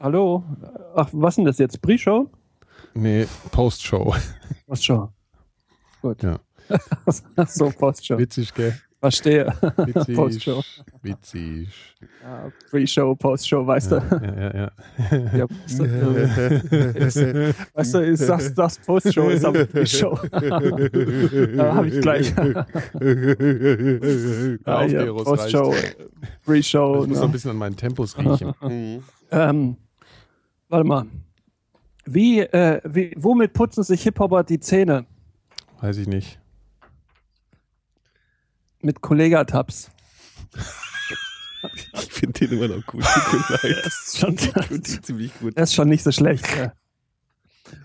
Hallo? Ach, was denn das jetzt? Pre-Show? Nee, Postshow. Postshow. Gut. Ja. Ach so, Postshow. Witzig, gell? Verstehe. Witzig. Postshow. Witzig. Ja, Pre-Show, Postshow, weißt du. Ja, ja, ja. Ja, weißt du, weißt du ich sag's, das Postshow ist aber Pre-Show. da hab ich gleich. Ah, Hör auf, ja, Eros, Postshow, reicht. Pre-Show. Ich muss so ein Ne? bisschen an meinen Tempus riechen. Ähm, warte mal. Wie, äh, wie, womit putzen sich Hip-Hopper die Zähne? Weiß ich nicht. Mit Kollegatabs. Ich finde den immer noch gut. Das ist schon, Ich finde den halt ziemlich gut. das ist schon nicht so schlecht. Ja.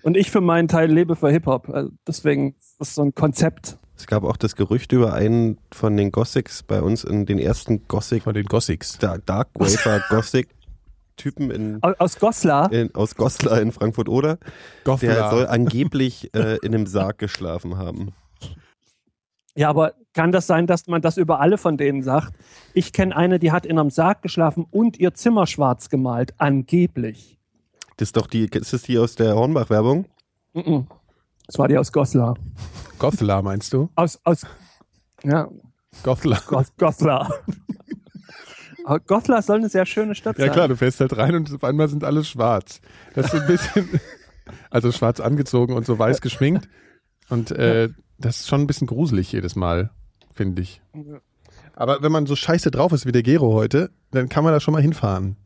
Und ich für meinen Teil lebe für Hip-Hop. Also deswegen ist das so ein Konzept. Es gab auch das Gerücht über einen von den Gothics bei uns in den ersten Gothic, Von den Gossics. Dark, Dark Wafer Gothic Typen in, Au- Aus Goslar. in, aus Goslar in Frankfurt oder? Der soll angeblich äh, in einem Sarg geschlafen haben. Ja, aber kann das sein, dass man das über alle von denen sagt? Ich kenne eine, die hat in einem Sarg geschlafen und ihr Zimmer schwarz gemalt, angeblich. Das ist doch die, ist das die aus der Hornbach-Werbung? Mhm. Das war die aus Goslar. Gothla, meinst du? Aus, aus, ja, Gothla. Goth Goslar. Aber Goslar soll eine sehr schöne Stadt sein. Ja klar, du fährst halt rein und auf einmal sind alle schwarz. Das ist so ein bisschen, also schwarz angezogen und so weiß geschminkt. Und äh, das ist schon ein bisschen gruselig jedes Mal, finde ich. Aber wenn man so scheiße drauf ist wie der Gero heute, dann kann man da schon mal hinfahren.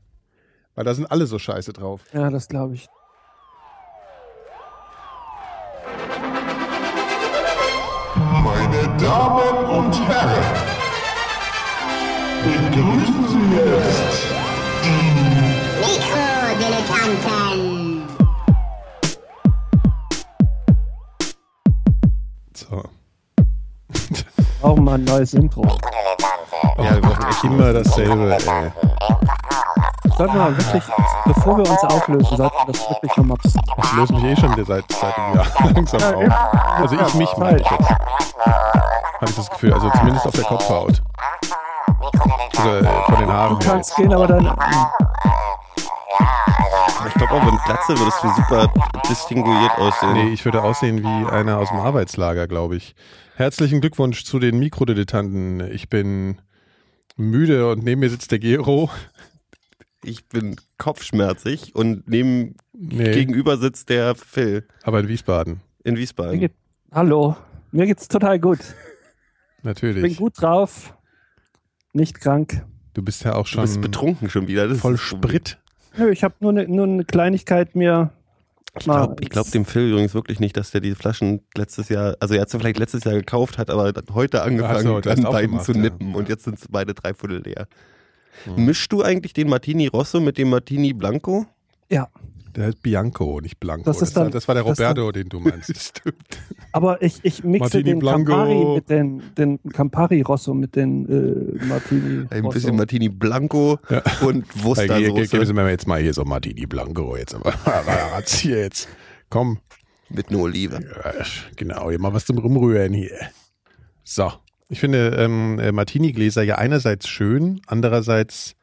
Weil da sind alle so scheiße drauf. Ja, das glaube ich. Meine Damen und Herren, begrüßen Sie jetzt Mikrodilettanten. So. Auch mal ein neues Intro. Ja, wir machen echt immer dasselbe. Ey. Sollten wir mal wirklich, bevor wir uns auflösen, sollten wir das wirklich schon mal. Ich löse mich eh schon wieder seit, seit einem Jahr langsam auf. Also ich mich meine ich jetzt. Habe ich das Gefühl. Also zumindest auf der Kopfhaut. Also äh, von den Haaren. Du kannst gehen, aber dann. Aber Ich glaube auch, wenn Glatze würdest du super distinguiert aussehen. Nee, ich würde aussehen wie einer aus dem Arbeitslager, glaube ich. Herzlichen Glückwunsch zu den Mikrodilettanten. Ich bin müde und neben mir sitzt der Gero. Ich bin kopfschmerzig und neben Nee, gegenüber sitzt der Phil aber in Wiesbaden. in Mir Wiesbaden. geht- Hallo, mir geht's total gut. Ich bin Natürlich. gut drauf, nicht krank. Du bist ja auch Du schon bist betrunken schon wieder. Das voll ist- Sprit. Nö, ich habe nur eine nur ne Kleinigkeit mir. Ich Ah, glaube ich glaub dem Phil übrigens wirklich nicht, dass der die Flaschen letztes Jahr, also er hat sie vielleicht letztes Jahr gekauft, hat aber dann heute Ach angefangen, so, der an ist beiden aufgemacht, zu ja. Hm. nippen und jetzt sind es beide dreiviertel leer. Mischst du eigentlich den Martini Rosso mit dem Martini Blanco? Ja, Der heißt Bianco, nicht Blanco. Das ist war- dann- das war der das ist dann- Roberto, den du meinst. Stimmt. aber ich, ich mixe Martini den Blanco. Campari mit den, den Campari Rosso mit den äh, Martini. Ein Rosso. bisschen Martini Blanco und Hey, ge- ge- geben Sie Wustersoße mir jetzt mal hier so Martini Blanco. Jetzt aber. Ratz hier jetzt. Komm. mit einer Olive. Ja, Genau, hier mal was zum Rumrühren hier. So. Ich finde ähm, äh, Martini-Gläser ja einerseits schön, andererseits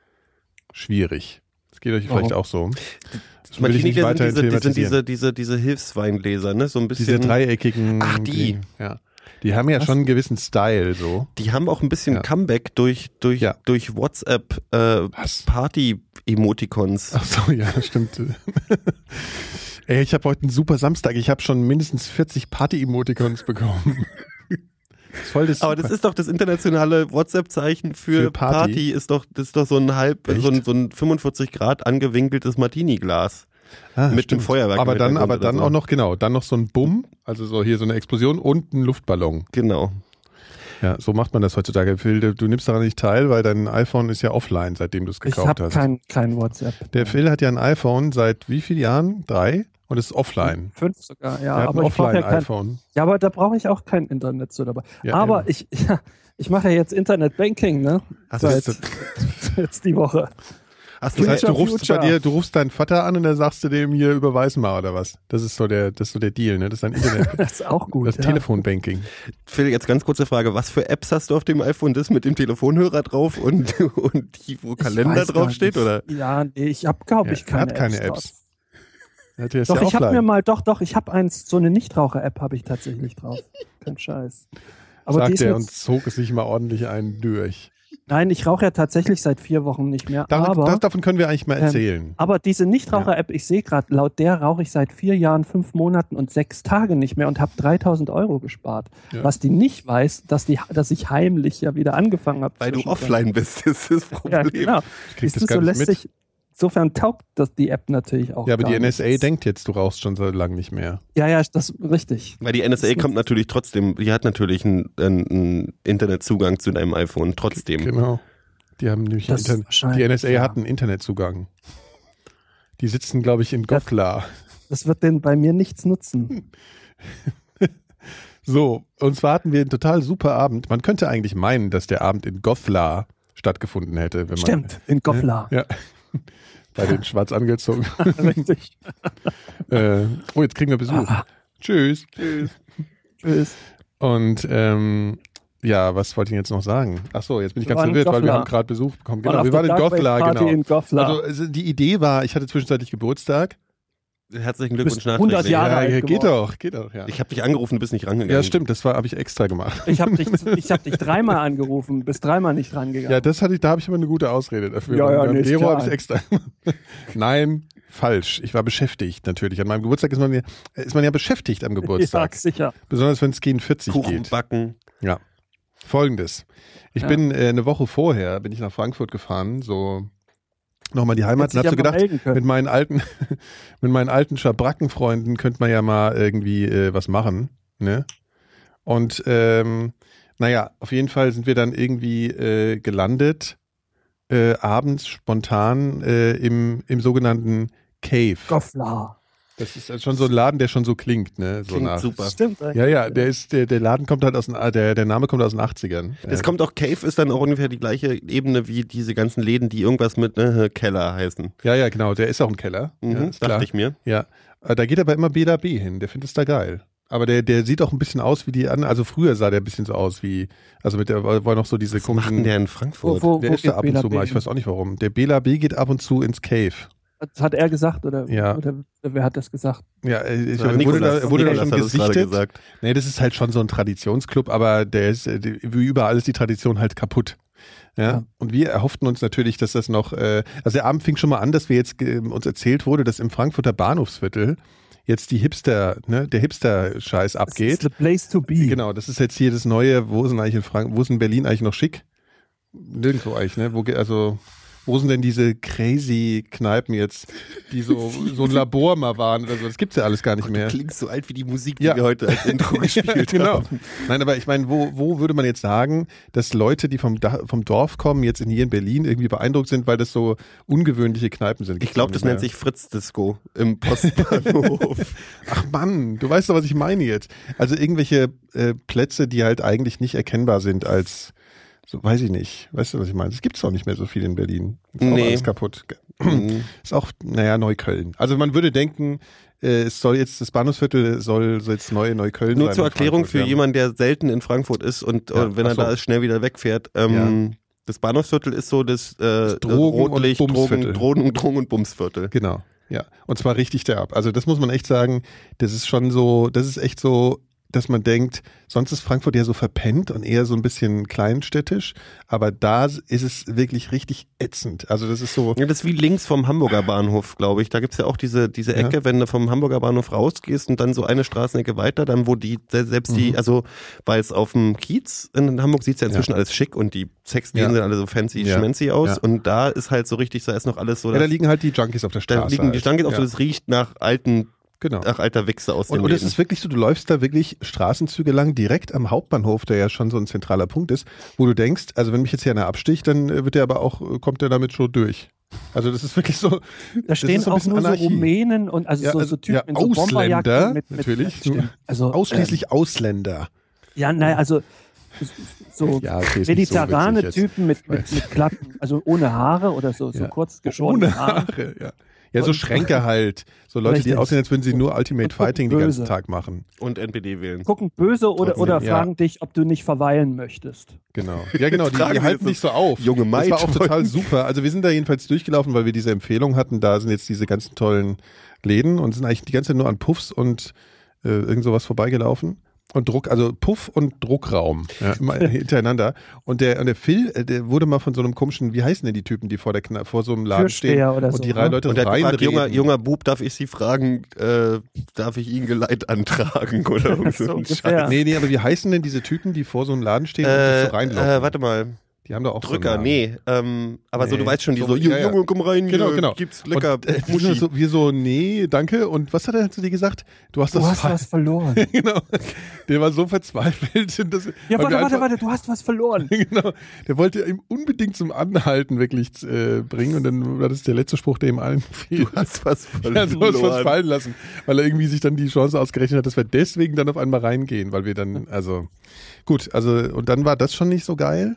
schwierig. Das geht euch Warum? vielleicht auch so. Das will ich Martini nicht sind weiter diese, die sind thematisieren. diese, diese, diese Hilfsweingläser, ne? So ein bisschen. Diese dreieckigen. Ach, die. Ja. Die haben ja schon einen gewissen Style so. Die haben auch ein bisschen Ja. Comeback durch, durch, Ja. durch WhatsApp äh, Was? Party-Emoticons. Ach so, ja, stimmt. Ey, ich habe heute einen super Samstag. Ich habe schon mindestens 40 Party-Emoticons bekommen. Das ist voll das Aber das ist doch das internationale WhatsApp-Zeichen für, Für Party. Party. ist doch, das ist doch so ein halb, Echt? so ein, so ein 45 Grad angewinkeltes Martini-Glas. Ah, mit dem Feuerwerk Aber im dann, Hintergrund aber dann oder so. auch noch, genau, dann noch so ein Bumm, also so hier so eine Explosion und ein Luftballon. Genau. Ja, so macht man das heutzutage. Phil, du- du nimmst daran nicht teil, weil dein iPhone ist ja offline, seitdem du es Ich gekauft habe hast. kein, kein WhatsApp. Der Phil hat ja ein iPhone seit wie vielen Jahren? Drei? Und ist offline. Fünf sogar, ja. er hat ein Aber ich brauche ja kein, Offline-iPhone. Ja, aber da brauche ich auch kein Internet so dabei. Ja, aber eben. ich, ja, ich mache ja jetzt Internet-Banking, ne? Hast Seit jetzt die Woche. Ach, das Das heißt, du Future, rufst bei future. dir, du rufst deinen Vater an und dann sagst du dem hier, überweis mal oder was. Das ist so der, das ist so der Deal, ne? Das ist dein Internet, Das ist auch gut. das ja. Telefonbanking. Phil, jetzt ganz kurze Frage. Was für Apps hast du auf dem iPhone? Das mit dem Telefonhörer drauf und, und die, wo Ich Kalender weiß gar draufsteht? nicht. Oder? Ja, nee, ich habe, glaube Ja, ich, er keine hat keine drauf. Apps. Hat er es Doch, ja ich habe offline. mir mal, doch, doch, ich habe eins, so eine Nichtraucher-App habe ich tatsächlich drauf. Kein Scheiß. Aber die sagt ist er mir, und zog es sich mal ordentlich einen durch. nein, ich rauche ja tatsächlich seit vier Wochen nicht mehr. Damit, aber, das, davon können wir eigentlich mal Ähm, erzählen. aber diese Nichtraucher-App, ich sehe gerade, laut der rauche ich seit vier Jahren, fünf Monaten und sechs Tagen nicht mehr und habe 3000 Euro gespart. Ja. Was die nicht weiß, dass, die, dass ich heimlich ja wieder angefangen habe. Weil du zwischendrin. offline bist, ist das Problem. Ja, genau. Ich krieg Ist das das gar so nicht mit. lästig? Insofern taugt das die App natürlich auch. Ja, aber gar die NSA nichts. denkt jetzt, du rauchst schon seit langem nicht mehr. Ja, ja, das richtig. Weil die NSA kommt natürlich trotzdem, die hat natürlich einen, einen, einen Internetzugang zu deinem iPhone, trotzdem. Genau. Die haben nämlich Das Internet. wahrscheinlich, Die NSA ja. hat einen Internetzugang. Die sitzen, glaube ich, in Das- Gotlar. Das wird denn bei mir nichts nutzen. So, und zwar hatten wir einen total super Abend. Man könnte eigentlich meinen, dass der Abend in Gotlar stattgefunden hätte, wenn man Stimmt, in Goplar. Ja. bei den schwarz angezogen. Richtig. äh, oh, jetzt kriegen wir Besuch. Ah. Tschüss. Tschüss. Tschüss. Und ähm, ja, was wollte ich jetzt noch sagen? Ach so, jetzt bin ich Wir ganz waren in verwirrt, weil wir Gotlar. haben gerade Besuch bekommen. Und Genau, auf wir der waren in Darkwave Gotlar, Party genau. in Gotlar. Also also die Idee war, ich hatte zwischenzeitlich Geburtstag. Herzlichen bist Glückwunsch 100 nachträglich. Jahre ja, alt ja, geht geworden. doch, geht doch, ja. Ich habe dich angerufen, bist nicht rangegangen. ja, stimmt, das war habe ich extra gemacht. ich habe dich, ich hab dich dreimal angerufen, bist dreimal nicht Ja, rangegangen. das hatte ich, da habe ich immer eine gute Ausrede dafür. Ja, ja, Beim nee, ist Lero klar. habe ich extra. Nein, falsch. Ich war beschäftigt natürlich. An meinem Geburtstag ist man ja, ist man ja beschäftigt am Geburtstag. sicher. Besonders wenn es gegen 40 Kuchen geht. backen. Ja. Folgendes. Ich Ja. bin äh, eine Woche vorher bin ich nach Frankfurt gefahren, so nochmal die Heimat Hättest und dich hab ja mal so gedacht, melden können. mit meinen alten, mit meinen alten Schabrackenfreunden könnte man ja mal irgendwie äh, was machen, ne? Und ähm, naja, auf jeden Fall sind wir dann irgendwie äh, gelandet, äh, abends spontan äh, im, im sogenannten Cave. Goplar. Das ist halt schon so ein Laden, der schon so klingt, ne? So Klingt nach. super. Stimmt. eigentlich. Ja, ja, der ist, der, der Laden kommt halt aus den, der, der Name kommt aus den 80ern. Es Ja. kommt auch, Cave ist dann auch ungefähr die gleiche Ebene wie diese ganzen Läden, die irgendwas mit ne, Keller heißen. Ja, ja, genau. Der ist auch ein Keller. Mhm, ja, ist dachte klar. ich mir. Ja. Äh, Da geht aber immer Bela B hin. Der findet es da geil. Aber der, der sieht auch ein bisschen aus wie die anderen. Also früher sah der ein bisschen so aus wie, also mit der war war noch so diese Was macht denn komischen. der in Frankfurt? Wo- wo- der wo ist da geht ab und Bela zu B mal. Ich hin? weiß auch nicht warum. Der Bela B geht ab und zu ins Cave. Das hat er gesagt oder, Ja. oder wer hat das gesagt? Ja, äh, ich, Ja, er wurde da, Nikolas- er wurde da Nikolas schon hat das gerade gesichtet. gesagt. Nee, das ist halt schon so ein Traditionsclub, aber der ist, äh, die- wie überall ist die Tradition halt kaputt. Ja? Ja. Und wir erhofften uns natürlich, dass das noch, äh, also der Abend fing schon mal an, dass wir jetzt ge- uns erzählt wurde, dass im Frankfurter Bahnhofsviertel jetzt die Hipster, ne, der Hipster-Scheiß It's abgeht. the place to be. Genau, das ist jetzt hier das neue, wo sind eigentlich in Frank wo ist in Berlin eigentlich noch schick? Nirgendwo eigentlich, ne? Wo, ge- also, wo sind denn diese crazy Kneipen jetzt, die so, so ein Labor mal waren oder so? Das gibt's ja alles gar nicht Du mehr. klingst so alt wie die Musik, die Ja. wir heute als Intro gespielt genau. haben. Nein, aber ich meine, wo, wo würde man jetzt sagen, dass Leute, die vom, Da- vom Dorf kommen, jetzt in hier in Berlin irgendwie beeindruckt sind, weil das so ungewöhnliche Kneipen sind? Ich glaube, das nennt sich Fritz Disco im Postbahnhof. Ach Mann, du weißt doch, was ich meine jetzt. Also irgendwelche äh, Plätze, die halt eigentlich nicht erkennbar sind als, so weiß ich nicht. Weißt du, was ich meine? Es gibt's doch nicht mehr so viel in Berlin. Ist auch Nee. alles kaputt. Mhm. Ist auch, naja, Neukölln. Also man würde denken, äh, es soll jetzt, das Bahnhofsviertel soll, soll jetzt neue Neukölln sein. Nur zur in Erklärung Frankfurt, für ja. jemanden, der selten in Frankfurt ist und Ja, äh, wenn ach er so. da ist, schnell wieder wegfährt. Ähm, Das Bahnhofsviertel ist so das, äh, Drogen- und Rotlicht, Drogen, Bumsviertel. Drogen, Drogen und Bumsviertel. Genau, ja. Und zwar richtig der ab. Also das muss man echt sagen, das ist schon so, das ist echt so, dass man denkt, sonst ist Frankfurt ja so verpennt und eher so ein bisschen kleinstädtisch, aber da ist es wirklich richtig ätzend. Also das ist so, Ja, das ist wie links vom Hamburger Bahnhof, glaube ich. Da gibt's ja auch diese, diese Ja. Ecke, wenn du vom Hamburger Bahnhof rausgehst und dann so eine Straßenecke weiter, dann wo die, se- selbst Mhm. die, also weil es auf dem Kiez in Hamburg sieht's ja inzwischen alles schick und die Sexläden Ja. sehen alle so fancy Ja. schmancy aus Ja. und da ist halt so richtig, da ist noch alles so, ja, da dass- liegen halt die Junkies auf der Straße. da liegen die halt. Stangen auch so, ja, das riecht nach alten, Genau. nach alter Wichse aus Und, dem und es Leben. ist wirklich so, du läufst da wirklich Straßenzüge lang direkt am Hauptbahnhof, der ja schon so ein zentraler Punkt ist, wo du denkst, also wenn mich jetzt hier einer absticht, dann äh, wird der aber auch, äh, kommt der damit schon durch. Also das ist wirklich so. Da stehen ist so ein auch bisschen nur Anarchie. so Rumänen und also, Ja, so, also, so ja, Typen in so Ausländer, Bomberjacken mit, mit natürlich. stimmt. Also Ausschließlich Ausländer. Ähm, ja, nein, also so Ja, okay, ist nicht so mediterrane witzig jetzt. Typen mit, mit, weiß. mit Glatten, also ohne Haare oder so, so Ja. kurz geschorene Ohne Haare. Haare, ja. Ja, so Schränke halt. So Leute, die Richtig. aussehen, als würden sie nur Ultimate Und gucken Fighting den ganzen böse. Tag machen. Und NPD wählen. Gucken böse oder, Trotzdem, oder ja. fragen dich, ob du nicht verweilen möchtest. Genau. Ja, genau, die, Fragen die wir halten jetzt nicht so auf. junge Maid Das war auch total wollen. super. Also wir sind da jedenfalls durchgelaufen, weil wir diese Empfehlung hatten. Da sind jetzt diese ganzen tollen Läden und sind eigentlich die ganze Zeit nur an Puffs und äh, irgend sowas vorbeigelaufen. Und Druck, also Puff und Druckraum ja. immer hintereinander. Und der, und der Phil, äh, der wurde mal von so einem komischen, wie heißen denn die Typen, die vor der Kna vor so einem Laden stehen Türsteher oder und so, die drei ne? Leute Und er hat gefragt, reinreden. junger, junger Bub, darf ich Sie fragen, äh, darf ich Ihnen Geleit antragen oder irgend so So ein ungefähr. Scheiß? Nee, nee, aber wie heißen denn diese Typen, die vor so einem Laden stehen und Äh, dich so reinlaufen? äh, warte mal, die haben doch auch so Drücker, einen Namen. nee. Ähm, aber so, Nee. du weißt schon, die So, so, ja, ja. Junge, komm rein, Genau, Äh, hier, genau. gibt's lecker Und, äh, wir, Muschi. so, wir so, nee, danke. Und was hat er zu dir gesagt? Du hast Du das hast falsch- was verloren. genau. Der war so verzweifelt. Dass, Ja, warte, weil wir warte, einfach- warte, du hast was verloren. Genau. Der wollte ihm unbedingt zum Anhalten wirklich äh, bringen. Und dann war das der letzte Spruch, der ihm allen fiel. Du hast was Ja, so ist was verloren. fallen lassen, weil er irgendwie sich dann die Chance ausgerechnet hat, dass wir deswegen dann auf einmal reingehen, weil wir dann, also gut, also und dann war das schon nicht so geil.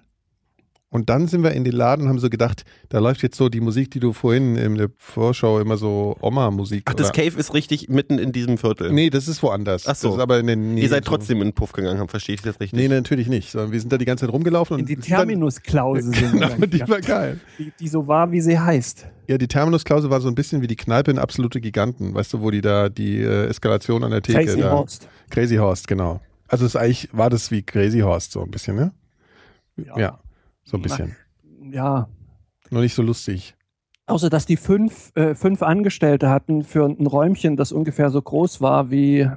Und dann sind wir in den Laden und haben so gedacht, da läuft jetzt so die Musik, die du vorhin in der Vorschau immer so Oma-Musik. Ach, das oder- Cave ist richtig mitten in diesem Viertel. Nee, das ist woanders. Ach so. Das ist aber in der Nähe. Ihr seid so. trotzdem in den Puff gegangen, haben, verstehe ich das richtig? Nee, natürlich nicht. Sondern wir sind da die ganze Zeit rumgelaufen und In die sind dann- Terminusklausel sind wir Genau, dann die gegangen, war geil. die, die so war, wie sie heißt. Ja, die Terminusklausel war so ein bisschen wie die Kneipe in absolute Giganten, weißt du, wo die da die äh, Eskalation an der Theke Casey da. Horst. Crazy Horst, genau. Also es ist eigentlich war das wie Crazy Horst so ein bisschen, ne? Ja, Ja. so ein bisschen. Ja. Nur nicht so lustig. Außer, dass die fünf, äh, fünf Angestellte hatten für ein Räumchen, das ungefähr so groß war wie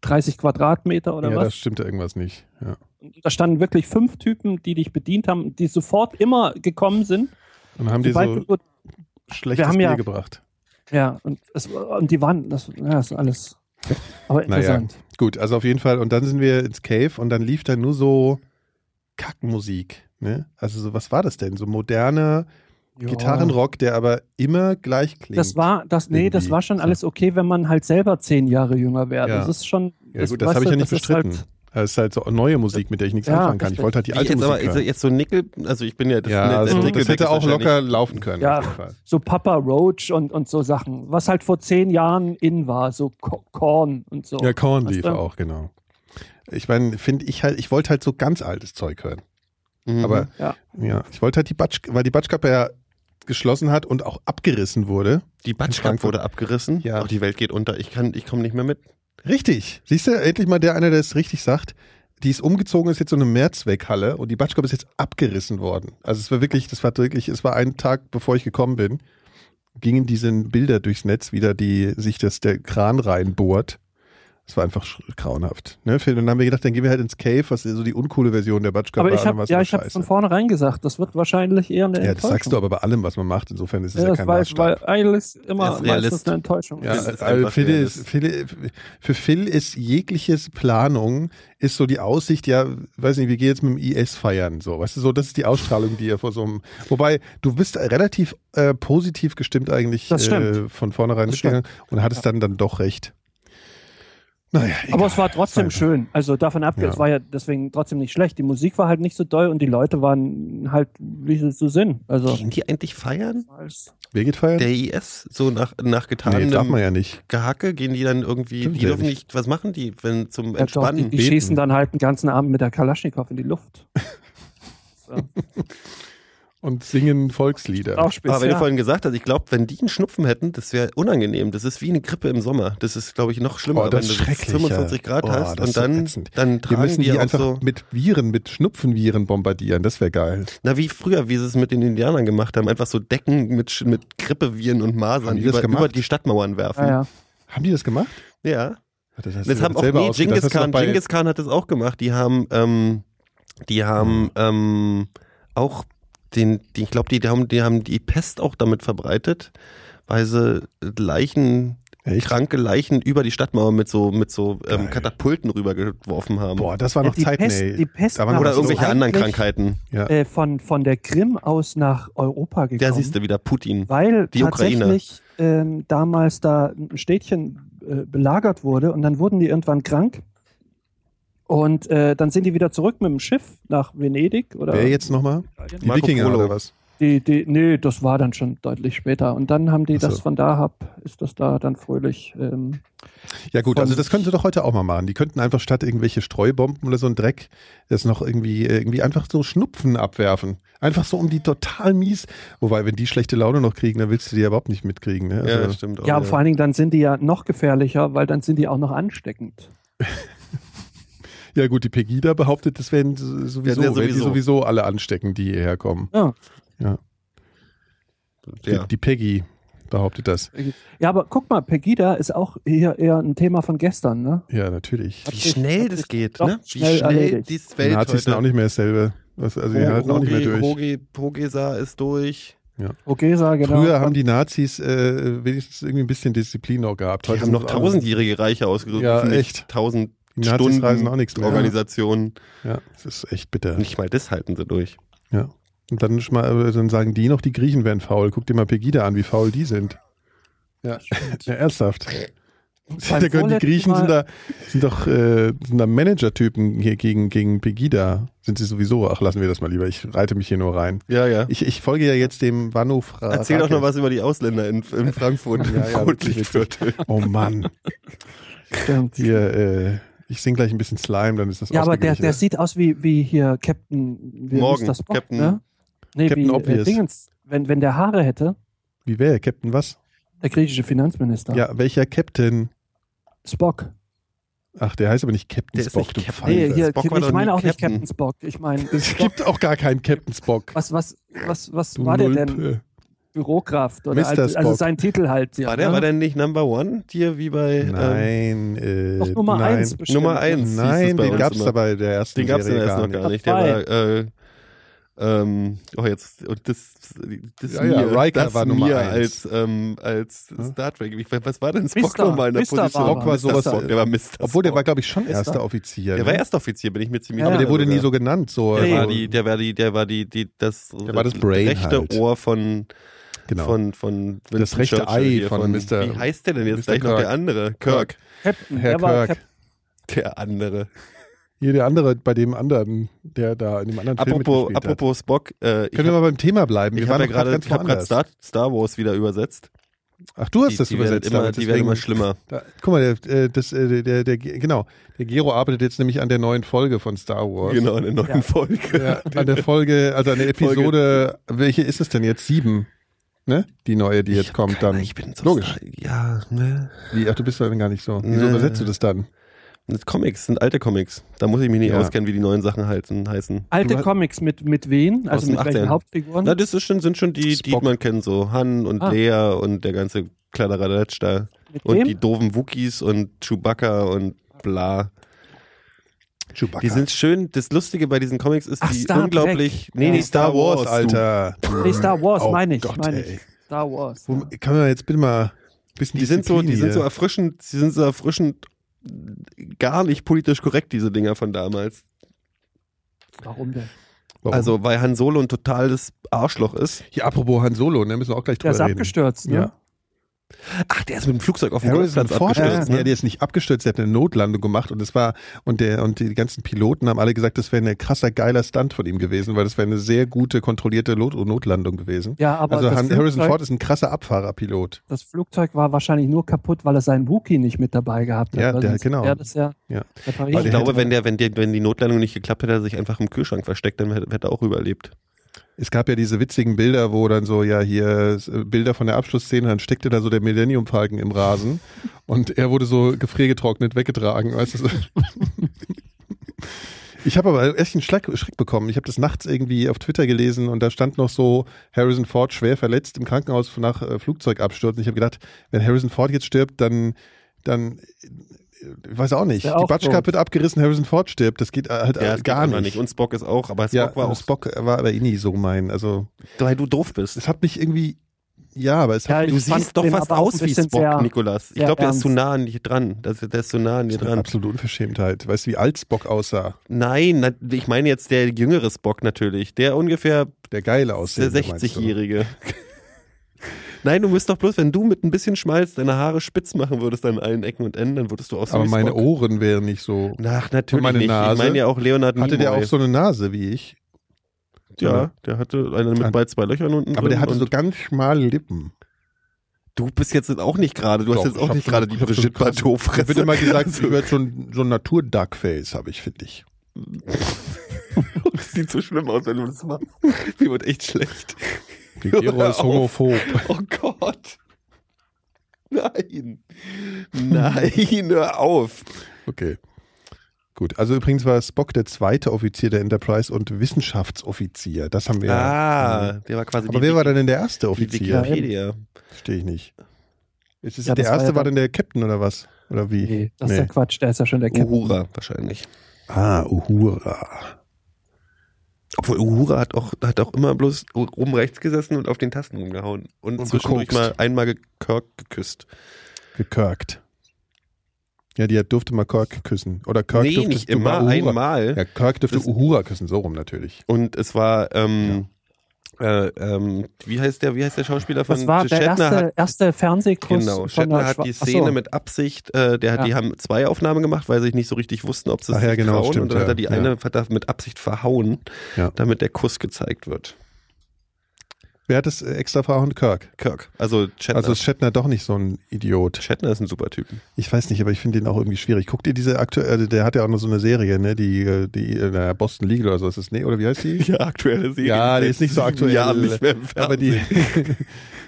30 Quadratmeter oder ja, da was. stimmte irgendwas nicht. Ja. Und da standen wirklich fünf Typen, die dich bedient haben, die sofort immer gekommen sind. Und haben die Sobald du, so schlechtes wir haben Bier ja- gebracht. ja, und, es, war- und die waren, das, ja, das ist alles. Aber Naja, interessant. gut, also auf jeden Fall. Und dann sind wir ins Cave und dann lief da nur so Kackmusik. Ne? Also so, was war das denn? So moderner Ja. Gitarrenrock, der aber immer gleich klingt. Das war, das, nee, das Irgendwie. war schon alles okay, wenn man halt selber zehn Jahre jünger wäre. Ja. Das ist schon. ja gut, das weißt habe ich ja du, nicht das ist bestritten. Halt, das ist halt so neue Musik, mit der ich nichts Ja, anfangen kann. Ich richtig. wollte halt die Wie alte jetzt Musik aber also hören. jetzt so Nickel, also ich bin ja das, Ja, das also, Nickelback das hätte ist auch wahrscheinlich- locker laufen können. Ja. Auf jeden Fall. so Papa Roach und, und so Sachen, was halt vor zehn Jahren in war, so Ko- Korn und so. Ja, Korn Was lief dann? auch, genau. Ich meine, finde ich halt, ich wollte halt so ganz altes Zeug hören. Mhm. Aber ja. Ja. ich wollte halt die Batsch, weil die Batschkappe ja geschlossen hat und auch abgerissen wurde. die Frankfurt. Batschkamp wurde abgerissen. Ja. Auch die Welt geht unter. Ich kann, ich komme nicht mehr mit. Richtig. Siehst du, endlich mal der einer, der es richtig sagt. Die ist umgezogen, ist jetzt so eine Mehrzweckhalle und die Batschkappe ist jetzt abgerissen worden. Also es war wirklich, das war wirklich, es war ein Tag, bevor ich gekommen bin, gingen diese Bilder durchs Netz wieder, die sich das der Kran reinbohrt. Es war einfach sch- grauenhaft. Ne, Phil? Und dann haben wir gedacht, dann gehen wir halt ins Cave, was so die uncoole Version der Batschkappe aber ich war, dann habe war's ja, aber ich hab scheiße. von vornherein gesagt, das wird wahrscheinlich eher eine Ja, das Enttäuschung. sagst du aber bei allem, was man macht. Insofern ist es Ja, ja, das kein weiß, weil Maßstab. eigentlich ist Er immer ist meistens Realist. eine Enttäuschung. Ja, Das ist also einfach Phil schwer, ist, das- Phil, für Phil ist jegliches Planung, ist so die Aussicht, ja, weiß nicht, wir gehen jetzt mit dem IS feiern, so, weißt du, so, das ist die Ausstrahlung, die er vor so einem, wobei, du bist relativ äh, positiv gestimmt eigentlich Das stimmt. Äh, von vornherein Das gegangen und hattest dann, dann doch recht. Naja, Aber egal. es war trotzdem einfach- schön. Also davon ab, Ja. es war ja deswegen trotzdem nicht schlecht. Die Musik war halt nicht so doll und die Leute waren halt, wie sie so sind. Also Hm. Gehen die eigentlich feiern? als- wer geht feiern? Der IS? So nach, nach nee, darf getanem man ja nicht. Gehacke gehen die dann irgendwie, Stimmt die ja dürfen nicht. nicht, was machen die, wenn zum ja, doch, die, Entspannen? die beten. schießen dann halt den ganzen Abend mit der Kalaschnikow in die Luft. So, Und singen Volkslieder. auch Aber wenn speziell. du vorhin gesagt hast, ich glaube, wenn die einen Schnupfen hätten, das wäre unangenehm. Das ist wie eine Grippe im Sommer. Das ist, glaube ich, noch schlimmer, Oh, das wenn ist du schrecklich, 25 ja. Grad Oh, hast das ist und so dann, ätzend. dann wir tragen müssen die, auch einfach so. mit Viren, mit Schnupfenviren bombardieren. Das wäre geil. Na, wie früher, wie sie es mit den Indianern gemacht haben, einfach so Decken mit, Sch- mit Grippeviren und Haben Masern die das über, gemacht? über die Stadtmauern werfen. ja, ja. Haben die das gemacht? ja. Das, hast Das du haben auch selber nee, ausgedacht. Genghis Das hast du Khan, doch bei- Genghis Khan hat das auch gemacht. Die haben, ähm, die haben ähm, auch den, die, ich glaube, die, haben, die haben die Pest auch damit verbreitet, weil sie Leichen, Echt? kranke Leichen über die Stadtmauer mit so, mit so ähm, Geil. Katapulten rübergeworfen haben. Boah, das war noch die Zeit, Pest- nee. die Pest da waren war- Oder noch so- irgendwelche anderen eigentlich- Krankheiten. Ja. Äh, von, von der Krim aus nach Europa gekommen. Da siehst du wieder Putin. Weil Die Ukraine. tatsächlich ähm, damals da ein Städtchen äh, belagert wurde und dann wurden die irgendwann krank Und äh, dann sind die wieder zurück mit dem Schiff nach Venedig oder Wer jetzt nochmal? Die Marco Wikinger Polo. oder was? die, die, nee, das war dann schon deutlich später. Und dann haben die Ach so. das von da ab, ist das da dann fröhlich. Ähm, Ja gut, Von- also das können sie doch heute auch mal machen. Die könnten einfach statt irgendwelche Streubomben oder so ein Dreck das noch irgendwie, äh, irgendwie einfach so Schnupfen abwerfen. Einfach so um die total mies. Wobei, wenn die schlechte Laune noch kriegen, dann willst du die ja überhaupt nicht mitkriegen. Ne? ja, Also, stimmt. auch, ja, vor allen Dingen dann sind die ja noch gefährlicher, weil dann sind die auch noch ansteckend. ja gut, die Pegida behauptet, das werden s- sowieso, Werden ja Werden die sowieso. sowieso alle anstecken, die hierher kommen. Ja. ja. Die, die Peggy behauptet das. ja, aber guck mal, Pegida ist auch hier eher ein Thema von gestern, ne? Ja, natürlich. Hat Wie sich- schnell hat das sich geht, doch ne? Wie schnell schnell erledigt. die Die Welt Nazis sind heute. auch nicht mehr dasselbe. Das, also die Oh, halten auch nicht mehr durch. Hogi, Pogesa ist durch. Vogesa, genau. Früher haben die Nazis äh, wenigstens irgendwie ein bisschen Disziplin auch gehabt. Die haben noch tausendjährige Reiche ausgerufen. Ja, nicht echt. Tausend Die Nazis Stunden reisen auch nichts mehr. Organisationen. Ja, das ist echt bitter. Nicht mal das halten sie durch. Ja. Und dann, schma- äh, dann sagen die noch, die Griechen wären faul. Guck dir mal Pegida an, wie faul die sind. Ja, ja ernsthaft. Äh, Da können die vorletzten Griechen Mal- sind da, sind doch äh, sind da Manager-Typen hier gegen, gegen Pegida. Sind sie sowieso. Ach, lassen wir das mal lieber. Ich reite mich hier nur rein. Ja, ja. Ich, ich folge ja jetzt dem Wanu Fra Erzähl doch Rake. noch was über die Ausländer in, in Frankfurt. Ja, ja, Frankfurt wirklich Lichtviertel. Oh Mann. Stimmt. Hier, äh, ich sing gleich ein bisschen Slime, dann ist das Ja, aber der, ausgeglichener. der sieht aus wie, wie hier Captain wie ist Morgan, das Bock, Captain- ne? Nee, Captain wie, Obvious. Äh, Dingens, wenn, wenn der Haare hätte, Wie wäre Captain was? der griechische Finanzminister. Ja, welcher Captain? Spock. Ach, der heißt aber nicht Captain Der ist Spock, nicht du Captain. Pfeife. Nee, hier, Spock war ich doch meine nie auch nicht Captain. Captain Spock. Ich meine, Es gibt auch gar keinen Captain Spock. was, was, was, was Du war der Nulpe. äh, denn? Bürokraft Mr. oder also, also Spock. sein Titel halt. Ja, War der, ne? war der nicht Number One hier wie bei ähm, Nein, äh, Doch Nummer nein. eins bestimmt. Nummer eins. hieß es Nein, bei den uns gab's immer. da bei der ersten Den gab es ja Serie erst gar noch nicht. gar nicht. Der Dabei. war, äh, ähm, oh jetzt, und das, das Ja, ja, mir, Riker das war Nummer mir eins. Hm? als, ähm, als Star Trek. Ich, weiß, was war denn Spock Mister. nochmal in der Mister Position? war Spock war Mr. sowas. Spock, der war Mr. Obwohl, der war, Spock. glaube ich, schon erster er? Offizier. der ne? war Erstoffizier, bin ich mir ziemlich Ja, aber der Erster wurde nie sogar. so genannt. So, Der Nee. war also, die, der war die, der war die, die das, Der war das Brain rechte halt. Ohr von, genau. von, von Winston Das rechte Churchill Ei hier, von Mr. Wie heißt der denn jetzt Mr. gleich noch Kirk. der andere? Kirk. Captain. Herr der war Kirk. Captain. Der andere. Hier der andere, bei dem anderen, der da in dem anderen Film Apropos, mitgespielt hat. apropos Spock, äh, ich Können wir hab- mal beim Thema bleiben? ich Wir habe waren ja doch grad gerade ganz ich hab grad woanders. Star, Star Wars wieder übersetzt. Ach, du hast das die übersetzt. Werden immer, damit, die werden immer deswegen- schlimmer. Da, guck mal, der, äh, das, äh, der, der, genau, der Gero arbeitet jetzt nämlich an der neuen Folge von Star Wars. Genau, in der neuen Ja. Folge. Ja, an der Folge, also an der Episode, welche ist es denn jetzt? Sieben, ne? Die neue, die jetzt kommt dann. Ich bin so Logisch. Star- Ja, ne. Wie, ach, du bist dann gar nicht so. Wieso Nee. übersetzt du das dann? Das Comics sind alte Comics. Da muss ich mich nicht Ja. auskennen, wie die neuen Sachen heißen. heißen. Alte Du- Comics mit, mit wen? Aus Also den mit welchen 18ern. Hauptfiguren? Na, das ist schon, sind schon die, Spock. die man kennt, so Han und Ah. Lea und der ganze Kladderadatsch da. mit Und wem? die doofen Wookies und Chewbacca und bla. Chewbacca. Die sind schön. Das Lustige bei diesen Comics ist, Ach, die Star unglaublich. Nee, Ja. nee, Star Wars, du. Alter. nee, Star Wars, Oh meine ich. Gott, meine ey. ich. Star Wars. Wo, kann man jetzt bitte mal ein bisschen Die sind so, die Disziplin sind so hier? erfrischend, die sind so erfrischend gar nicht politisch korrekt, diese Dinger von damals. Warum denn? Warum? Also, weil Han Solo ein totales Arschloch ist. hier, apropos Han Solo, ne, müssen wir auch gleich Der drüber ist reden. abgestürzt, ne? Ja. Ach, der ist mit dem Flugzeug auf dem Harrison Golfplatz Ford, abgestürzt. ja, Ne? der ist nicht abgestürzt, der hat eine Notlandung gemacht und es war und der und die ganzen Piloten haben alle gesagt, das wäre ein krasser geiler Stunt von ihm gewesen, weil das wäre eine sehr gute kontrollierte Lot Notlandung gewesen. Ja, aber also das, Han Harrison Flugzeug, Ford ist ein krasser Abfahrerpilot. das Flugzeug war wahrscheinlich nur kaputt, weil er seinen Wookie nicht mit dabei gehabt hat. Ja, weil der- sonst genau. wär Das ja Ja. repariert. Weil Ich der glaube, hätte- wenn, der, wenn, der, wenn die Notlandung nicht geklappt hätte, hätte er sich einfach im Kühlschrank versteckt, dann hätte, hätte er auch überlebt. Es gab ja diese witzigen Bilder, wo dann so ja hier äh, Bilder von der Abschlussszene, dann steckte da so der Millennium Falcon im Rasen und er wurde so gefriergetrocknet weggetragen, weißt du? so. Ich habe aber echt einen Schlag, Schreck bekommen. Ich habe das nachts irgendwie auf Twitter gelesen und da stand noch so Harrison Ford schwer verletzt im Krankenhaus nach äh, Flugzeugabsturz. Und ich habe gedacht, wenn Harrison Ford jetzt stirbt, dann, dann, äh, ich weiß auch nicht. Wär Die auch Batschkappe tot. wird abgerissen, Harrison Ford stirbt. Das geht äh, halt Ja, äh, das gar geht aber nicht. Und Spock ist auch, aber Spock ja, war auch, Spock war aber eh nie so mein. Also weil du doof bist. es hat mich irgendwie, ja, aber es Ja, hat ich mich fand den aber auch ein bisschen sehr- Nikolas. Ich sehr glaube, der ist ernst. zu nah an dir dran. Das, der ist zu nah an das dir ist eine dran. absolute Unverschämtheit. Weißt du, wie alt Spock aussah? Nein, na, ich meine jetzt der jüngere Spock natürlich. Der ungefähr Der geile der aussehen. 60-Jährige. Nein, du müsst doch bloß, wenn du mit ein bisschen Schmalz deine Haare spitz machen würdest an allen Ecken und Enden, dann würdest du auch so Aber wie meine Spock. Ohren wären nicht so. Ach, natürlich Und meine nicht. Nase? Ich meine ja auch Leonard Hatte der Nimoy. auch so eine Nase wie ich? Ja, der hatte eine mit bei zwei Löchern unten Aber drin der hatte und so ganz schmale Lippen. Du bist jetzt auch nicht gerade, du hast Doch, jetzt ich auch hab nicht so- gerade die ich hab so Brigitte krassen- Bardot-Fresse. Ich wird immer gesagt, ich Also, werde schon so ein Natur-Duckface, habe ich, finde ich. das sieht so schlimm aus, wenn du das machst. Mir wird echt schlecht. Die Gero Hör ist auf. homophob. Oh Gott. Nein. Nein, hör auf. Okay. Gut, also übrigens war Spock der zweite Offizier der Enterprise und Wissenschaftsoffizier. Das haben wir. Ah, der war quasi Aber die, wer war denn denn der erste die Offizier? Wikipedia. Verstehe ich nicht. Ist es Ja, der das war erste ja war dann- denn der Captain oder was? Oder wie? Nee, das ist ja Quatsch, der ist ja schon der Captain. Uhura wahrscheinlich. Ah, Uhura. Obwohl Uhura hat auch, hat auch immer bloß oben rechts gesessen und auf den Tasten rumgehauen. Und, Und zwischendurch mal gekokst. einmal gekirkt, geküsst. Gekirkt. Ja, die hat, durfte mal Kirk küssen. Oder Kirk nee, durftest nicht du mal immer, Uhura. einmal. Ja, Kirk dürfte Das- Uhura küssen, so rum natürlich. Und es war, ähm, äh, ähm, wie heißt der, wie heißt der Schauspieler von Das war der hat, erste, erste Fernsehkuss. genau, von Shatner der hat Schwa- die Achso. Szene mit Absicht, äh, der, hat- Ja. die haben zwei Aufnahmen gemacht, weil sie sich nicht so richtig wussten, ob sie es Ach ja, sich genau, trauen. stimmt, und dann hat ja, er die ja. eine hat mit Absicht verhauen, Ja. damit der Kuss gezeigt wird. Wer hat das äh, extra verhauen? Kirk. Kirk. Also Shatner. Also Also ist Shatner doch nicht so ein Idiot. Shatner ist ein super Typ. Ich weiß nicht, aber ich finde den auch irgendwie schwierig. Guckt ihr diese aktuelle, der hat ja auch noch so eine Serie, ne? Die, äh, die äh, na, Boston Legal oder so ist das, ne? Oder wie heißt die? Ja, aktuelle Serie. Ja, die ist nicht so aktuell. Ja, nicht mehr im aber die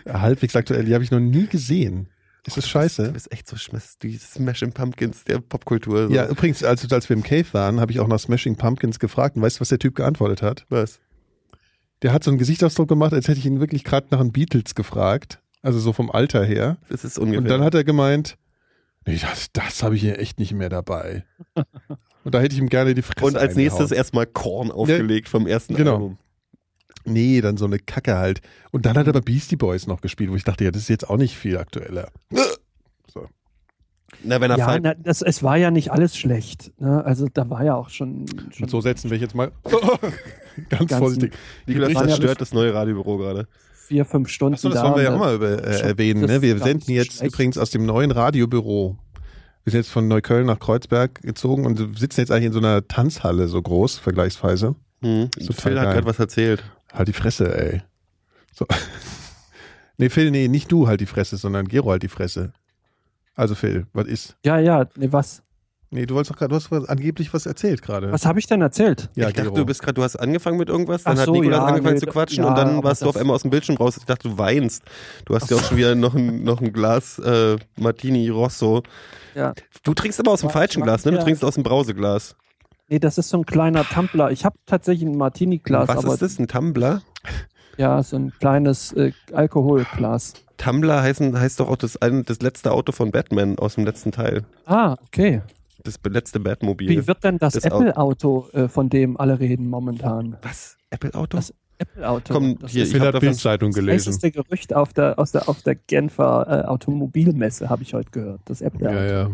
halbwegs aktuell, die habe ich noch nie gesehen. Ist das Du scheiße? bist echt so schmiss, die Smashing Pumpkins der Popkultur. So. Ja, übrigens, als, als wir im Cave waren, habe ich auch nach Smashing Pumpkins gefragt und weißt du, was der Typ geantwortet hat? was? Der hat so einen Gesichtsausdruck gemacht, als hätte ich ihn wirklich gerade nach den Beatles gefragt. Also so vom Alter her. Das ist ungefähr. Und dann hat er gemeint, nee, das, das habe ich hier echt nicht mehr dabei. Und da hätte ich ihm gerne die Fresse Und als nächstes eingehauen. Ne? erstmal Korn aufgelegt vom ersten Genau. Album. Nee, dann so eine Kacke halt. Und dann hat er aber Beastie Boys noch gespielt, wo ich dachte, ja, das ist jetzt auch nicht viel aktueller. Na, wenn er Ja, falsch. na, das, es war ja nicht alles schlecht. Ne? Also da war ja auch schon. Hm. schon Mit so Sätzen will ich jetzt mal ganz Ganzen- vorsichtig. Niklas waren ja zerstört das neue Radiobüro gerade. vier, fünf Stunden Achso, das da. wollen wir ja ne? auch mal über, äh, schon- erwähnen. das Ne? Wir ist gar senden nicht jetzt schlecht. übrigens aus dem neuen Radiobüro. Wir sind jetzt von Neukölln nach Kreuzberg gezogen und sitzen jetzt eigentlich in so einer Tanzhalle so groß, vergleichsweise. Hm. Phil Total hat geil. gerade was erzählt. Halt die Fresse, ey. So. Nee, Phil, nee, nicht du halt die Fresse, sondern Gero halt die Fresse. Also Phil, was ist? Ja, ja, nee, was? Nee, du wolltest doch gerade, du hast was, angeblich was erzählt gerade. Was habe ich denn erzählt? Ja, ich dachte, Gero. du bist gerade, du hast angefangen mit irgendwas, dann Ach hat so, Nikolaus ja, angefangen nee, zu quatschen ja, und dann aber warst du auf das- einmal aus dem Bildschirm raus. Ich dachte, du weinst. Du hast ja auch schon wieder noch ein, noch ein Glas äh, Martini Rosso. Ja. Du trinkst aber aus dem Ja, falschen ich Glas, ne? Du mag- trinkst aus dem Brauseglas. Nee, das ist so ein kleiner Tumbler. Ich habe tatsächlich ein Martini-Glas, was aber ist das? Ein Tumbler? ja, so ein kleines äh, Alkoholglas. Tumbler heißen, heißt doch auch das, ein, das letzte Auto von Batman aus dem letzten Teil. Ah, okay. Das letzte Batmobil. Wie wird denn das, Das Apple-Auto, äh, von dem alle reden momentan? was? Apple-Auto? Das Apple-Auto. Komm, das hier, ist ich Phil hab hat davon- Bildzeitung das gelesen. heißeste Gerücht auf der, aus der, auf der Genfer äh, Automobilmesse, habe ich heute gehört. Das Ja, Apple-Auto. ja.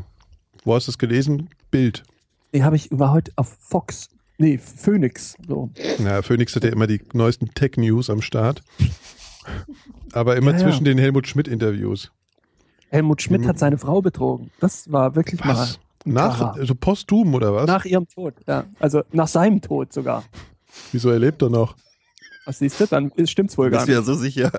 Wo hast du es gelesen? Bild. Nee, habe ich, war heute auf Fox. Nee, Phoenix. So. Ja, Phoenix hat ja immer die neuesten Tech-News am Start. Aber immer Ja, ja. zwischen den Helmut Schmidt-Interviews. Helmut Schmidt hat seine Frau betrogen. Das war wirklich mal. Was? ein Nach, Kracher. also posthum oder was? Nach ihrem Tod, ja. Also nach seinem Tod sogar. Wieso erlebt er noch? Was siehst du? Dann ist- stimmt's wohl Du gar bist nicht. ja so sicher.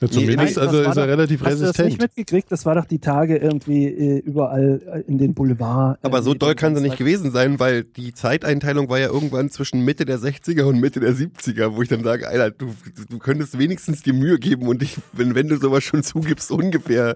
Ja, zumindest, nein, das also war ist er doch- relativ Hast du das nicht resistent. mitgekriegt? Das war doch die Tage irgendwie äh, überall äh, in den Boulevard. äh, Aber so Medien doll kann sie und nicht so gewesen sein, weil die Zeiteinteilung war ja irgendwann zwischen Mitte der 60er und Mitte der 70er, wo ich dann sage, Alter, du, du könntest wenigstens dir Mühe geben und ich, wenn, wenn du sowas schon zugibst, ungefähr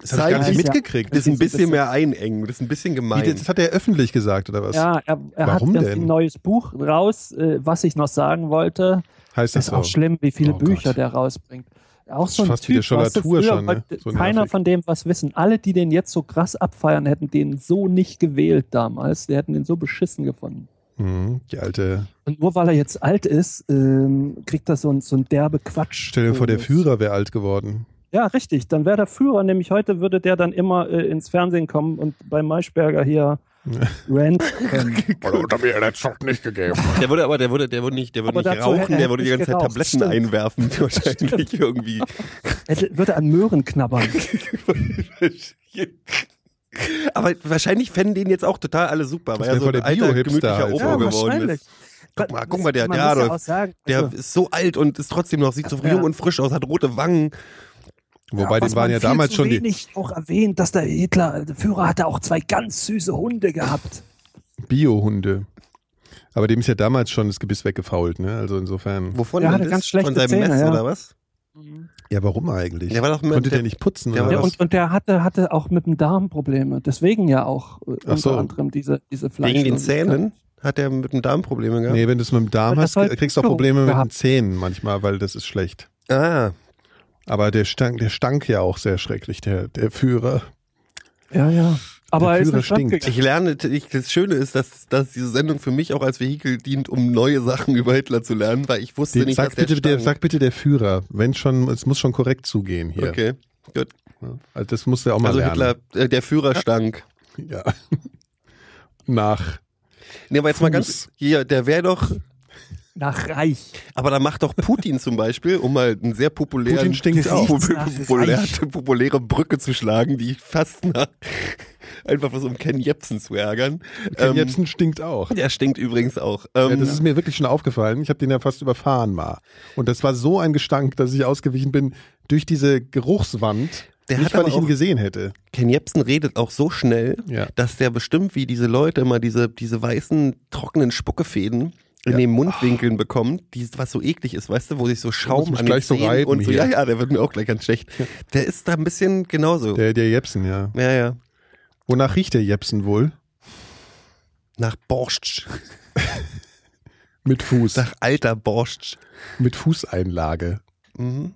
Das habe ich gar Nein, ist nicht ja- mitgekriegt. das ein bisschen bisschen- mehr einengen, das ist ein bisschen Wie, gemein. das hat er öffentlich gesagt, oder was? Ja, er, er hat Warum erst denn? ein neues Buch raus, äh, was ich noch sagen wollte. heißt Das das ist so? auch schlimm, wie viele Oh Bücher Gott. der rausbringt. Auch so ein Fast wie typ, der Schollatur weißt du, früher schon, ne? wollte So keiner nervig. von dem was wissen. Alle, die den jetzt so krass abfeiern, hätten den so nicht gewählt damals. Die hätten den so beschissen gefunden. Mhm, die alte. Und nur weil er jetzt alt ist, ähm, kriegt er so ein, so ein derbe Quatsch. Stell dir vor, der Führer wäre alt geworden. Ja, richtig. Dann wäre der Führer, nämlich heute würde der dann immer äh, ins Fernsehen kommen und bei Maischberger hier Rent. Hallo, da mir das Schock nicht gegeben. Der würde aber, der würde, der würde nicht, der würde Aber nicht dazu hätte rauchen, er der würde die nicht ganze Zeit geraucht. Tabletten Stimmt. einwerfen, wahrscheinlich irgendwie. Er würde an Möhren knabbern. Aber wahrscheinlich fänden den jetzt auch total alle super, weil wär er so voll ein der alter, Bio-Hipster, gemütlicher Alter. Opa Ja, geworden ist. Guck mal, guck mal, der- Man der muss Adolf, auch sagen, Der also, ist so alt und ist trotzdem noch, sieht so Ja. jung und frisch aus, hat rote Wangen. Wobei, was die waren man ja viel damals zu schon die wenig auch erwähnt, dass der Hitler, der Führer hatte auch zwei ganz süße Hunde gehabt. Bio-Hunde. Aber dem ist ja damals schon das Gebiss weggefault, ne? Also insofern. Wovon Der denn hatte das? ganz schlechte Von seinem Zähne, Mess ja. oder was? Ja, warum eigentlich? Der war doch mit- Konnte der, der- nicht putzen der oder Ja, war- was? und, und der hatte, hatte auch mit dem Darm Probleme. Deswegen ja auch äh, Ach unter so. anderem diese, diese Fleisch. Wegen den Zähnen hat er mit dem Darm Probleme gehabt. Nee, wenn du es mit dem Darm Und hast, das war kriegst du auch Klo Probleme mit den gehabt. Zähnen manchmal, weil das ist schlecht. Ah, Aber der stank, der stank ja auch sehr schrecklich, der, der Führer. Ja, ja. Aber Der er ist Führer nicht stinkt. fremdgegangen. ich lerne, ich, das Schöne ist, dass, dass diese Sendung für mich auch als Vehikel dient, um neue Sachen über Hitler zu lernen, weil ich wusste Den, nicht, sag, dass bitte, der, stank. sag bitte der Führer, wenn schon, es muss schon korrekt zugehen hier. Okay, gut. Ja, Also das musst du ja auch mal Also lernen. Hitler, äh, der Führer stank. Hitler. Ja. Nach. Nee, aber jetzt mal Fuß. ganz, hier, der wäre doch, Nach Reich. aber da macht doch Putin zum Beispiel, um mal einen sehr populären, Putin stinkt auch. popul- Nach Reich. populäre, populäre Brücke zu schlagen, die ich fast nach, einfach was um Ken Jebsen zu ärgern. Ken Ähm, Jebsen stinkt auch. Der stinkt übrigens auch. Ja, Ähm, das ist mir wirklich schon aufgefallen. Ich habe den ja fast überfahren mal. Und das war so ein Gestank, dass ich ausgewichen bin durch diese Geruchswand. Der nicht, hat weil aber ich ihn auch- gesehen hätte. Ken Jebsen redet auch so schnell, Ja. dass der bestimmt wie diese Leute immer diese, diese weißen, trockenen Spuckefäden in den Mundwinkeln bekommt, die, was so eklig ist, weißt du, wo sich so Schaum mich an gleich so den Zähnen reiben und so, hier. ja, ja, der wird mir auch gleich ganz schlecht. Der ist da ein bisschen genauso. Der, der Jepsen, ja. ja, ja. Wonach riecht der Jepsen wohl? Nach Borscht. Mit Fuß. Nach alter Borscht. Mit Fußeinlage. Mhm.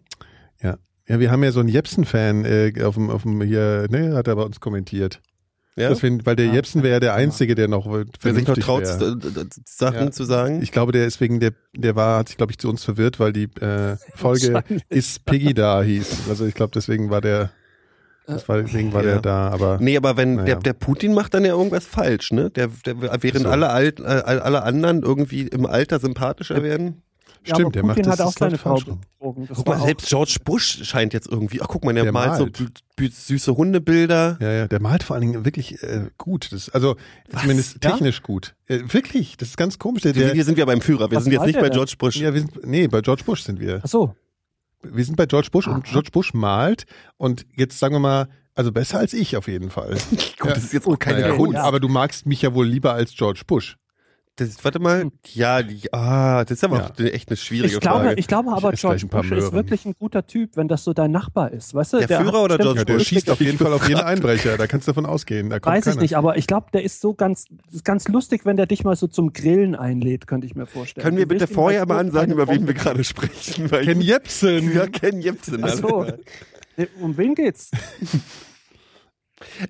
Ja. Ja, wir haben ja so einen Jepsen-Fan äh, auf dem, auf dem hier, ne, hat er bei uns kommentiert. Ja? Dass wir, weil der Ja. Jepsen wäre der Einzige, der noch äh, Wer sich noch vernünftig traut, wäre. äh, äh, Sachen Ja. zu sagen. Ich glaube, der ist wegen der, der war, hat sich, glaube ich, zu uns verwirrt, weil die äh, Folge Wahrscheinlich. Ist Piggy da hieß. Also ich glaube, deswegen war der, das war, deswegen war Ja. der da, aber Nee, aber wenn Naja. der, der Putin macht dann ja irgendwas falsch, ne? Der, der, während So. alle, alten, äh, alle anderen irgendwie im Alter sympathischer werden. Ja, stimmt, der aber macht Putin das, hat auch das läuft seine Frau falsch rum. betrogen. Das Guck war mal, auch- selbst George Bush scheint jetzt irgendwie, ach guck mal, der, Der malt so malt. bü- bü- süße Hundebilder. Ja, ja, der malt vor allen Dingen wirklich äh, gut. Das, also zumindest Ja? technisch gut. Äh, wirklich, das ist ganz komisch. Der, Wir- der, Hier sind wir beim Führer, wir Was sind jetzt malt nicht der bei denn? George Bush. ja, wir sind, nee, bei George Bush sind wir. Ach so. Wir sind bei George Bush und Aha. George Bush malt und jetzt sagen wir mal, also besser als ich auf jeden Fall. Guck, das ist jetzt auch keine Naja, Kunst. ja. Aber du magst mich ja wohl lieber als George Bush. Das, warte mal, ja, die, ah, das ist aber Ja. auch eine- echt eine schwierige Ich glaube, Frage. ich glaube aber, Ich esse gleich George ein paar Bush Möhren. ist wirklich ein guter Typ, wenn das so dein Nachbar ist. Weißt du? Der hat Führer oder bestimmt- Ja, George der Bush? schießt auf jeden Fall auf jeden Einbrecher, da kannst du davon ausgehen. Da kommt Weiß ich keiner. nicht, aber ich glaube, der ist so ganz, ist ganz lustig, wenn der dich mal so zum Grillen einlädt, könnte ich mir vorstellen. Können wir Du willst bitte ihm vorher mal kurz ansagen, eine über wen Bombe- wir gerade sprechen? Weil Ken Jebsen. ja, Ken Jebsen. Ach alles so. klar. Äh, Um wen geht's?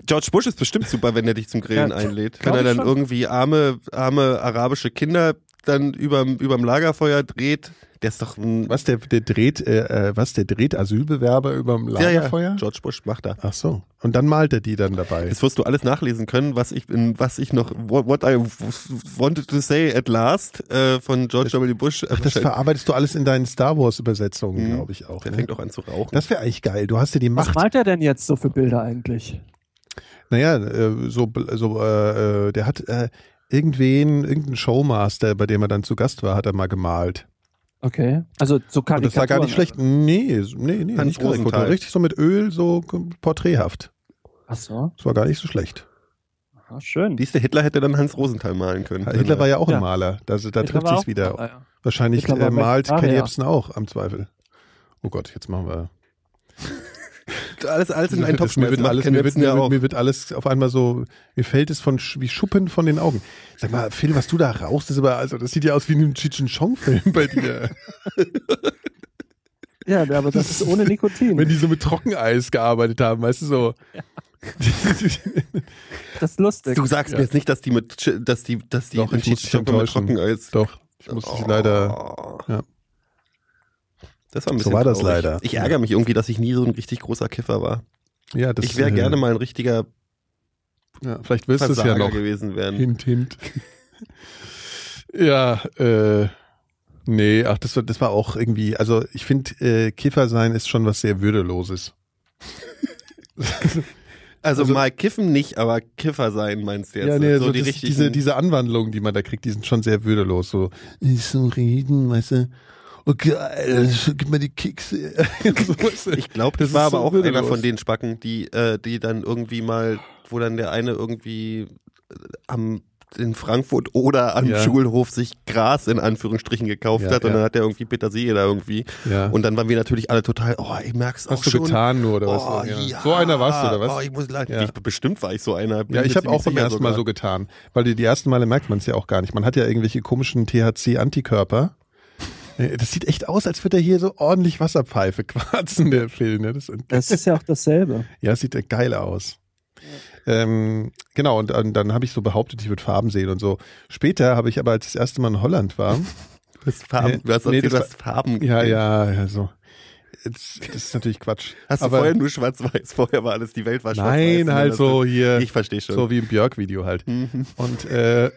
George Bush ist bestimmt super, wenn er dich zum Grillen Ja, einlädt. Wenn glaub er ich dann schon. irgendwie arme, arme arabische Kinder dann überm, überm Lagerfeuer dreht. Der ist doch ein Was, der, der dreht, äh, äh, was, der dreht Asylbewerber überm Lagerfeuer? Ja, ja. George Bush macht da. Ach so. Und dann malt er die dann dabei. Jetzt wirst du alles nachlesen können, was ich in, was ich noch what, what I wanted to say at last äh, von George W. Bush. Das verarbeitest du alles in deinen Star Wars Übersetzungen, Mhm. glaube ich auch. der ne? fängt auch an zu rauchen. Das wäre eigentlich geil. Du hast dir die Was Macht. malt er denn jetzt so für Bilder eigentlich? Naja, äh, so, bl- so äh, äh, der hat äh, irgendwen, irgendeinen Showmaster, bei dem er dann zu Gast war, hat er mal gemalt. Okay. Also so Und Oh, das sah gar nicht schlecht. Nee, so- nee, nee, Hans nicht korrekt. Rosenthal. Richtig so mit Öl, so k- porträthaft. Ach so. Das war gar nicht so schlecht. Aha, schön. Siehst du, Hitler hätte dann Hans Rosenthal malen können. Also, Hitler war ja auch Ja. ein Maler. Da, da Hitler trifft war sich's auch- wieder. Ah, ja. Wahrscheinlich Hitler war äh, weg. malt Ah, Ken ja. Jebsen auch, am Zweifel. Oh Gott, jetzt machen wir. alles, alles in einen Topf Das- mir, wird schmeißen, macht alles, Ken mir, wird, Jebsen mir, ja auch. mir wird alles auf einmal so, mir fällt es von Sch- wie Schuppen von den Augen. Sag mal, Phil, was du da rauchst, ist aber, also das sieht ja aus wie ein Cheech and Chong-Film bei dir. Ja, aber das ist ohne Wenn Nikotin. die so mit Trockeneis gearbeitet haben, weißt du so. Das ist lustig. Du sagst mir jetzt nicht, dass die mit Ch- dass die dass die Doch, ich muss dich Schokolade enttäuschen. trocken als Doch, ich muss dich leider. ja. Oh. Das war ein So bisschen war das traurig. leider. Ich ärgere mich irgendwie, dass Oh. ich nie so ein richtig großer Kiffer war. Ja, das, ich wäre äh, gerne mal ein richtiger Ja, vielleicht wirst du es ja Versager noch. gewesen wären. Hint, hint. ja, äh, nee, ach, das, war- das war auch irgendwie, also ich finde, äh, Kiffer sein ist schon was sehr Würdeloses. Also, Also- mal kiffen nicht, aber Kiffer sein meinst du jetzt. ne? ja, nee, so, so die das, richtigen. diese, diese Anwandlungen, die man da kriegt, die sind schon sehr würdelos. So, ich so reden, weißt du, okay, also, gib mir die Kekse. so, weißt du. Ich glaube, Das das war ist aber so auch einer würdelos. von den Spacken, die, äh, die dann irgendwie mal, wo dann der eine irgendwie äh, am in Frankfurt oder am Ja. Schulhof sich Gras in Anführungsstrichen gekauft Ja, hat und ja. dann hat er irgendwie Petersilie da irgendwie. ja. Und dann waren wir natürlich alle total, oh, ich merk's auch Hast du schon. getan nur, oder Oh, was? Ja. ja. So einer warst du, oder was? Oh, ich muss leiden. Ja. Ich, bestimmt war ich so einer. bin Ja, ich mir habe auch ziemlich beim sicher ersten Mal so sogar. getan, weil die, die ersten Male merkt man es ja auch gar nicht. Man hat ja irgendwelche komischen THC-Antikörper. Äh, Das sieht echt aus, als würde er hier so ordentlich Wasserpfeife quatschen, der Phil. Ne? Das, Das ist ja auch dasselbe. ja, sieht äh, geil aus. Ähm, genau, und, und dann habe ich so behauptet, ich würde Farben sehen und so. Später habe ich aber, als ich das erste Mal in Holland war, Du hast Farben, Nee, du hast, nee, erzählt, du das hast Farben ja, gesehen. ja, ja, so. Das, das ist natürlich Quatsch. Hast du aber vorher nur schwarz-weiß? Vorher war alles, die Welt war schwarz-weiß. nein, halt so hier. Ich verstehe schon. So wie im Björk-Video halt. Mhm. Und, äh,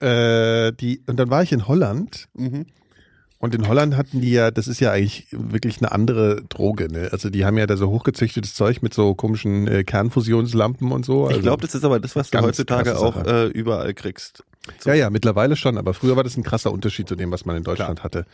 äh, die, und dann war ich in Holland Mhm. und in Holland hatten die ja, das ist ja eigentlich wirklich eine andere Droge, ne? Also die haben ja da so hochgezüchtetes Zeug mit so komischen äh, Kernfusionslampen und so. Also, ich glaube, das ist aber das, was du ganz heutzutage krasse auch Sache. äh, überall kriegst. Ja, ja, mittlerweile schon, aber früher war das ein krasser Unterschied zu dem, was man in Deutschland hatte.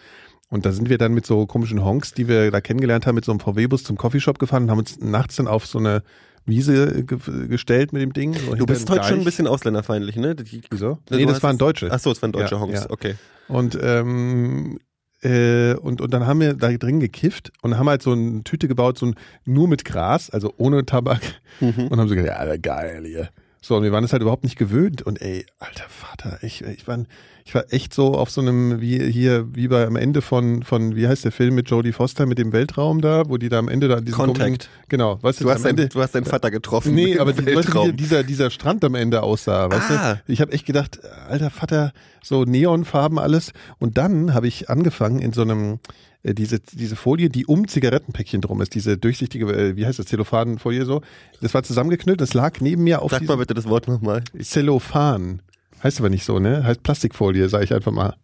Und da sind wir dann mit so komischen Honks, die wir da kennengelernt haben, mit so einem VW-Bus zum Coffeeshop gefahren und haben uns nachts dann auf so eine Wiese ge gestellt mit dem Ding. so Du hinter bist dem heute schon ein Deich. bisschen ausländerfeindlich, ne? Die, Wieso? Du Nee, das hast- waren Deutsche. Achso, es waren deutsche Ja, Hongs, ja. okay. Und, ähm, äh, und, und dann haben wir da drin gekifft und haben halt so eine Tüte gebaut, so ein, nur mit Gras, also ohne Tabak. Mhm. Und haben so gedacht, ja, geil hier. So, und wir waren das halt überhaupt nicht gewöhnt. Und ey, alter Vater, ich, ich, war, ich war echt so auf so einem, wie hier, wie bei am Ende von, von wie heißt der Film mit Jodie Foster mit dem Weltraum da, wo die da am Ende da diesen Contact. komischen- Genau, weißt Du hast, am Ende, deinen, du hast deinen Vater getroffen. Nee, aber im die, weißt du, Weltraum. wie dieser, dieser Strand am Ende aussah, weißt Ah. du? Ich habe echt gedacht, alter Vater, so Neonfarben alles. Und dann habe ich angefangen in so einem, äh, diese, diese Folie, die um Zigarettenpäckchen drum ist, diese durchsichtige, äh, wie heißt das, Zellophanfolie so. Das war zusammengeknüllt, das lag neben mir auf Sag mal diesem bitte das Wort nochmal. Zellophan. Heißt aber nicht so, ne? Heißt Plastikfolie, sage ich einfach mal. Äh,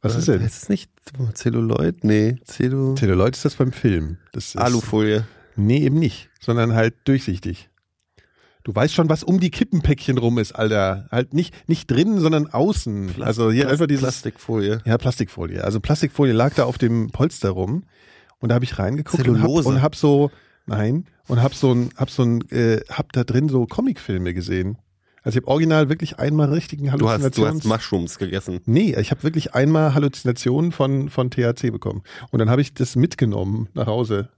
Was ist denn? Heißt es nicht Zelluloid? Nee, Zellu... Zelluloid ist das beim Film. Das ist, Alufolie. Nee, eben nicht, sondern halt durchsichtig. Du weißt schon, was um die Kippenpäckchen rum ist, Alter. Halt nicht, nicht drinnen, sondern außen. also hier Plast- einfach dieses. Plastikfolie. Ja, Plastikfolie. Also Plastikfolie lag da auf dem Polster rum und da habe ich reingeguckt und hab, Zellulose. und hab so, nein, und hab so ein, hab so ein, äh, hab da drin so Comicfilme gesehen. Also ich habe original wirklich einmal richtigen Du hast, Halluzinations. du hast Mushrooms gegessen. Nee, ich habe wirklich einmal Halluzinationen von, von THC bekommen. Und dann habe ich das mitgenommen nach Hause,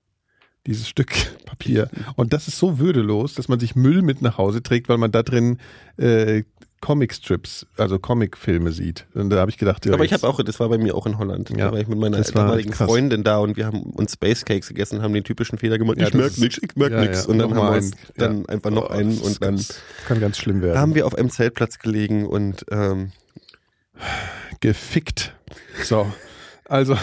dieses Stück Papier. Und das ist so würdelos, dass man sich Müll mit nach Hause trägt, weil man da drin äh, Comicstrips, also Comicfilme sieht. Und da habe ich gedacht, ja, aber ich jetzt- habe auch, das war bei mir auch in Holland. Ja, Da war ich mit meiner das war damaligen krass. Freundin da und wir haben uns Space Cakes gegessen, haben den typischen Fehler gemacht. Ja, ich das merk ist- nix, ich merk Ja, nix. ja, Und dann noch haben mal wir uns einen. dann Ja. einfach noch Oh, einen das ist und dann ganz, kann ganz schlimm da haben werden. wir auf einem Zeltplatz gelegen und ähm, Gefickt. So, also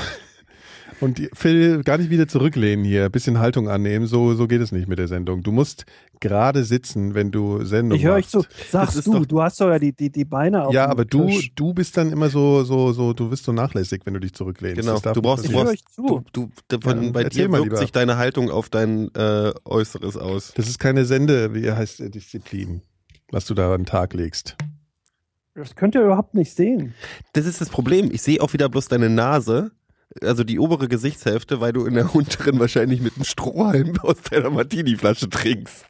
und die- Phil, gar nicht wieder zurücklehnen hier, bisschen Haltung annehmen. So, so geht es nicht mit der Sendung. Du musst gerade sitzen, wenn du Sendung Ich höre euch machst. zu. Das Sagst ist du, doch- du hast doch ja die, die, die Beine auf Ja, dem aber du, Tisch. du bist dann immer so, so, so, du bist so nachlässig, wenn du dich zurücklehnst. Genau, Das darf du nicht brauchst- du Ich passieren. höre brauchst- euch zu. du, du, von, Ja, bei erzähl dir mal wirkt lieber. sich deine Haltung auf dein äh, Äußeres aus. das ist keine Sende, wie heißt äh, Disziplin, was du da an den Tag legst. Das könnt ihr überhaupt nicht sehen. Das ist das Problem. Ich sehe auch wieder bloß deine Nase, also die obere Gesichtshälfte, weil du in der unteren wahrscheinlich mit einem Strohhalm aus deiner Martini-Flasche trinkst.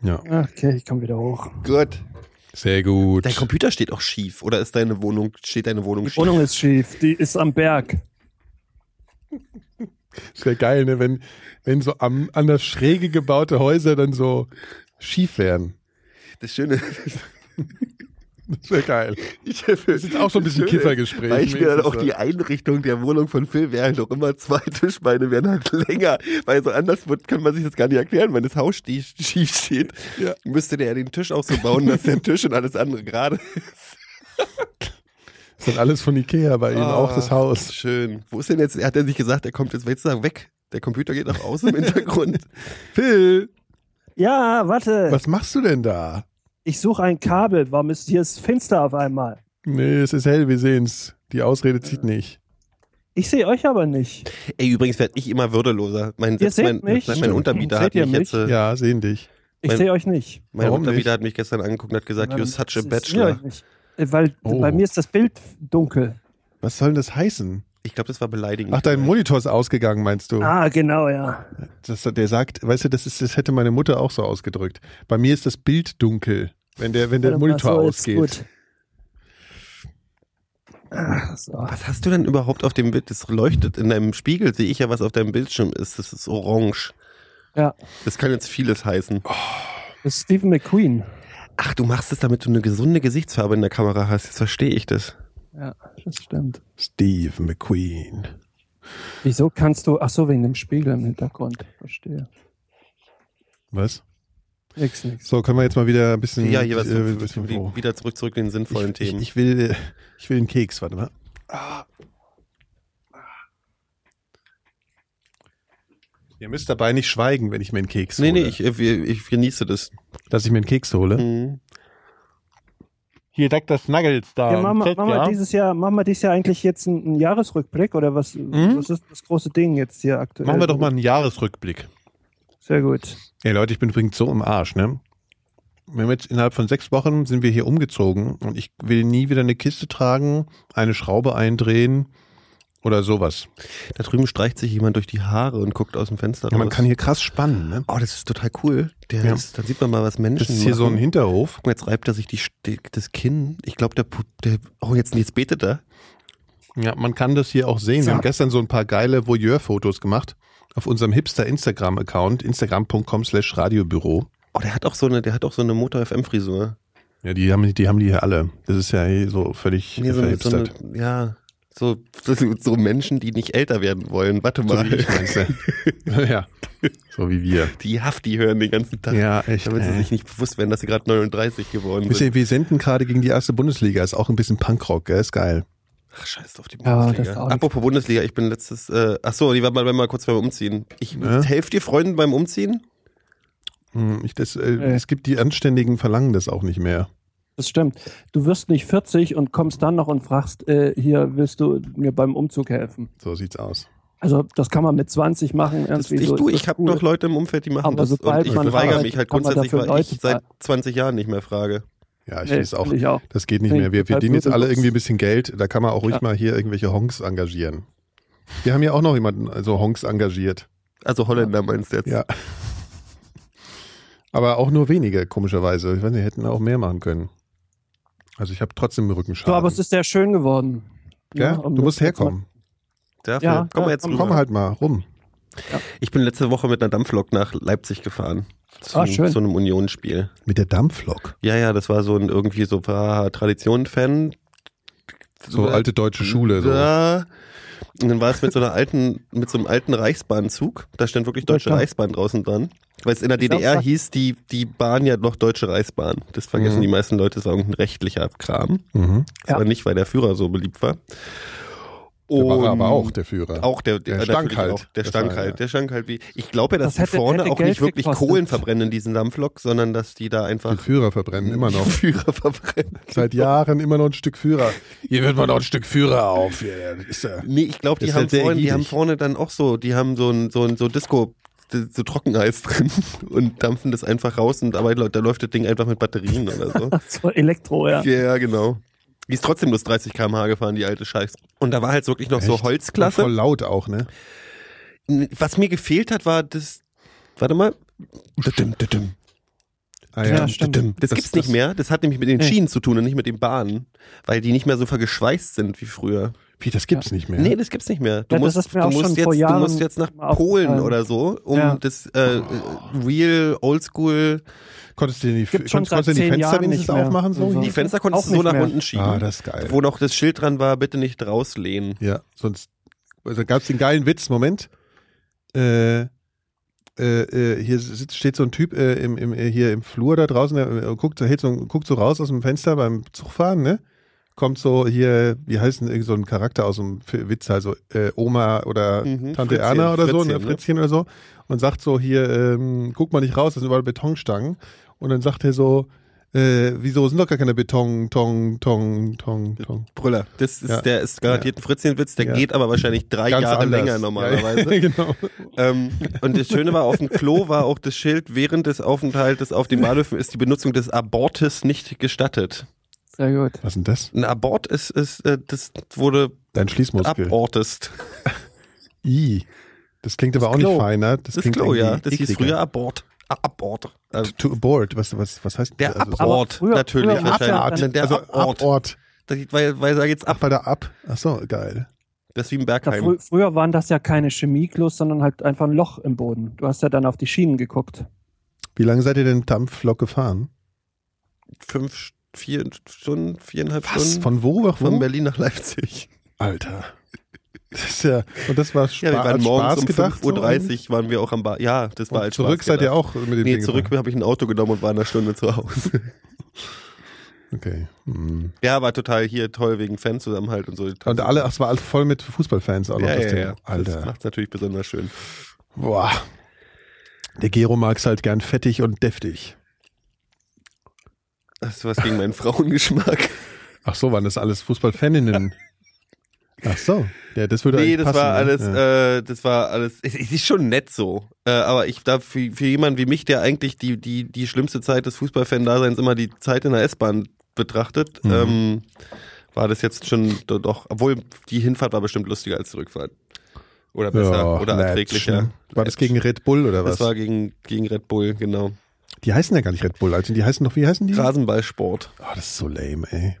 Ja, Ah, Okay, ich komme wieder hoch. Gut. sehr gut. Dein Computer steht auch schief, oder ist deine Wohnung, steht deine Wohnung Die schief? Wohnung ist schief, die ist am Berg. Das wäre geil, ne? wenn, wenn so am, an der Schräge gebaute Häuser dann so schief wären. Das Schöne, Das wäre geil. ich das ist auch so ein bisschen Kiffergespräch Weil ich mir dann mäßig, auch so. die Einrichtung der Wohnung von Phil während auch immer zwei Tischbeine werden halt länger, weil so anders wird, kann man sich das gar nicht erklären, wenn das Haus ste- schief steht, Ja. müsste der ja den Tisch auch so bauen, dass der Tisch und alles andere gerade ist. Das ist alles von Ikea bei Ihnen, auch das Ach, Haus. Ah, Schön. Wo ist denn jetzt, hat er sich gesagt, er kommt jetzt, willst du sagen, weg? Der Computer geht nach außen im Hintergrund. Phil! Ja, warte. Was machst du denn da? Ich suche ein Kabel. Warum ist hier ist finster auf einmal? Nee, es ist hell, wir sehen's. Die Ausrede zieht nicht. Ich sehe euch aber nicht. Ey, übrigens werde ich immer würdeloser. Mein, selbst seht mein, mich? mein, mein Unterbieter Seht hat ihr mich jetzt. äh, Ja, sehen dich. Ich Mein- sehe euch nicht. Mein Warum Unterbieter nicht? hat mich gestern angeguckt und hat gesagt, Dann you're such a sehe ich bachelor. euch nicht. Äh, Weil Oh. bei mir ist das Bild dunkel. Was soll denn das heißen? Ich glaube, das war beleidigend. Ach, dein Monitor ist ausgegangen, meinst du? Ah, genau, ja. Das, der sagt, weißt du, das, ist, das hätte meine Mutter auch so ausgedrückt. Bei mir ist das Bild dunkel, wenn der, wenn der Warte mal, Monitor so, jetzt ausgeht. gut. Ah, So. Was hast du denn überhaupt auf dem Bild? Das leuchtet in deinem Spiegel, sehe ich ja, was auf deinem Bildschirm ist. Das ist orange. Ja, Das kann jetzt vieles heißen. das ist Stephen McQueen. Ach, du machst es, damit du eine gesunde Gesichtsfarbe in der Kamera hast. Jetzt verstehe ich das. Ja, das stimmt. Steve McQueen. Wieso kannst du, ach so, wegen dem Spiegel im Hintergrund. Verstehe. Was? Nix, nix. So, können wir jetzt mal wieder ein bisschen. Ja, hier was. äh, ein bisschen oh. wieder zurück, zurück in den sinnvollen ich, ich, Themen. ich will, ich will einen Keks, warte mal. Ah. Ihr müsst dabei nicht schweigen, wenn ich mir einen Keks nee, hole. nee, ich, äh, wir- ich genieße das. Dass ich mir einen Keks hole. Mhm. Hier, Dr. Snuggles da. Ja, machen wir Chat, machen wir ja? dieses Jahr, machen wir dieses Jahr eigentlich jetzt einen, einen Jahresrückblick oder was, was ist das große Ding jetzt hier aktuell? Hm? Machen wir doch mal einen Jahresrückblick. Sehr gut. Ey Leute, ich bin übrigens so im Arsch, ne? Wir haben jetzt innerhalb von sechs Wochen sind wir hier umgezogen und ich will nie wieder eine Kiste tragen, eine Schraube eindrehen oder sowas. Da drüben streicht sich jemand durch die Haare und guckt aus dem Fenster Ja, man raus. kann hier krass spannen, ne? Oh, das ist total cool. Der Ja. ist, dann sieht man mal, was Menschen Das ist hier so ein machen. Hinterhof. Guck mal, jetzt reibt er sich die, die, das Kinn. Ich glaube, der, Pu- der. Oh, jetzt, jetzt betet er. Ja, man kann das hier auch sehen. Wir haben gestern so ein paar geile Voyeur-Fotos gemacht auf unserem Hipster-Instagram-Account, instagram.com slash radiobüro. Oh, der hat auch so eine, der hat auch so eine Motor FM Frisur. Ja, die haben die, haben die hier alle. Das ist ja eh so völlig Nee, so, eine- so verhipstert. eine, ja, so, so, so Menschen, die nicht älter werden wollen. Warte So mal, wie ich meinst du? ja, so wie wir. die Hafti hören den ganzen Tag. Ja, echt. Damit Äh. sie ey. sich nicht bewusst werden, dass sie gerade 39 geworden Wisst sind. ihr, wir senden gerade gegen die erste Bundesliga. Ist auch ein bisschen Punkrock, gell? Ist geil. Ach, scheiß auf die Ja, Bundesliga. das ist auch Apropos Bundesliga, ich bin letztes, äh, ach so, die war mal, mal, mal kurz beim Umziehen. Ich Ja. helft ihr Freunden beim Umziehen? Hm, Ich, das, äh, Nee. Es gibt die Anständigen, verlangen das auch nicht mehr. Das stimmt. Du wirst nicht 40 und kommst dann noch und fragst, äh, hier willst du mir beim Umzug helfen. So sieht's aus. Also das kann man mit 20 machen. Das, Irgendwie ich so du, ist ich das habe cool. noch Leute im Umfeld, die machen Aber das. Und sobald ich man weigere arbeitet, mich halt kann man grundsätzlich, dafür weil ich Leute seit fragen. 20 Jahren nicht mehr frage. Ja, ich Nee, finde es auch. find Ich auch. Das geht nicht Nee, mehr. Wir total verdienen jetzt blöd, alle aber irgendwie ein bisschen Geld. Da kann man auch ruhig Ja. mal hier irgendwelche Honks engagieren. Wir haben ja auch noch jemanden, also Honks engagiert. Also Holländer meinst du jetzt? Ja. Aber auch nur wenige, komischerweise. Ich weiß nicht, hätten auch mehr machen können. Also ich habe trotzdem Rückenschaden. So, aber es ist sehr schön geworden. ja, um du musst das jetzt mal- herkommen. Dafür. Ja, komm mal ja, jetzt komm, rüber. Komm halt mal rum. Ich bin letzte Woche mit einer Dampflok nach Leipzig gefahren. Zu, Ah, schön. zu einem Unionsspiel. Mit der Dampflok. Ja, ja, das war so ein irgendwie so war Tradition-Fan. So alte deutsche Schule. So. Ja. Und dann war es mit so einer alten, mit so einem alten Reichsbahnzug. Da stand wirklich Deutsche Ja, klar. Reichsbahn draußen dran. Weil es in der Ich glaub, DDR da- hieß, die, die Bahn ja noch Deutsche Reichsbahn. Das vergessen Mhm. die meisten Leute, das war irgendein rechtlicher Kram. Mhm. Ja. Aber nicht, weil der Führer so beliebt war. Der war aber auch Und- der Führer. Auch der, Der äh, stank natürlich halt. Auch, der Das stank war, ja. halt. Der stank halt wie. Ich glaube ja, dass Das hätte- die vorne hätte auch Geld nicht wirklich gekostet. Kohlen verbrennen in diesen Dampflok, sondern dass die da Die einfach Führer verbrennen immer noch. Führer verbrennen. Seit Jahren immer noch ein Stück Führer. Hier wird man noch ein Stück Führer auf. Ja, ja, das ist ja. Nee, ich glaube, die, Das ist haben halt sehr vorne- die jedig. haben vorne dann auch so, die haben so ein, so ein so Disco, so Trockeneis drin und dampfen das einfach raus und aber da läuft das Ding einfach mit Batterien oder so. So Elektro, ja. Ja, ja, genau. Die ist trotzdem bloß 30 km/h gefahren, die alte Scheiß. Und da war halt wirklich noch so Echt? Holzklasse. Voll laut auch, ne? Was mir gefehlt hat, war das. Warte mal. Ah, Ja, stimmt. Das, gibt's nicht mehr. Das hat nämlich mit den Nee. Schienen zu tun und nicht mit den Bahnen, weil die nicht mehr so vergeschweißt sind wie früher. Wie, das gibt's nicht mehr. Nee, das gibt's nicht mehr. Du Ja, das musst, ist mir du auch musst schon jetzt, vor du Jahren musst jetzt nach mal Polen aufgefallen. oder so, um Ja. das äh, äh, real, oldschool. Konntest du dir die, Gibt's schon konntest, konntest du seit die zehn Fenster Jahren wenigstens nicht mehr. aufmachen? So? Also- Die Fenster konntest Auch du so nicht nach mehr. unten schieben. Ah, Mhm. das ist geil. wo noch das Schild dran war, bitte nicht rauslehnen. Ja, sonst also gab's den geilen Witz. Moment. Äh, äh, äh, hier sitzt, steht so ein Typ äh, im, im, äh, hier im Flur da draußen, der äh, guckt, so, hält so, guckt so raus aus dem Fenster beim Zugfahren, ne? Kommt so hier, wie heißt denn irgend so ein Charakter aus dem F Witz, also äh, Oma oder Mhm, Tante Fritzchen, Erna oder so, Fritzchen, ne? ne? Fritzchen oder so. und sagt so hier, ähm, guck mal nicht raus, das sind überall Betonstangen. Und dann sagt er so, äh, wieso sind doch gar keine Beton, Tong, Tong, Tong, Tong. Brüller. Das ist, Ja. Der ist garantiert ein Fritzchenwitz, der Ja. geht aber wahrscheinlich drei Jahre länger normalerweise. Ja, genau. Ähm, und das Schöne war, auf dem Klo war auch das Schild, während des Aufenthaltes auf den Bahnhöfen ist die Benutzung des Abortes nicht gestattet. Sehr gut. Was ist denn das? Ein Abort ist, ist äh, das wurde Dein Schließmuskel. abortest. I. Das klingt aber auch nicht Klo. feiner. Das, Das ist klingt Klo, ja. irgendwie Das hieß ekliger. früher Abort. A- Abort. Also, To abort, was, was, was heißt der also so- Abort, Aber früher- natürlich früher war es ja wahrscheinlich. dann- Der also Abort. Abort. Das, weil, weil da geht's Ach, ab. bei der Ab. Ach so, geil. Das ist wie im Da frü Bergheim. früher waren das ja keine Chemieklos, sondern halt einfach ein Loch im Boden. Du hast ja dann auf die Schienen geguckt. Wie lange seid ihr denn im Dampflok gefahren? Fünf, vier Stunden, viereinhalb Stunden. Von wo nach wo? Von Berlin nach Leipzig. Alter. Das ist ja, und das war Spa Ja, wir waren als morgens Spaß um gedacht. 5.30 Uhr waren wir auch am Bar. Ja, das So war und als zurück Spaß seid ihr gedacht. auch mit dem Nee, Ding zurück gefahren. habe ich ein Auto genommen und war in einer Stunde zu Hause. Okay. Hm. ja, war total hier toll wegen Fanzusammenhalt und so. Und alle, ach, es war alles voll mit Fußballfans auch noch. ja, das ja, Ding. ja. Das Alter. macht's natürlich besonders schön. Boah. Der Gero mag's halt gern fettig und deftig. Hast du was gegen meinen Frauengeschmack? Ach so, waren das alles Fußballfaninnen? Ach so. Ja, das würde Nee, eigentlich das passen, war ne? alles, Ja. äh, das war alles, es, es ist schon nett so. Äh, aber ich da für, für jemanden wie mich, der eigentlich die, die, die schlimmste Zeit des Fußballfan-Daseins immer die Zeit in der S-Bahn betrachtet, Mhm. ähm, war das jetzt schon do- doch, obwohl die Hinfahrt war bestimmt lustiger als die Rückfahrt. Oder besser oder Latsch, erträglicher. ne? War das gegen Red Bull oder was? Das war gegen, gegen Red Bull, genau. die heißen ja gar nicht Red Bull, also die heißen doch, wie heißen die? Rasenballsport. Oh, das ist so lame, ey.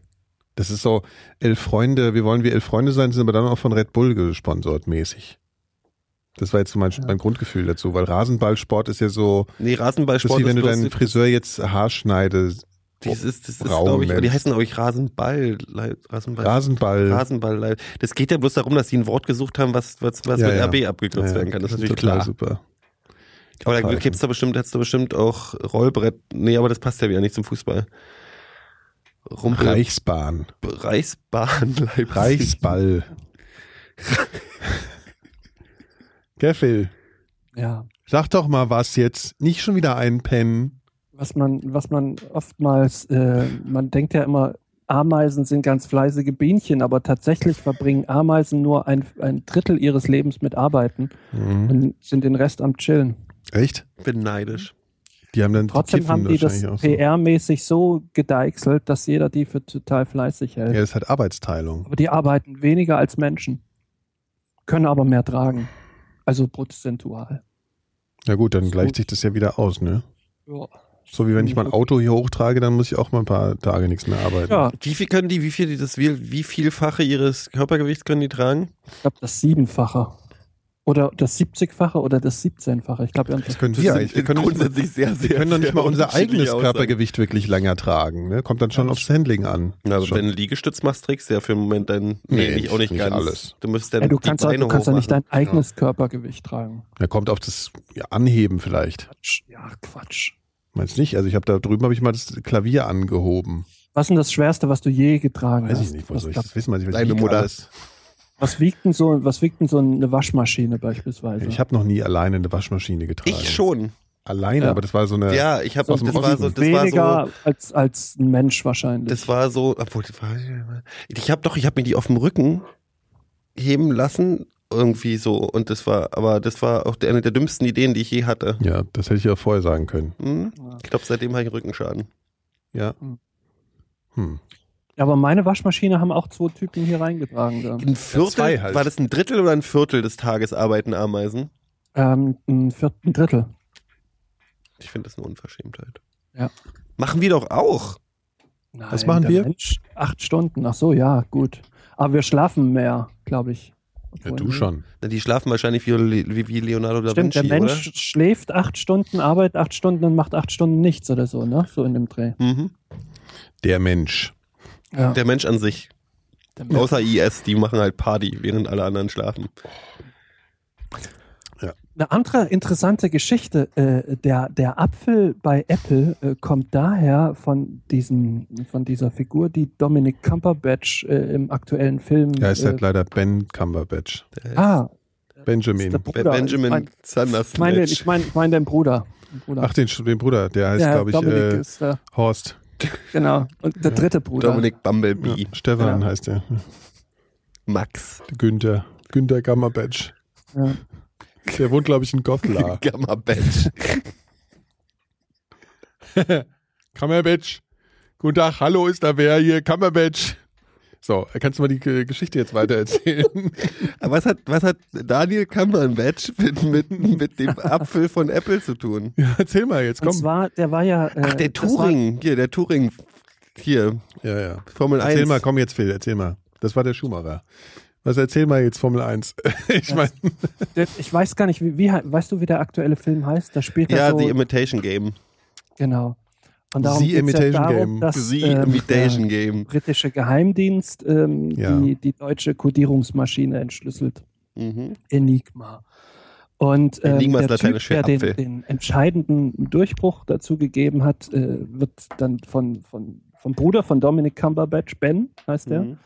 Das ist so, elf Freunde, wir wollen wie elf Freunde sein, sind aber dann auch von Red Bull gesponsort mäßig. Das war jetzt so mein, mein Grundgefühl dazu, weil Rasenballsport ist ja so, Nee, das ist Rasenballsport wie wenn du bloß- deinen Friseur jetzt Haarschneide, das ist, das ist, Braun glaube ich, nennst. die heißen, glaube ich, Rasenball, Rasenball. Rasenball, Rasenball live. Das geht ja bloß darum, dass sie ein Wort gesucht haben, was, was, was Ja, mit ja. RB abgekürzt werden kann. Das ist natürlich total klar. super. Aber da Total. gibt's da bestimmt, hättest du bestimmt auch Rollbrett. Nee, aber das passt ja wieder nicht zum Fußball. Rumpel, Reichsbahn, Reichsbahn Leipzig. Reichsball. Gell, Phil? Ja. Sag doch mal was jetzt, nicht schon wieder einpennen. Was man, was man oftmals, äh, man denkt ja immer, Ameisen sind ganz fleißige Bienchen, aber tatsächlich verbringen Ameisen nur ein, ein Drittel ihres Lebens mit Arbeiten Mhm. und sind den Rest am Chillen. Echt? Bin neidisch. Die haben dann Trotzdem kiffen haben die das wahrscheinlich auch so. PR-mäßig so gedeichselt, dass jeder die für total fleißig hält. Ja, das ist halt Arbeitsteilung. Aber die arbeiten weniger als Menschen, können aber mehr tragen. Also prozentual. Na gut, dann Ist gleicht gut. sich das ja wieder aus, ne? Ja. So wie wenn ich mein Mhm. Auto hier hochtrage, dann muss ich auch mal ein paar Tage nichts mehr arbeiten. Ja, Wie viel können die, wie viel die das, wie, wie vielfache ihres Körpergewichts können die tragen? ich glaube das Siebenfache. Oder das 70-fache oder das 17-fache. Ich glaube, Das können wir eigentlich. Wir können, nicht, mal- sehr, sehr, wir können doch nicht sehr mal unser unterschiedliche eigenes Aussagen. Körpergewicht wirklich länger tragen. Ne? Kommt dann schon aufs Handling an. Also schon. wenn du Liegestütz machst, trägst du ja für einen Moment dein, nee, Nee, nicht, auch nicht, nicht ganz. alles. Du musst dann ja, du die kannst, ja- Beine du kannst ja nicht hochmachen. dein eigenes Körpergewicht tragen. Ja, kommt auf das ja, Anheben vielleicht. Quatsch. Ja, Quatsch. Meinst nicht? Also ich habe da drüben habe ich mal das Klavier angehoben. Was ist denn das Schwerste, was du je getragen Weiß hast? ich nicht, wo was, soll ich glaub- das wissen? Weiß ich, was Deine ich Mutter. alles- was wiegt denn so, was wiegt denn so eine Waschmaschine beispielsweise? Ich habe noch nie alleine eine Waschmaschine getragen. Ich schon. Alleine, Ja. aber das war so eine. Ja, ich habe So das, aus dem war so, Osten. das war Weniger so, als, als ein Mensch wahrscheinlich. das war so, obwohl das war- ich habe doch, ich habe mir die auf dem Rücken heben lassen irgendwie so und das war, aber das war auch eine der dümmsten Ideen, die ich je hatte. ja, das hätte ich ja vorher sagen können. Hm? Ja. Ich glaube, seitdem habe ich einen Rückenschaden. Ja. Hm. Hm. Ja, aber meine Waschmaschine haben auch zwei Typen hier reingetragen. Dann. Ein Viertel, zwei halt. war das ein Drittel oder ein Viertel des Tages arbeiten Ameisen? Ähm, ein vierten Drittel. Ich finde das eine Unverschämtheit. Ja. Machen wir doch auch. Nein, Was machen der wir? Mensch, acht Stunden. Ach so, ja, gut. Aber wir schlafen mehr, glaube ich. Ja, du schon. Na, Die schlafen wahrscheinlich wie, wie, wie Leonardo da Stimmt, Vinci, der Mensch oder? schläft acht Stunden, arbeitet acht Stunden und macht acht Stunden nichts oder so, ne? So in dem Dreh. Mhm. Der Mensch. Ja. Der Mensch an sich. Der Mensch. Außer IS, die machen halt Party, während alle anderen schlafen. Eine andere interessante Geschichte, äh, der, der Apfel bei Apple äh, kommt daher von, diesem, von dieser Figur, die Dominic Cumberbatch äh, im aktuellen Film. Ja, ist äh, halt leider Ben Cumberbatch. Der ah, Das ist Benjamin. der Bruder. Benjamin Ich meine, Sanders. ich meine, ich meine deinen Bruder. Bruder. Ach, den, den Bruder, der heißt, ja, glaube ich, Dominik äh, ist da. Horst. Genau. Und der dritte Bruder. Dominik Bumblebee. Ja, Stefan Ja. heißt er. Max. Günther. Günther Gammerbatch. Ja. Der wohnt, glaube ich, in Gothlar. Gamma Badge. Kammerbatch. Guten Tag, hallo, ist da wer hier? Kammerbatch. So, kannst du mal die äh, Geschichte jetzt weitererzählen? Aber was hat, was hat Daniel Cumberbatch mit, mit, mit dem Apfel von Apple zu tun? ja, erzähl mal jetzt, Und komm. zwar, der war ja. Äh, Ach, der das Turing. Hier, der Turing. Hier, Ja, ja. Formel 1. Erzähl mal, komm jetzt, Phil, erzähl mal. Das war der Schumacher. Was erzähl mal jetzt Formel 1? Ich meine, War, der, ich weiß gar nicht, wie, wie he- weißt du, wie der aktuelle Film heißt? Da spielt er Ja, so, The Imitation Game. genau. Und darum The geht's Imitation ja darum, Game. Dass, The ähm, Imitation der Game. britische Geheimdienst ähm, Ja. die, die deutsche Codierungsmaschine entschlüsselt. Mhm. Enigma. Und ähm, Enigma ist der Typ, lateinisch für der den, Apfel. den entscheidenden Durchbruch dazu gegeben hat, äh, wird dann von, von, vom Bruder von Dominic Cumberbatch, Ben heißt er, Mhm.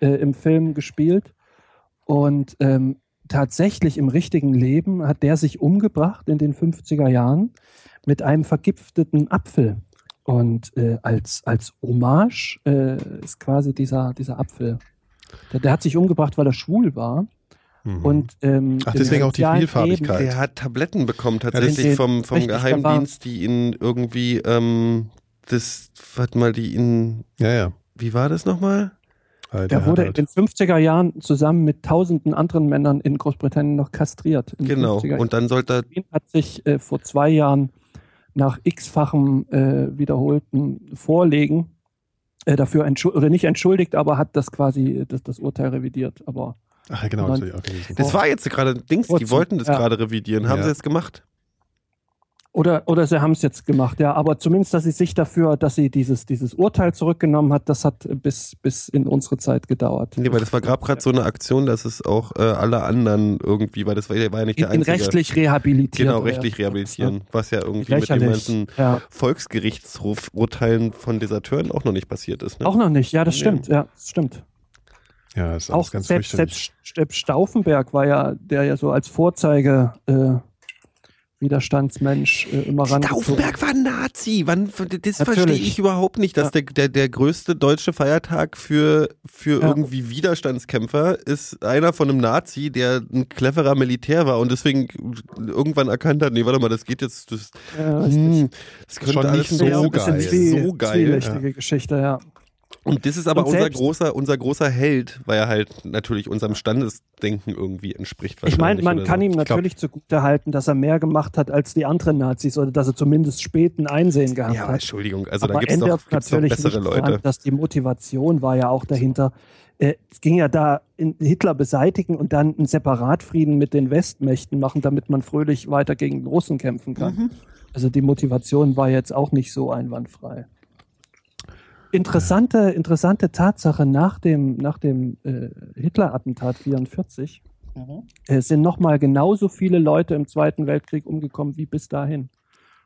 äh, im Film gespielt. Und ähm, tatsächlich im richtigen Leben hat der sich umgebracht in den 50er Jahren mit einem vergifteten Apfel. Und äh, als, als Hommage äh, ist quasi dieser, dieser Apfel. Der, der hat sich umgebracht, weil er schwul war. Mhm. Und, ähm, Ach, im deswegen auch die sozialen Vielfarbigkeit. Leben- Der hat Tabletten bekommen tatsächlich den- vom, vom richtig, da war- Geheimdienst, die ihn irgendwie, ähm, das, warte mal, die ihn, ja, ja. wie war das nochmal? Alter, Der wurde in Harald. den 50er Jahren zusammen mit tausenden anderen Männern in Großbritannien noch kastriert. In den Genau. 50er Und dann sollte er, Jahren hat sich äh, vor zwei Jahren nach x-fachem äh, wiederholten Vorlegen äh, dafür entschuldigt, oder nicht entschuldigt, aber hat das quasi, äh, das, das Urteil revidiert. Aber Ach, genau, das hab ich auch gelesen. das war jetzt gerade, Dings, die Kurzem, wollten das ja. gerade revidieren, haben Ja. sie jetzt gemacht? Oder, oder sie haben es jetzt gemacht, ja. Aber zumindest, dass sie sich dafür, dass sie dieses, dieses Urteil zurückgenommen hat, das hat äh, bis, bis in unsere Zeit gedauert. Nee, weil das war gerade so eine Aktion, dass es auch äh, alle anderen irgendwie, weil das war, der war ja nicht ihn, der ihn Einzige. rechtlich rehabilitiert. genau, oder- ne? rechtlich rehabilitieren, was ja irgendwie mit den Lächerlich. ganzen ja. Volksgerichtshofurteilen von Deserteuren auch noch nicht passiert ist. Ne? Auch noch nicht, ja, das Nee. stimmt, ja, das stimmt. ja, das ist Auch alles ganz selbst, fürchterlich. selbst, selbst Stauffenberg war ja, der ja so als Vorzeige äh, Widerstandsmensch äh, immer ran. Stauffenberg war Nazi. Wann, das verstehe Natürlich. ich überhaupt nicht, dass Ja. der, der, der größte deutsche Feiertag für, für Ja. irgendwie Widerstandskämpfer ist einer von einem Nazi, der ein cleverer Militär war und deswegen irgendwann erkannt hat, nee, warte mal, das geht jetzt, das, hm, das könnte Schon nicht alles so nicht so so geil. geil. So So geil. Zwielichtige Geschichte, ja. Und das ist aber Und unser selbst- großer, unser großer Held, weil er halt natürlich unserem Standesdenken irgendwie entspricht. Ich meine, wahrscheinlich man oder kann so. ihm Ich glaub- natürlich zugutehalten, dass er mehr gemacht hat als die anderen Nazis oder dass er zumindest späten Einsehen gehabt Ja, aber hat. Entschuldigung, also da Aber gibt es ändert doch, gibt's doch natürlich bessere nichts daran, Leute. dass die Motivation war ja auch dahinter. Äh, es ging ja da in Hitler beseitigen und dann einen Separatfrieden mit den Westmächten machen, damit man fröhlich weiter gegen den Russen kämpfen kann. Also die Motivation war jetzt auch nicht so einwandfrei. Interessante, interessante Tatsache nach dem, nach dem äh, Hitler-Attentat 44 äh, sind nochmal genauso viele Leute im Zweiten Weltkrieg umgekommen wie bis dahin.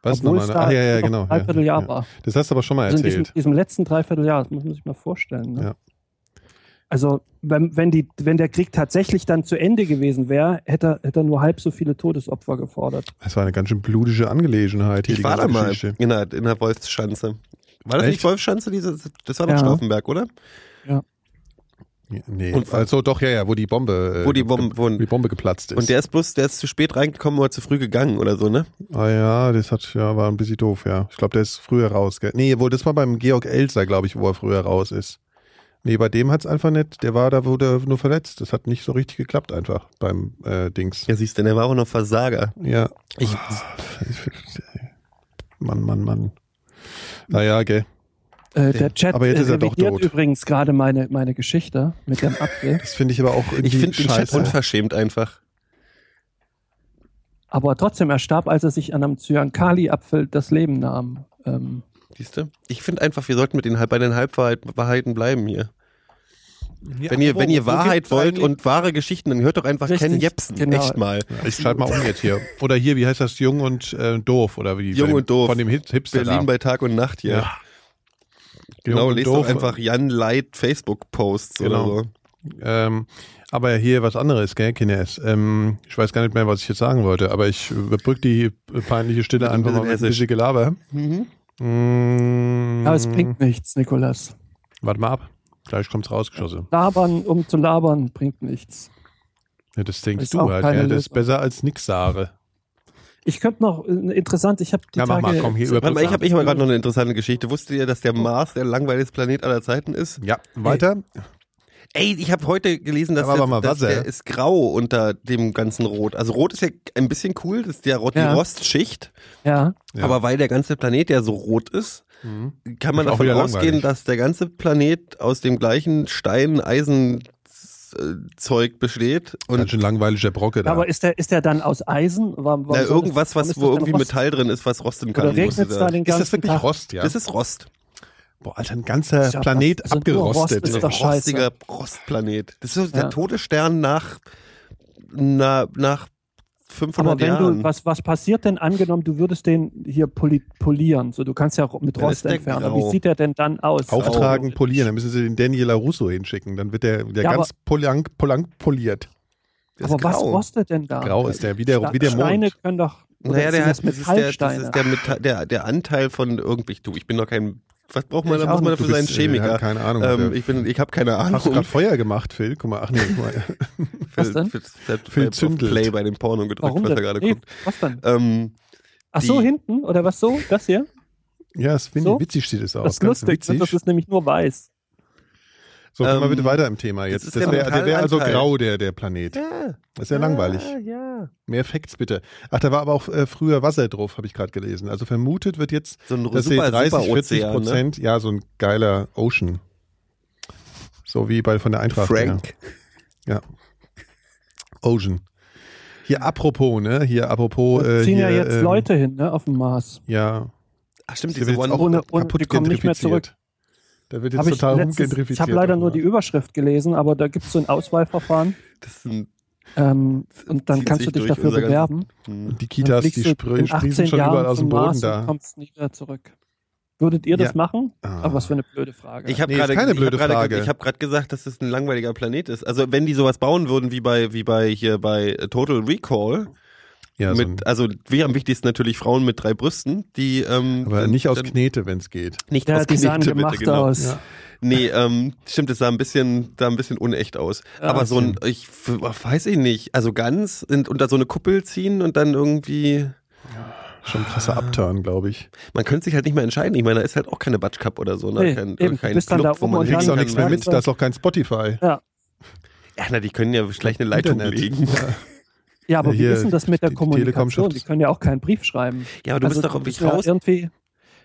Was obwohl nochmal? es ne? da Ah, ja, ja, noch genau. ein Vierteljahr ja, ja. war. Das hast du aber schon mal Also in diesem, erzählt. diesem letzten Dreivierteljahr, das muss man sich mal vorstellen. Ne? Ja. Also, wenn, wenn, die, wenn der Krieg tatsächlich dann zu Ende gewesen wäre, hätte, er- hätte er nur halb so viele Todesopfer gefordert. Das war eine ganz schön blutige Angelegenheit. Hier Ich die war da ganze mal Geschichte. in der, in der Wolfschanze. War das Echt? nicht Wolfschanze? Diese, das war doch Ja. Stauffenberg, oder? Ja, Nee, Und- also doch, ja, ja, wo die Bombe, äh, Wo die Bomben wo wurden. die Bombe geplatzt ist. Und der ist bloß, der ist zu spät reingekommen oder zu früh gegangen oder so, ne? ah ja, das hat, ja, war ein bisschen doof, ja. Ich glaube, der ist früher raus. Gell? Nee, wohl, das war beim Georg Elser, glaube ich, wo er früher raus ist. Nee, bei dem hat's einfach nicht, der war da, wurde nur verletzt. Das hat nicht so richtig geklappt einfach beim äh, Dings. Ja, siehst du, der war auch noch Versager. Ja. Ich- Ah, Mann, Mann, Mann. Naja, gell. Äh, der Chat aber jetzt äh, ist er doch revidiert tot. übrigens gerade meine, meine Geschichte mit dem Apfel. Das finde ich aber auch irgendwie Ich finde den Chat scheiße. unverschämt einfach. Aber trotzdem, er starb, als er sich an einem Zyankali-Apfel das Leben nahm. Ähm, Siehst du? Ich finde einfach, wir sollten mit den, bei den Halbwahrheiten Wahrheiten bleiben hier. wenn ihr, wenn ihr Wahrheit wollt und wahre Geschichten, dann hört doch einfach Richtig, Ken Jepsen. genau. Echt mal. Ich schalte mal um jetzt hier. Oder hier, wie heißt das? Jung und äh, doof oder wie? Jung Bei dem- und doof. Von dem Hit Hipster. Berlin da. bei Tag und Nacht hier. Ja. Genau, Jung und lest doof. doch einfach Jan Light Facebook-Posts Genau. oder so. Ähm, Aber hier was anderes, gell, Kines? Ähm, ich weiß gar nicht mehr, was ich jetzt sagen wollte, aber ich überbrücke die peinliche Stille Mit einfach mal mit ein Hessisch. bisschen Gelaber. Mm, Aber Mhm. es bringt nichts, Nikolas. Mm, Warte mal ab. Gleich kommt's rausgeschossen. Labern, um zu labern, bringt nichts. Ja, das denkst Ist du auch halt, keine gell? Das ist Lösung. besser als nix sage. Ich könnte noch, äh, interessant, ich habe die Ja, mach Tage... mal, komm, hier Warte mal, überbrück ich habe ich hab gerade noch eine interessante Geschichte. Wusstet ihr, dass der Mars der langweiligste Planet aller Zeiten ist? Ja, weiter. Ey, ich habe heute gelesen, dass, Aber der, mal dass Wasser. der ist grau unter dem ganzen Rot. Also Rot ist ja ein bisschen cool, das ist ja Rot, Ja. die Rostschicht. Ja, Ja. Aber weil der ganze Planet ja so rot ist, Mhm. kann man Ist auch davon wieder ausgehen, langweilig. dass der ganze Planet aus dem gleichen Stein, Eisen, äh, Zeug besteht Ganz und schön langweiliger Brocke da. aber ist der, ist der dann aus Eisen? Warum, warum na, soll das- warum ist irgendwas, was wo das dann irgendwie Rost? Metall drin ist, was rosten kann. Oder regnet es muss da es den ist ganzen das wirklich Tag? Rost, ja? Das ist Rost. Boah, Alter, ein ganzer Ist ja Planet fast- also nur abgerostet. Rost ist Ein doch scheiße. rostiger Rostplanet. Das ist so Ja. der tote Stern nach, na, nach 500 Aber wenn Jahren. du, was, was passiert denn angenommen, du würdest den hier poli polieren? So, du kannst ja ro- mit Dann Rost ist der entfernen. grau. Aber wie sieht der denn dann aus? Auftragen, Also, polieren. Dann müssen sie den Daniela Russo hinschicken. Dann wird der, der Ja, ganz polank, polank poliert. Der ist aber was grau. rostet denn da? Grau ist der, wie der, Sta- wie der Steine Mond. können doch. oder Naja, der sind hat, das das ist der, das Metallsteine. ist der, Metall, der, der Anteil von irgendwie, du, ich bin doch kein, was braucht man, Ich da auch muss man nicht. Du dafür sein bist, äh, Chemiker. hat keine Ahnung. ähm, Der- ich bin, ich habe keine Ahnung. Hast du gerade Feuer gemacht, Phil? Guck mal, ach nee, guck mal. Was denn? Phil, Phil Phil, Phil zündelt. äh, Play bei dem Porno gedrückt, Warum was er denn? gerade Nee, guckt. was denn? Ähm, Ach so, die- hinten? Oder was so? Das hier? Ja, das finde ich So? witzig sieht es aus. Das ist ganz lustig. ne? witzig. Das ist nämlich nur weiß. So, gehen wir Ähm, bitte weiter im Thema jetzt. ist Das der wär- der wäre wär also Metallanteil. grau, der, der Planet. ja, Das ist ja langweilig. Ja, ja. Mehr Facts bitte. Ach, da war aber auch äh, früher Wasser drauf, habe ich gerade gelesen. Also vermutet wird jetzt, So ein dass sie super, 30, super 40 Ozean, ne? Prozent, ja, so ein geiler Ocean. So wie bei von der Eintracht. Frank. Ja. ja. Ocean. Hier apropos, ne? Hier apropos. Da Äh, ziehen hier, ja jetzt ähm, Leute hin, ne, auf dem Mars. Ja. Ach stimmt, Hier wird diese jetzt One auch Ohne- ohne- kaputt die kommen nicht mehr gentrifiziert. Da wird jetzt Hab ich total ne? letztens- umgentrifiziert. ich habe leider nur die offenbar. Überschrift gelesen, aber da gibt es so ein Auswahlverfahren das ist ein, ähm, und dann Zieht kannst du sich dich durch dafür unser ganzes- bewerben. hm. Und die Dann Kitas, die fliegst du sprühen, in sprießen 18 schon Jahren überall aus dem zum Mars Boden Und da. kommst nie wieder zurück. Würdet ihr das Ja. machen? Ah. Aber was für eine blöde Frage. Ich habe Nee, ist gerade keine ich blöde hab gerade Frage. ge- ich hab gerade gesagt, dass das ein langweiliger Planet ist. Also wenn die sowas bauen würden wie bei wie bei hier bei äh, Total Recall, Ja, so ein- mit, also wie am wichtigsten natürlich Frauen mit drei Brüsten, die ähm, aber nicht aus dann- Knete, wenn es geht. nicht ja, aus die sahen Knete, gemacht bitte, genau. aus. Ja. Nee, ähm, stimmt, es sah ein bisschen, sah ein bisschen unecht aus. Ja, aber so ein, ich f- weiß ich nicht, also ganz in, unter so eine Kuppel ziehen und dann irgendwie, Schon krasser Upturn, glaube ich. man könnte sich halt nicht mehr entscheiden. Ich meine, da ist halt auch keine Batschkap oder so, ne? Nee, kein, eben, kein du bist dann Club, da wo oben man ne? und Du kriegst dann- auch nichts mehr mit, da ist auch kein Spotify. Ja, na, die können ja gleich eine Leitung Internet. legen. Ja. Ja, aber Hier, wie ist denn das mit der die- die Telekom Kommunikation? schafft Die es. können ja auch keinen Brief schreiben. Ja, aber du bist Also, doch irgendwie ja raus. Irgendwie,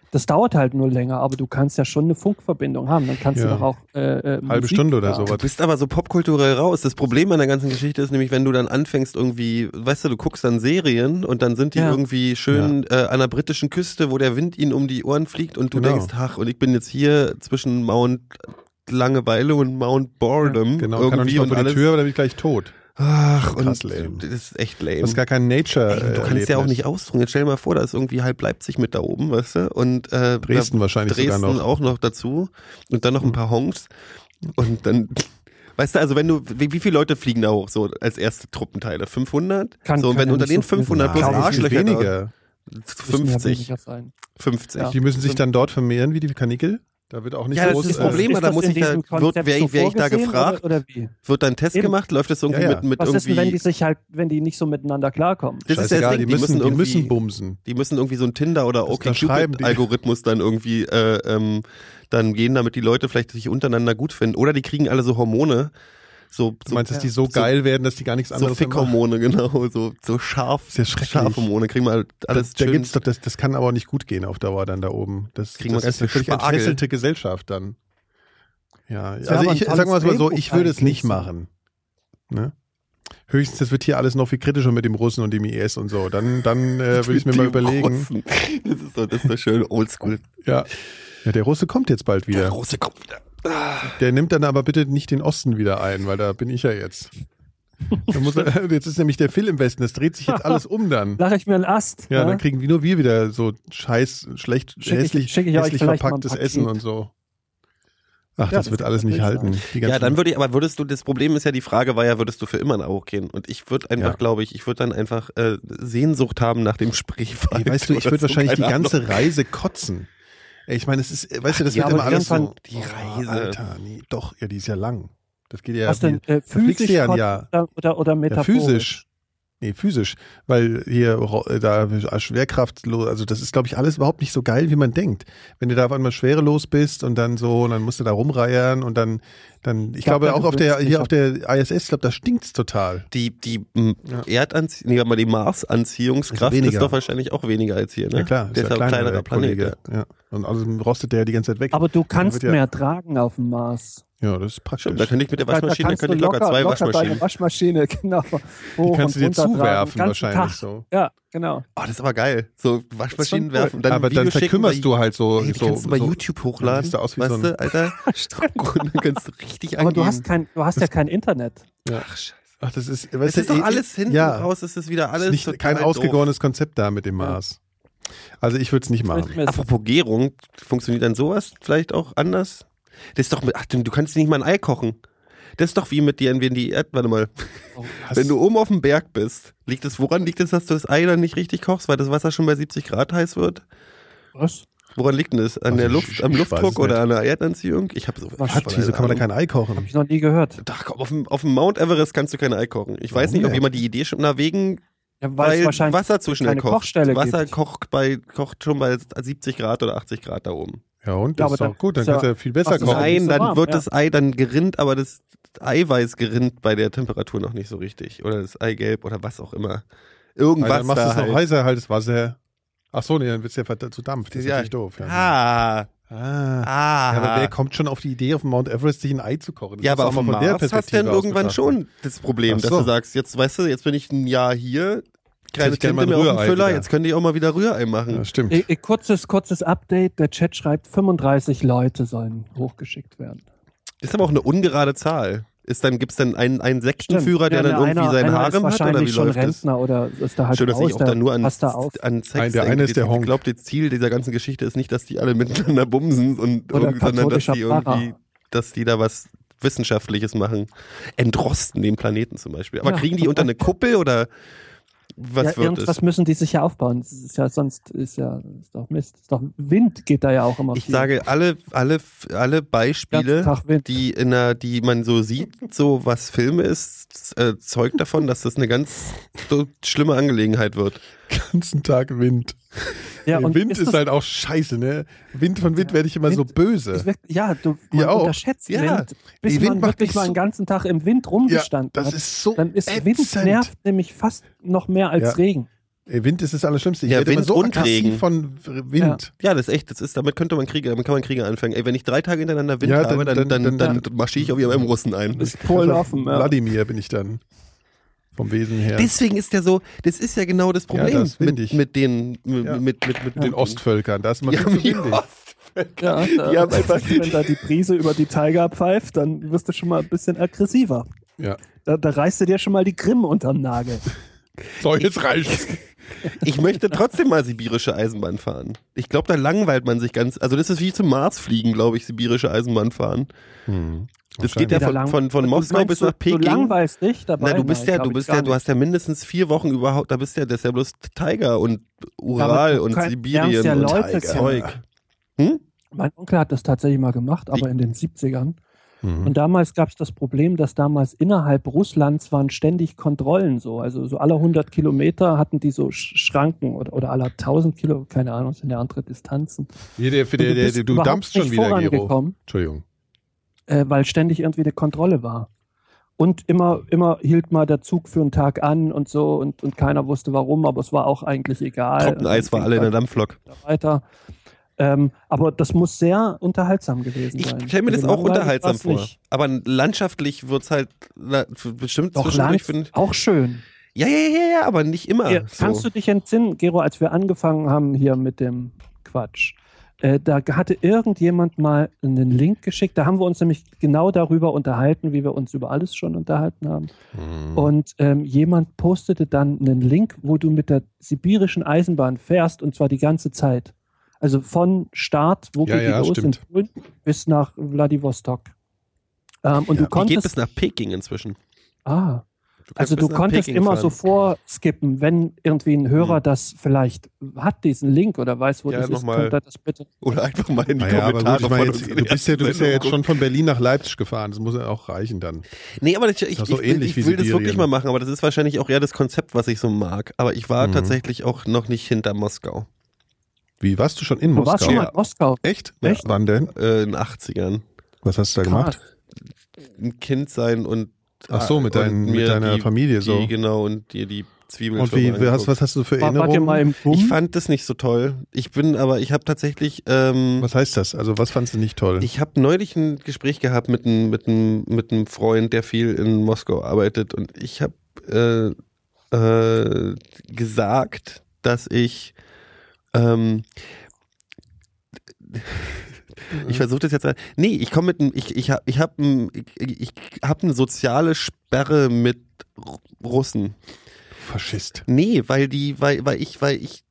das dauert halt nur länger, aber du kannst ja schon eine Funkverbindung haben. Dann kannst Ja. du doch auch äh, äh, Halbe Stunde oder sowas. Du bist aber so popkulturell raus. Das Problem an der ganzen Geschichte ist nämlich, wenn du dann anfängst irgendwie, weißt du, du guckst dann Serien und dann sind die Ja. irgendwie schön äh, an der britischen Küste, wo der Wind ihnen um die Ohren fliegt und du Genau. denkst, ach, und ich bin jetzt hier zwischen Mount Langeweile und Mount Genau, Boredom kann doch irgendwie nicht mal und vor die alles. Tür, weil dann bin ich gleich tot. Ach, und Krass lame. das ist echt lame. Das ist gar ne? kein Nature. äh, Ey, du kannst ja auch nicht ausruhen. Jetzt stell dir mal vor, da ist irgendwie halb Leipzig mit da oben, weißt du? Und äh, Dresden da- wahrscheinlich Dresden sogar noch. auch noch dazu und dann noch ein paar Honks und dann weißt du, also wenn du wie, wie viele Leute fliegen da hoch so als erste Truppenteile? 500? Kann- so und kann wenn ja unter nicht den so viel 500 plus sein. Glaube ich, Arschlöcher da, weniger. 50, 50. Ja. Die müssen sich dann dort vermehren wie die Kanickel. Da wird auch nicht Ja, das groß. äh, ähm, ist das Problem, Ist da muss in ich da- diesem wird- Konzept wär ich- so wär ich da vorgesehen gefragt? Oder, oder wie? Wird dann ein Test Eben. gemacht? Läuft das irgendwie Ja, ja. mit mit Was ist denn, wenn irgendwie die sich halt, wenn die nicht so miteinander klarkommen? das ist ja das Scheißegal, Ding, die müssen, die irgendwie müssen bumsen. die müssen irgendwie so ein Tinder oder da schreiben die. OkCupid Algorithmus dann irgendwie äh, ähm, dann gehen, damit die Leute vielleicht sich untereinander gut finden oder die kriegen alle so Hormone so, Du so meinst, dass die so so- geil werden, dass die gar nichts So anderes mehr machen? Fickhormone, genau, so, so scharf. Ist ja schrecklich. Scharfhormone kriegen wir halt alles Das, da schön- gibt's doch, das, das kann aber auch nicht gut gehen auf Dauer dann da oben. Das, Kriegen wir das ist ganz eine viel völlig Spargel. entfesselte Gesellschaft dann. Ja, wär aber also ein ich tolles sag mal so, Drehbuch ich würde es eigentlich. nicht machen. Ne? Höchstens, das wird hier alles noch viel kritischer mit dem Russen und dem IS und so. Dann, dann äh, würde ich mir Die mal überlegen. Russen. Das ist so, das ist so schön oldschool. Ja. ja, der Russe kommt jetzt bald Der wieder. Russe kommt wieder. Der nimmt dann aber bitte nicht den Osten wieder ein, weil da bin ich ja jetzt. Da muss er, jetzt ist nämlich der Phil im Westen, das dreht sich jetzt alles um dann. Lache ich mir einen Ast. Ja, ne? dann kriegen wir nur wir wieder so scheiß, schlecht, Schick ich- hässlich, schick ich euch hässlich vielleicht mal ein verpacktes Paket. Essen und so. Ach, Ja, das das wird kann alles nicht natürlich halten. Die ganzen- Ja, dann würde ich, aber würdest du, das Problem ist ja, die Frage war ja, würdest du für immer nach Aue gehen? Und ich würde einfach, Ja. glaube ich, ich würde dann einfach äh, Sehnsucht haben nach dem Spreewald. Ey, weißt du, ich oder würde so, wahrscheinlich die keine ganze Ahnung. Reise kotzen. Ey, ich meine, es ist, äh, weißt du, das Ja, wird aber immer alles so. oh, irgendwann- die Reise. Alter, nee, doch, ja, die ist ja lang. Das geht ja. Was denn? wie- Äh, da fliegst du physisch ja ein kotzen Jahr. oder, oder, oder ja, metaphorisch? physisch. Nee, physisch. Weil hier ro- äh, da schwerkraftlos, also das ist, glaube ich, alles überhaupt nicht so geil, wie man denkt. Wenn du da auf einmal schwerelos bist und dann so, und dann musst du da rumreiern und dann, dann, ich, glaub, glaube da auch auf der, gewöhnst du hier dich auf der ISS, ich glaube, da stinkt's total. Die, die m, Ja. Erdanzie nee, aber die Ist Marsanziehungskraft ist, weniger. doch wahrscheinlich auch weniger als hier, ne? Ja, klar, Der ist ja ein kleinerer der Planet. Kollege. Ja. Und außerdem rostet der ja die ganze Zeit weg. Aber du kannst wird ja- mehr tragen auf dem Mars. ja, das ist praktisch. Stimmt, da könnte ich mit der Da- da Waschmaschine, kannst könnte du ich locker, zwei Waschmaschinen. Deine Waschmaschine, genau. Die Hoch kannst du dir runter tragen, zuwerfen ganzen wahrscheinlich Tag. so. Ja, genau. Oh, das ist aber geil. So Waschmaschinen werfen, dann aber ein Video dann schicken bei- verkümmerst du halt so. Ey, die so, kannst du bei so YouTube hochladen. Dann siehst du aus wie weißt so ein- du, Alter? Und dann kannst du richtig Aber angeben. du hast, kein, du hast ja kein Internet. Ach, scheiße. Ach, das ist, Es weißt ist du, doch eh- alles hinten ja, raus, es ist wieder ist alles nicht, total kein doof. ausgegorenes Konzept da mit dem Mars. Also ich würde es nicht machen. Apropos Gärung, funktioniert dann sowas vielleicht auch anders? Das ist doch mit, ach, du kannst nicht mal ein Ei kochen. Das ist doch wie mit dir, wenn die Erd, warte mal, Oh, Hast- wenn du oben auf dem Berg bist, liegt es, woran liegt es, dass du das Ei dann nicht richtig kochst, weil das Wasser schon bei 70 Grad heiß wird? Was? Woran liegt denn das? An Also der ich- Luft, am ich weiß Luftdruck es oder nicht. an der Erdanziehung? Ich habe so Was? Hat, wieso kann man da kein Ei Hab kochen? ich noch nie gehört. Ach komm, auf dem, auf dem Mount Everest kannst du kein Ei kochen. Ich weiß Warum nicht, ob denn? jemand die Idee schon, na wegen Ja, weil, weil es wahrscheinlich Wasser zu schnell keine kocht. Kochstelle Wasser gibt. Kocht, bei, kocht schon bei 70 Grad oder 80 Grad da oben. Ja, und Ja, das aber ist dann- doch gut, dann ist ja- kannst du ja viel besser Ach, kochen. Nein, Nein, ist so dann warm, wird ja. das Ei, dann gerinnt, aber das Eiweiß gerinnt bei der Temperatur noch nicht so richtig. Oder das Eigelb oder was auch immer. Weil Irgendwas dann machst du da es noch halt. heißer, halt das Wasser. Ach so, nee, dann wird es ja verd- zu Dampf. Das ist Ja. natürlich doof. Ja. Ah, Ah. ah. ne? Ja, aber wer kommt schon auf die Idee, auf dem Mount Everest sich ein Ei zu kochen? Das Ja, ist aber auch auf mal dem von der Mars hast du dann Perspektive aus irgendwann betrachtet. schon das Problem, Ach dass so. du sagst, jetzt weißt du, jetzt bin ich ein Jahr hier, keine ich gerne mal Tinte ein mehr auf dem Rührei Füller, wieder. jetzt könnte ich auch mal wieder Rührei machen. Ja, stimmt. Äh, äh, kurzes, kurzes Update. Der Chat schreibt, 35 Leute sollen hochgeschickt werden. Ist aber auch eine ungerade Zahl. Ist dann, gibt's dann einen, einen Sektenführer, Ja, der dann irgendwie einer- sein einer ist Harem hat oder wie wahrscheinlich schon läuft das? Rentner oder ist da halt Schön, dass raus, ich auch da nur an, passt da auf. an Sex Nein, der eine ist der Ich Honk. glaube, das Ziel dieser ganzen Geschichte ist nicht, dass die alle miteinander bumsen, und, Oder irgendwie, sondern dass katholischer die irgendwie, Pfarrer. dass die da was Wissenschaftliches machen. Entrosten den Planeten zum Beispiel. Aber Ja, kriegen die unter eine Kuppel oder was ja, wird irgendwas es? müssen die sich ja aufbauen. Das ist ja sonst ist ja ist doch Mist. Ist doch Wind geht da ja auch immer. Ich viel. sage, alle, alle, alle Ganzen Beispiele, Tag Wind. die in der, die man so sieht, so was Filme ist, äh, zeugt davon, dass das eine ganz so schlimme Angelegenheit wird. ganzen Tag Wind. ja, Ey, Wind ist, das- halt auch scheiße, ne? Wind von Wind Ja. werde ich immer so Wind böse. ist wirklich- Ja, du man Ihr auch. unterschätzt Ja. Wind, bis Ey, Wind man macht wirklich mich mal so- den ganzen Tag im Wind rumgestanden das hat. ist so dann ist ätzend. Wind nervt nämlich fast noch mehr als Ja. Regen. Ey, Wind ist das Allerschlimmste. Ich Ja, werde immer Wind so und aggressiv Regen. von Wind. Ja, das ist echt, das ist, damit könnte man Kriege, damit kann man Kriege anfangen. Ey, wenn ich drei Tage hintereinander Wind Ja, dann- habe, dann, dann, dann, dann- dann, dann- marschiere ich auch wieder beim Russen ein. Ist Polen Also, offen. Ja. Wladimir bin ich dann. Vom Wesen her. Deswegen ist ja so, das ist ja genau das Ja, Problem das ist mit, windig. mit den, mit, Ja. mit, mit, mit Mit den Ostvölkern. Da ist man Ja, viel zu die windig. Ost. Ja, da, Die haben einfach- wenn da die Brise über die Tiger pfeift, dann wirst du schon mal ein bisschen aggressiver. Ja. Da, da reißt du dir schon mal die Grimm unterm Nagel. So, jetzt reicht's. Ich möchte trotzdem mal sibirische Eisenbahn fahren. Ich glaube, da langweilt man sich ganz. Also das ist wie zum Mars fliegen, glaube ich, sibirische Eisenbahn fahren. Hm, Das geht ja Da von, lang- von, von Du Moskau Also, meinst, bis du- nach Peking. Du langweilst dich dabei. Na, du bist Nein, ja, glaub du ich bist gar ja, du nicht. hast ja mindestens vier Wochen überhaupt, da bist ja, das ist ja bloß Tiger und aber Ural du und kannst- Sibirien lernst ja und Leute Tiger. kennen. Zeug. Mein Onkel hat das tatsächlich mal gemacht, aber in den 70ern. Hm. Hm. Und damals gab es das Problem, dass damals innerhalb Russlands waren ständig Kontrollen so. Also so alle 100 Kilometer hatten die so Sch- Schranken oder, oder alle 1000 Kilometer, keine Ahnung, das sind ja andere Distanzen. Hier, der, Und der, der, bist der, du überhaupt dampfst schon nicht wieder, Gero. vorangekommen, Entschuldigung. Äh, weil ständig irgendwie eine Kontrolle war. Und immer, immer hielt mal der Zug für einen Tag an und so und, und keiner wusste warum, aber es war auch eigentlich egal. Trockeneis war alle in der Dampflok. weiter. Ähm, aber das muss sehr unterhaltsam gewesen Ich sein. stelle mir das Also auch langweilig unterhaltsam war's vor. nicht. Aber landschaftlich wird's halt na, f- bestimmt Doch, zwischendurch. Land, Find, auch schön. ja, ja, ja, ja, aber nicht immer. Ja, so. Kannst du dich entsinnen, Gero, als wir angefangen haben hier mit dem Quatsch? Äh, da hatte irgendjemand mal einen Link geschickt. Da haben wir uns nämlich genau darüber unterhalten, wie wir uns über alles schon unterhalten haben. Mhm. Und ähm, jemand postete dann einen Link, wo du mit der sibirischen Eisenbahn fährst und zwar die ganze Zeit. Also von Start, wo Ja, geht ja, die los stimmt. in Polen, bis nach Vladivostok. Ähm, und du Ja, Die geht konntest. bis nach Peking inzwischen. ah, kannst also bis du nach konntest Peking immer fahren. so vorskippen, wenn irgendwie ein Hörer Hm. das vielleicht hat, diesen Link oder weiß, wo Ja, das noch ist, mal. könnte er das bitte. Oder einfach mal in die Naja, aber Kommentare gut, ich meine, von jetzt, uns du bist ja, du bist ja jetzt gucken. schon von Berlin nach Leipzig gefahren. Das muss ja auch reichen dann. Nee, aber ich, ich, doch ich, so will, ähnlich ich wie will das Sibirien. wirklich mal machen, aber das ist wahrscheinlich auch eher das Konzept, was ich so mag. Aber ich war Mhm. tatsächlich auch noch nicht hinter Moskau. Wie warst du schon in Du Moskau? warst schon mal in Moskau. Echt? Echt? Wann denn? Äh, in den 80ern. Was hast du da gemacht? Ein Kind sein und. äh, Ach so, mit, und deinen, mir mit deiner die, Familie so. Die, genau, und dir die Zwiebeln Und wie, wie hast, was hast du für War, wart ihr mal Erinnerungen? im Boom? Ich fand das nicht so toll. Ich bin aber, ich habe tatsächlich. Ähm, Was heißt das? Also was fandst du nicht toll? Ich habe neulich ein Gespräch gehabt mit einem mit einem mit einem Freund, der viel in Moskau arbeitet und ich habe äh, äh, gesagt, dass ich ähm, ich versuche das jetzt. Nee, ich komme mit einem. Ich, ich habe ich hab ein, ich, ich hab eine soziale Sperre mit Ru- Russen. Faschist. Nee, weil die, weil, weil ich, weil ich,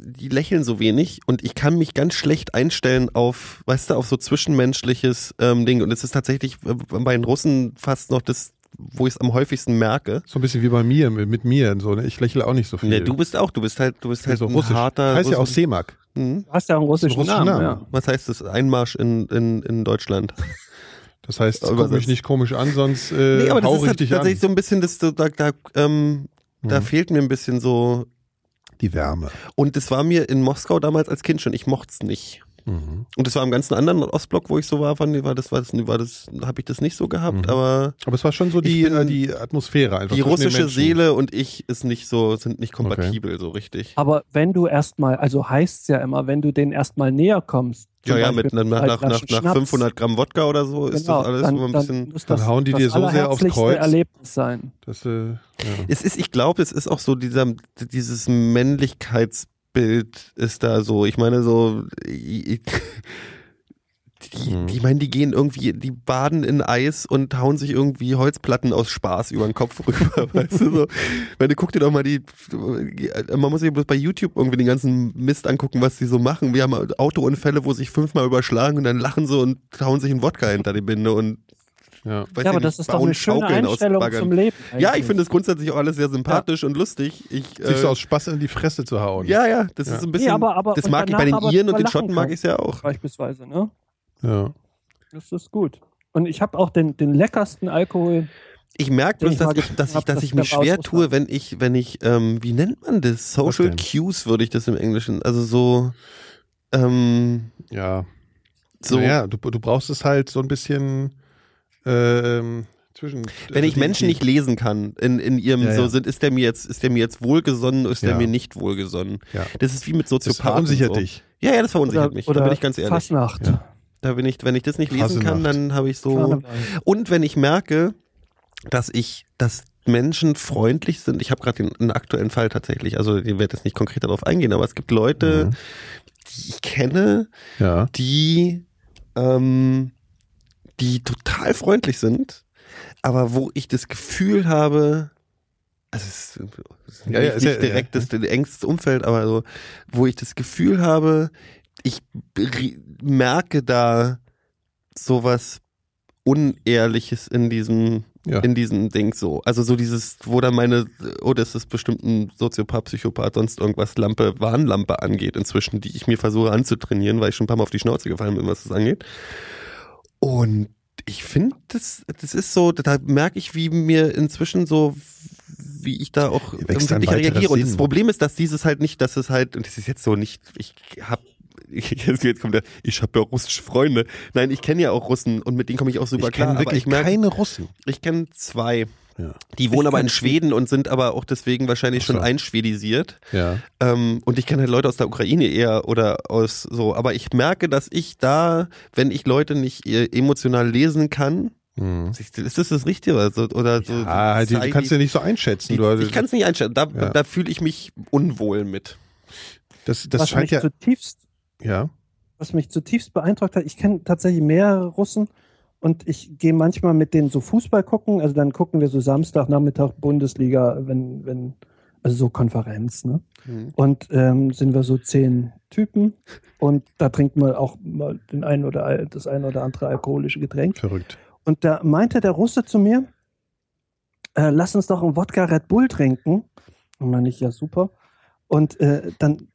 die lächeln so wenig und ich kann mich ganz schlecht einstellen auf, weißt du, auf so zwischenmenschliches ähm, Ding. Und es ist tatsächlich äh, bei den Russen fast noch das, wo ich es am häufigsten merke. So ein bisschen wie bei mir, mit, mit mir. und So, ne? Ich lächle auch nicht so viel. Nee, du bist auch, du bist halt, du bist Ich bin halt so ein russisch. harter. heißt ja auch Russen- Semak. Hm? Du hast ja einen russischen, russischen Namen. Namen. Ja. Was heißt das? Einmarsch in, in, in Deutschland. Das heißt, guck Übersetzt. mich nicht komisch an, sonst äh, nee, aber das hau ist halt richtig an. tatsächlich so ein bisschen, das, so- da, da, ähm, da Mhm. fehlt mir ein bisschen so. Die Wärme. Und das war mir in Moskau damals als Kind schon, ich mochte es nicht. Mhm. Und das war im ganzen anderen Ostblock, wo ich so war, fand ich, war das, war das, war das, habe ich das nicht so gehabt, Mhm. aber Aber es war schon so die, Ich bin- äh, die Atmosphäre einfach. die zwischen den russische Menschen. Seele und ich ist nicht so, sind nicht kompatibel so richtig. Aber wenn du erstmal, also heißt es ja immer, wenn du denen erstmal näher kommst, Ja, zum ja, Beispiel mit nach, drei nach, nach, Flaschen nach Schnaps, 500 Gramm Wodka oder so ist genau, das alles dann, immer ein dann bisschen. muss Dann das hauen die das dir so sehr aufs allerherzlichste Kreuz. Erlebnis sein. Das, äh, ja. Es ist, ich glaube, es ist auch so dieser, dieses Männlichkeitsbild ist da so. Ich meine so, ich, die, Mhm. Hm. die- ich meine, die gehen irgendwie, die baden in Eis und hauen sich irgendwie Holzplatten aus Spaß über den Kopf rüber, weißt du so. Weil du guck dir doch mal die, man muss sich bloß bei YouTube irgendwie den ganzen Mist angucken, was die so machen. Wir haben Autounfälle, wo sich fünfmal überschlagen und dann lachen sie und hauen sich einen Wodka hinter die Binde und Ja. weiß ja, aber ich das nicht, ist doch bauen eine schöne Schaukeln aus Einstellung Baggern. zum Leben. Ja, eigentlich. ich finde es grundsätzlich auch alles sehr sympathisch und lustig. Ich, Sich äh, so aus Spaß in die Fresse zu hauen. ja, ja, das Ja. ist ein Nee, bisschen. aber- aber- das und mag ich bei danach den aber Iren und den drüber Schotten lachen mag kann. ich es ja auch. Beispielsweise, ne? ja. Das ist gut. Und ich habe auch den, den leckersten Alkohol. Ich merke Den bloß, ich dass mal ich, dass ich, hab, dass das ich mich der war aus schwer Russland. tue, wenn ich, wenn ich, ähm, wie nennt man das? Social denn? Cues würde ich das im Englischen. Also so, ähm, ja. so. Naja, du, du brauchst es halt so ein bisschen ähm, zwischen. Wenn ich also die- Menschen die- nicht lesen kann, in, in ihrem Ja, so ja. sind, ist der mir jetzt, ist der mir jetzt wohlgesonnen, ist der Ja. mir nicht wohlgesonnen. Ja. Das ist wie mit Das Soziopathen. verunsichert so. dich. Ja, ja, das verunsichert Oder, mich. da oder bin ich ganz ehrlich. Fasnacht. Ja. Da bin ich, wenn ich das nicht lesen kann, Fasenacht. dann habe ich so. Karneval. Und wenn ich merke, dass ich, dass Menschen freundlich sind, ich habe gerade den, einen aktuellen Fall tatsächlich, also ich werde jetzt nicht konkret darauf eingehen, aber es gibt Leute, Mhm. die ich kenne, Ja. die, ähm, die total freundlich sind, aber wo ich das Gefühl habe, also es ist, es ist Ja, ja, nicht, ist ja- nicht direkt das engstes Umfeld, aber so, wo ich das Gefühl habe, ich re- merke da sowas Unehrliches in diesem Ja. in diesem Ding so. Also so dieses, wo dann meine, oh, das ist bestimmt ein Soziopath, Psychopath, sonst irgendwas Lampe, Warnlampe angeht inzwischen, die ich mir versuche anzutrainieren, weil ich schon ein paar Mal auf die Schnauze gefallen bin, was das angeht. Und ich finde, das, das ist so, da merke ich, wie mir inzwischen so, wie ich da auch Wächst irgendwie dann nicht weiter das reagiere. und das Sinn. Problem ist, dass dieses halt nicht, dass es halt, und das ist jetzt so nicht, ich hab, jetzt kommt der, ich habe ja russische Freunde. Nein, ich kenne ja auch Russen und mit denen komme ich auch super ich klar. kenne aber wirklich ich merke, keine Russen. ich kenne zwei. Ja. Die wohnen aber in Schweden und sind aber auch deswegen wahrscheinlich Ach so. schon einschwedisiert. Ja. Ähm, und ich kenne halt Leute aus der Ukraine eher oder aus so. Aber ich merke, dass ich da, wenn ich Leute nicht äh, emotional lesen kann, Mhm. ist das das Richtige? Oder so, oder so Ah, halt, die- sei du kannst die- ja nicht so einschätzen. die, du, ich kann es nicht einschätzen. Da, Ja. da fühle ich mich unwohl mit. das das was scheint mich ja. zutiefst Ja. was mich zutiefst beeindruckt hat, ich kenne tatsächlich mehrere Russen und ich gehe manchmal mit denen so Fußball gucken. Also dann gucken wir so Samstagnachmittag Bundesliga, wenn, wenn also so Konferenz, ne? Mhm. Und ähm, sind wir so zehn Typen und da trinken wir auch mal den einen oder al- das ein oder andere alkoholische Getränk. Verrückt. Und da meinte der Russe zu mir, äh, lass uns doch einen Wodka Red Bull trinken. Und meine ich, ja super. Und äh, dann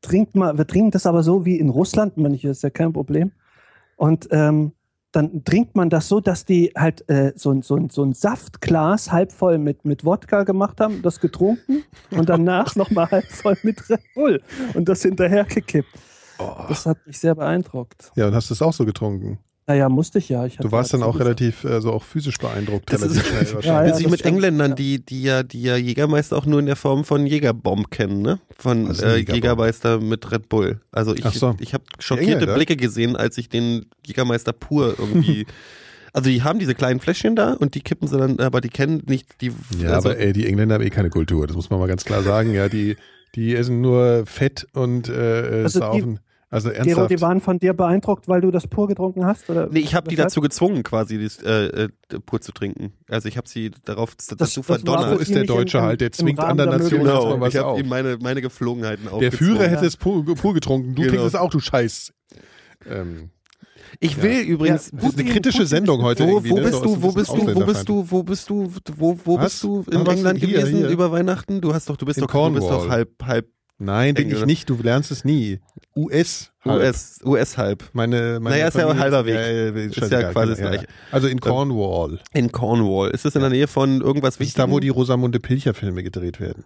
trinkt mal, wir trinken das aber so wie in Russland, meine ich, das ist ja kein Problem. Und ähm, dann trinkt man das so, dass die halt äh, so, ein- so, ein- so ein Saftglas halb voll mit, mit Wodka gemacht haben, das getrunken und danach nochmal halb voll mit Red Bull und das hinterhergekippt. Das hat mich sehr beeindruckt. Ja, und hast das auch so getrunken. Naja, musste ich ja. Ich Du hatte halt warst ja dann auch zugesagt. relativ, also auch physisch beeindruckt, Das relativ ist- Ah schnell Ja, wahrscheinlich. Witzig das mit stimmt. Engländern, Ja. die, die ja, die ja Jägermeister auch nur in der Form von Jägerbomb kennen, ne? Von Was ist ein äh, Jägerbomb? Jägermeister mit Red Bull. Also ich, Ach so. ich habe schockierte Engländer? Blicke gesehen, als ich den Jägermeister pur irgendwie. also die haben diese kleinen Fläschchen da und die kippen sie dann, aber die kennen nicht die. Ja, also, aber ey, die Engländer haben eh keine Kultur, das muss man mal ganz klar sagen. Ja, die, die essen nur Fett und äh, äh, Also die- saufen. also Gero, ernsthaft. die waren von dir beeindruckt, weil du das pur getrunken hast? Oder? Nee, ich habe die Weshalb? dazu gezwungen, quasi das, äh, äh, pur zu trinken. Also ich habe sie darauf dazu das war so Also verdonnert. ist der ziemlich Deutsche im- halt, der im zwingt Rahmen anderen der Nationen Möglichkeiten. erstmal Genau, was ich auf. habe ihm meine, meine Geflogenheiten Der aufgezwungen. Führer ja. hätte es pur, pur getrunken, du Genau. trinkst es auch, du Scheiß. Ähm, Ich will übrigens, Ja, das ist eine kritische Sendung heute Wo, irgendwie. wo, ne? bist So aus du, dem wo bist du, wo bist Ausländerfeind. du, wo bist du, wo, wo Was? bist du Ah, in was? England Hier, gewesen hier. über Weihnachten? Du hast doch, du bist In doch, du bist doch Cornwall. halb, halb Nein, bin ich Engländer. nicht, du lernst es nie. US. halb. US, US halb. Meine, meine Naja, ist ja Familie- halber Weg. Ja, ja, ja, Ist ja scheißegal, quasi genau, das Gleiche. Also in Cornwall. In Cornwall. Ist das in der Nähe von Das irgendwas ist Wichtigem? da, wo die Rosamunde Pilcher-Filme gedreht werden.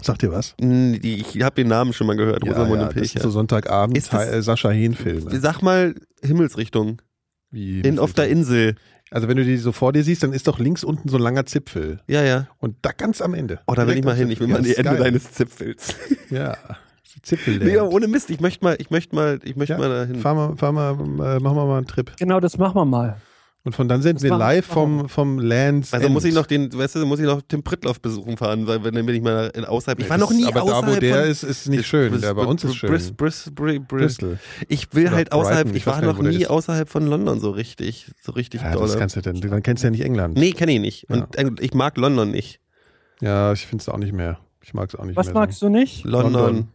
Sagt ihr was? Hm, die- Ich habe den Namen schon mal gehört, Rosamunde Das sind Pilcher. so Sonntagabend Ist das- Teil- äh, Sascha Hehn-Filme. Sag mal Himmelsrichtung. Wie- In, auf der Insel. Also wenn du die so vor dir siehst, dann ist doch links unten so ein langer Zipfel. Ja, ja. Und da ganz am Ende. Oh, da will ich Direkt mal am hin. Ich will mal an die Zipfel. Ende Ja, ist deines Zipfels. geil. Ja, Zipfel. Nee, aber ohne Mist. Ich möchte mal, ich möchte mal, ich möchte Ja, mal dahin. fahr mal, fahr mal, äh, machen wir mal einen Trip. Genau, das machen wir mal. Und von dann sind wir machen wir, live das machen vom, vom Lands Also End. muss ich noch den, weißt du, muss ich noch Tim Prittloff besuchen fahren, weil wenn dann bin ich mal in außerhalb. Ich war Das- noch nie Aber außerhalb da, wo der von, ist, ist nicht schön. Bris- Der bei uns ist Bris- schön. Bris, Bris, Bris, Bris. Bristol. Ich will Oder halt außerhalb, Brighton, ich ich war weiß gar noch nicht, wo der nie ist. außerhalb von London so richtig, so richtig Ja, dolle. das kannst du denn, dann kennst du ja nicht England. nee, kenne ich nicht. Und äh, ich mag London nicht. Ja, ich finde es auch nicht mehr. Ich mag es auch nicht Was mehr. magst du nicht? London, London.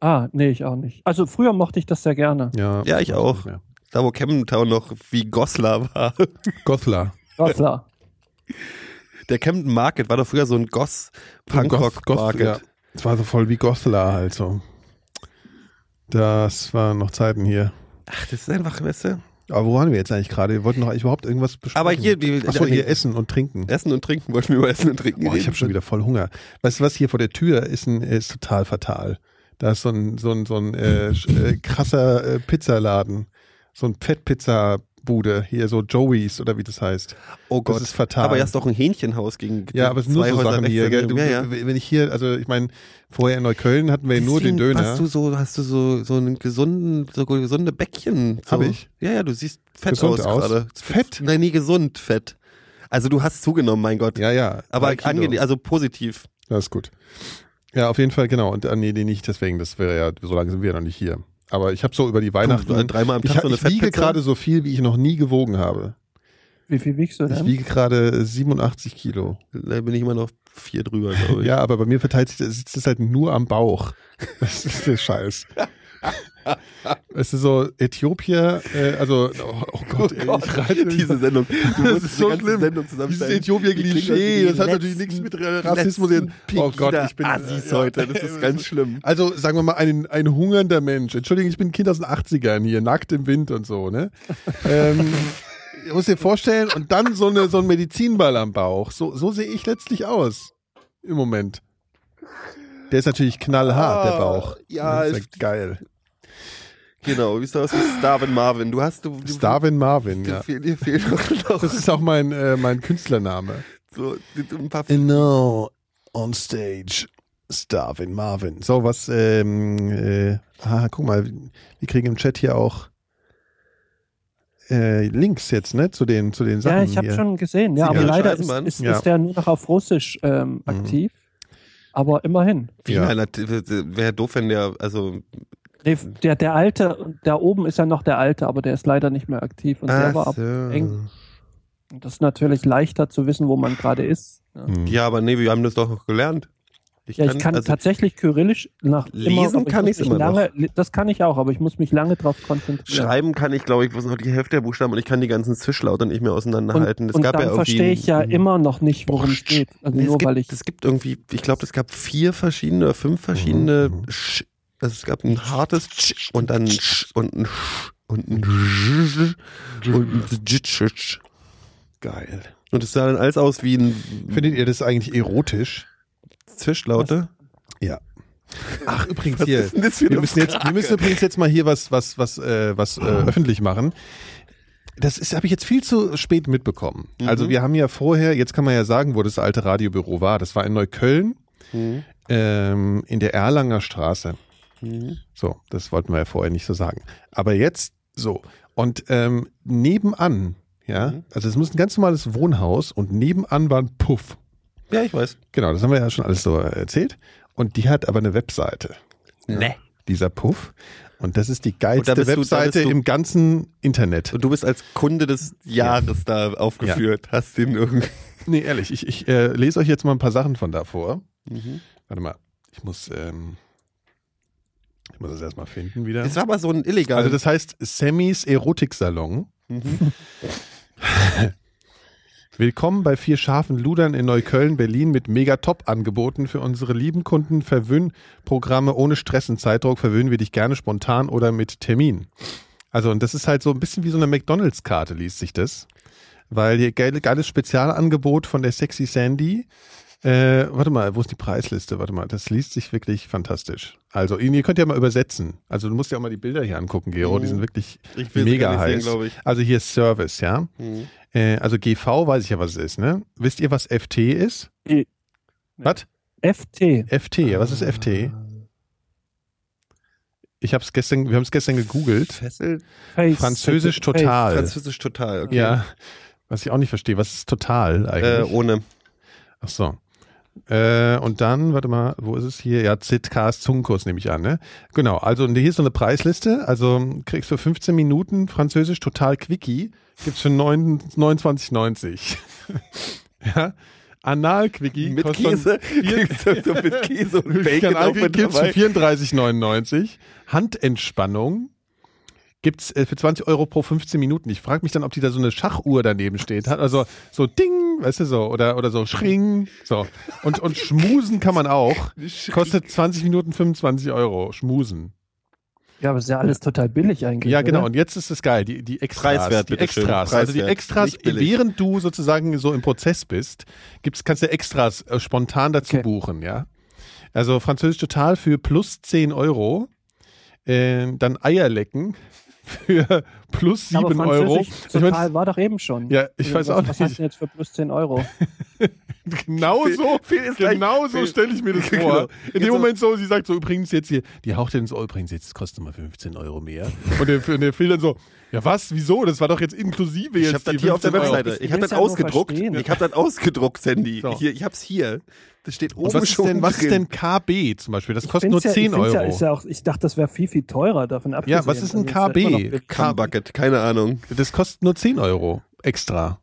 Ah, nee, ich auch nicht. Also früher mochte ich das sehr gerne. du? Ja, Ja, ich mag's auch. nicht mehr. da wo Camden Town noch wie Goslar war. Gothlar. Ja, klar. Der Camden Market war doch früher so ein Goss Punkrock Market. ja. Es war so voll wie Gothlar halt so. Das waren noch Zeiten hier. Ach, das ist einfach, weißt du, Aber wo waren wir jetzt eigentlich gerade? Wir wollten noch eigentlich überhaupt irgendwas besprechen. Aber hier, die- Achso, hier- hier essen und trinken. Essen und Trinken wollten wir über Essen und Trinken Boah, ich habe schon wieder voll Hunger. Weißt du was, hier vor der Tür ist, ein, ist total fatal. Da ist so ein, so ein, so ein äh, sch- äh, krasser äh, Pizzaladen. So ein Fettpizza-Bude. Hier so Joey's oder wie das heißt. Oh Gott. ist fatal. Aber er ist doch ein Hähnchenhaus gegen Ja, aber es sind nur zwei so Häuser Sachen rechts hier. Gell? Du, daneben. ja, ja. Wenn ich hier, also ich meine, vorher in Neukölln hatten wir nur den Deswegen Döner. Hast du so, hast du so, so einen gesunden, so gesunde Bäckchen. So. Hab ich? Ja, ja, du siehst fett Gesund aus, aus? gerade. Fett? Nein, nie gesund, fett. Also du hast zugenommen, mein Gott. ja, ja. aber drei Kilo. angenehm, also positiv. Ja, ist gut. Ja, auf jeden Fall, genau. Und äh, nee, nee, nicht deswegen. Das wäre ja, so lange sind wir ja noch nicht hier. Aber ich habe so über die Weihnachten. äh, dreimal am Tag ich, hab- so eine ich wiege Fettpizza? gerade so viel, wie ich noch nie gewogen habe. Wie viel wiegst du Ich denn? wiege gerade 87 Kilo. Da bin ich immer noch vier drüber, glaube ich. Ja, aber bei mir verteilt sich das, sitzt das halt nur am Bauch. Das ist der Scheiß. Es ist so Äthiopier, äh, also oh, oh Gott, ey, ich reite Diese Sendung. Du musst ist diese so ganze schlimm. Sendung Dieses zusammenstellen. Äthiopier-Klischee, das hat natürlich nichts mit Rassismus zu tun. Oh Gott, ich bin Assis ja. heute. Das ist ganz schlimm. Also sagen wir mal, ein, ein hungernder Mensch. Entschuldigung, ich bin ein Kind aus den 80ern hier, nackt im Wind und so, ne? ähm, ich muss dir vorstellen, und dann so, eine, so ein Medizinball am Bauch. So, so sehe ich letztlich aus. Im Moment. Der ist natürlich knallhart, der Bauch. ja, das ist ja geil. Genau, wie ist das mit Starvin Marvin? Du hast du, du Starvin Marvin, dir ja. fehl- dir fehlt doch noch Das ist auch mein, äh, mein Künstlername. so ein paar No, Genau. on stage, Starvin Marvin. So, was, ähm, äh, ah, guck mal, wir kriegen im Chat hier auch äh, Links jetzt, ne, zu den, zu den Sachen ja, ich habe hier. schon gesehen. Ja, Sie- aber Ja. leider ist, Eisenbahn. ist, Ja. Mhm. ist der nur noch auf Russisch ähm, aktiv. Aber immerhin. Wiener, Ja. nat- wäre doof, wenn der, also, Nee, der, der alte, da oben ist ja noch der alte, aber der ist leider nicht mehr aktiv. Und der war ab. eng. Das ist ne? natürlich leichter zu wissen, wo man gerade ist. Ja. Hm. ja, aber nee, wir haben das doch noch gelernt. Ich Ja, ich kann also, tatsächlich Kyrillisch nach Lesen aber kann muss ich's mich immer noch. lange, Das kann ich auch, aber ich muss mich lange drauf konzentrieren. Schreiben kann ich, glaube ich, was noch die Hälfte der Buchstaben und ich kann die ganzen Zwischlauter nicht mehr auseinanderhalten. und und dann verstehe ich ja immer noch nicht, worum es geht. Also Nee, es, nur gibt, weil ich es gibt irgendwie, ich glaube, es gab vier verschiedene oder fünf verschiedene Sch, also es gab ein hartes Sch und dann ein Sch und ein Sch und ein Sch und ein Sch- Sch. Geil. Und es sah dann alles aus wie ein Findet ihr das eigentlich erotisch? Zwischlaute. Ja. Ach, übrigens Was hier. ist denn das für wir, eine müssen jetzt, wir müssen übrigens jetzt mal hier was, was, was, äh, was äh, öffentlich machen. Das ist habe ich jetzt viel zu spät mitbekommen. Also wir haben ja vorher, jetzt kann man ja sagen, wo das alte Radiobüro war. Das war in Neukölln Mhm, ähm, in der Erlanger Straße. mhm. So, das wollten wir ja vorher nicht so sagen. Aber jetzt so. Und ähm, nebenan, ja, Mhm. also es muss ein ganz normales Wohnhaus und nebenan war ein Puff. Ja, ich weiß. Genau, das haben wir ja schon alles so erzählt. Und die hat aber eine Webseite. Ne. Dieser Puff. Und das ist die Und da geilste bist du- da Webseite bist du- im ganzen Internet. Und du bist als Kunde des Jahres da aufgeführt. Hast den irgendwie. Nee, ehrlich, ich, ich äh, lese euch jetzt mal ein paar Sachen von da vor. Mhm. Warte mal, ich muss, ähm, ich muss das erstmal finden wieder. Das war aber so ein illegal. Also das heißt Sammys Erotiksalon. Willkommen bei vier scharfen Ludern in Neukölln, Berlin mit mega Top-Angeboten für unsere lieben Kunden. Verwöhnprogramme ohne Stress und Zeitdruck verwöhnen wir dich gerne spontan oder mit Termin. Also und das ist halt so ein bisschen wie so eine McDonalds-Karte liest sich das, weil hier geile, geiles Spezialangebot von der Sexy Sandy. Äh, warte mal, wo ist die Preisliste? Warte mal, das liest sich wirklich fantastisch. Also, ihr ihr könnt ja mal übersetzen. Also, du musst ja auch mal die Bilder hier angucken, Gero. Mhm. Die sind wirklich Ich will sie mega gar nicht sehen, heiß. glaub ich. Mhm. Also, hier ist Service, ja. Äh, also, GV weiß ich ja, was es ist, ne? Wisst ihr, was FT ist? Nee. Was? FT. FT, ja, was ist FT? Ah. Ich hab's gestern, wir haben es gestern gegoogelt. Fessel. Face, Französisch Face. total. Französisch total. Okay. Ja, was ich auch nicht verstehe. Was ist total Äh, eigentlich? ohne. Ach so. Äh, und dann, warte mal, wo ist es hier? Ja, ZKs Zungenkurs nehme ich an, ne? Genau, also und hier ist so eine Preisliste. Also kriegst du 15 Minuten Französisch total quickie. Gibt's für 9 29,90. ja. Anal Quickie Mit kostet dann Käse? vier- Kriegst du so mit Käse und Bacon Kanal auch mit gibt's für dabei? 34,99. Handentspannung gibt's äh, für 20 Euro pro 15 Minuten. Ich frage mich dann, ob die da so eine Schachuhr daneben steht hat. Also so Ding, weißt du so, oder, oder so Schring. So. Und, und Schmusen kann man auch. Kostet 20 Minuten 25 Euro. Schmusen. Ja, aber ist ja alles total billig eigentlich. Ja, genau. Oder? Und jetzt ist es geil. Die, die Extras. Preiswert, die bitteschön. Extras. Also die Preiswert. Extras, Nicht billig. während du sozusagen so im Prozess bist, gibt's, kannst du Extras äh, spontan dazu Okay. buchen, ja. Also Französisch total für plus 10 Euro. Äh, dann Eier lecken für plus 7 aber Euro. Französisch Ich mein, Total war doch eben schon. Äh, Ja, ich weiß auch was, Was hast nicht. du denn jetzt für plus 10 Euro? Genau so, Phil ist gleich- genau so Phil- stelle ich mir das Genau. vor. In Jetzt dem so- Moment so, sie sagt so übrigens jetzt hier, die haucht dann so, oh, übrigens jetzt kostet mal 15 Euro mehr. Und der, und der Phil dann so, ja was, wieso, das war doch jetzt inklusive Ich jetzt habe das die hier auf der 15 Euro. Webseite. Ich Ich, hab habe will's das ja nur ausgedruckt. verstehen. Ich habe das ausgedruckt, Sandy. So. Hier, ich habe es hier. Das steht oben Und was ist, schon denn, was ist drin. denn KB zum Beispiel? Das kostet nur Find's ja- 10 ich find's Euro. Ja, ist ja auch, ich dachte, das wäre viel, viel teurer davon abgesehen. was ist ein Also, das ist ja immer noch KB? billig. K-Bucket, keine Ahnung. Das kostet nur 10 Euro extra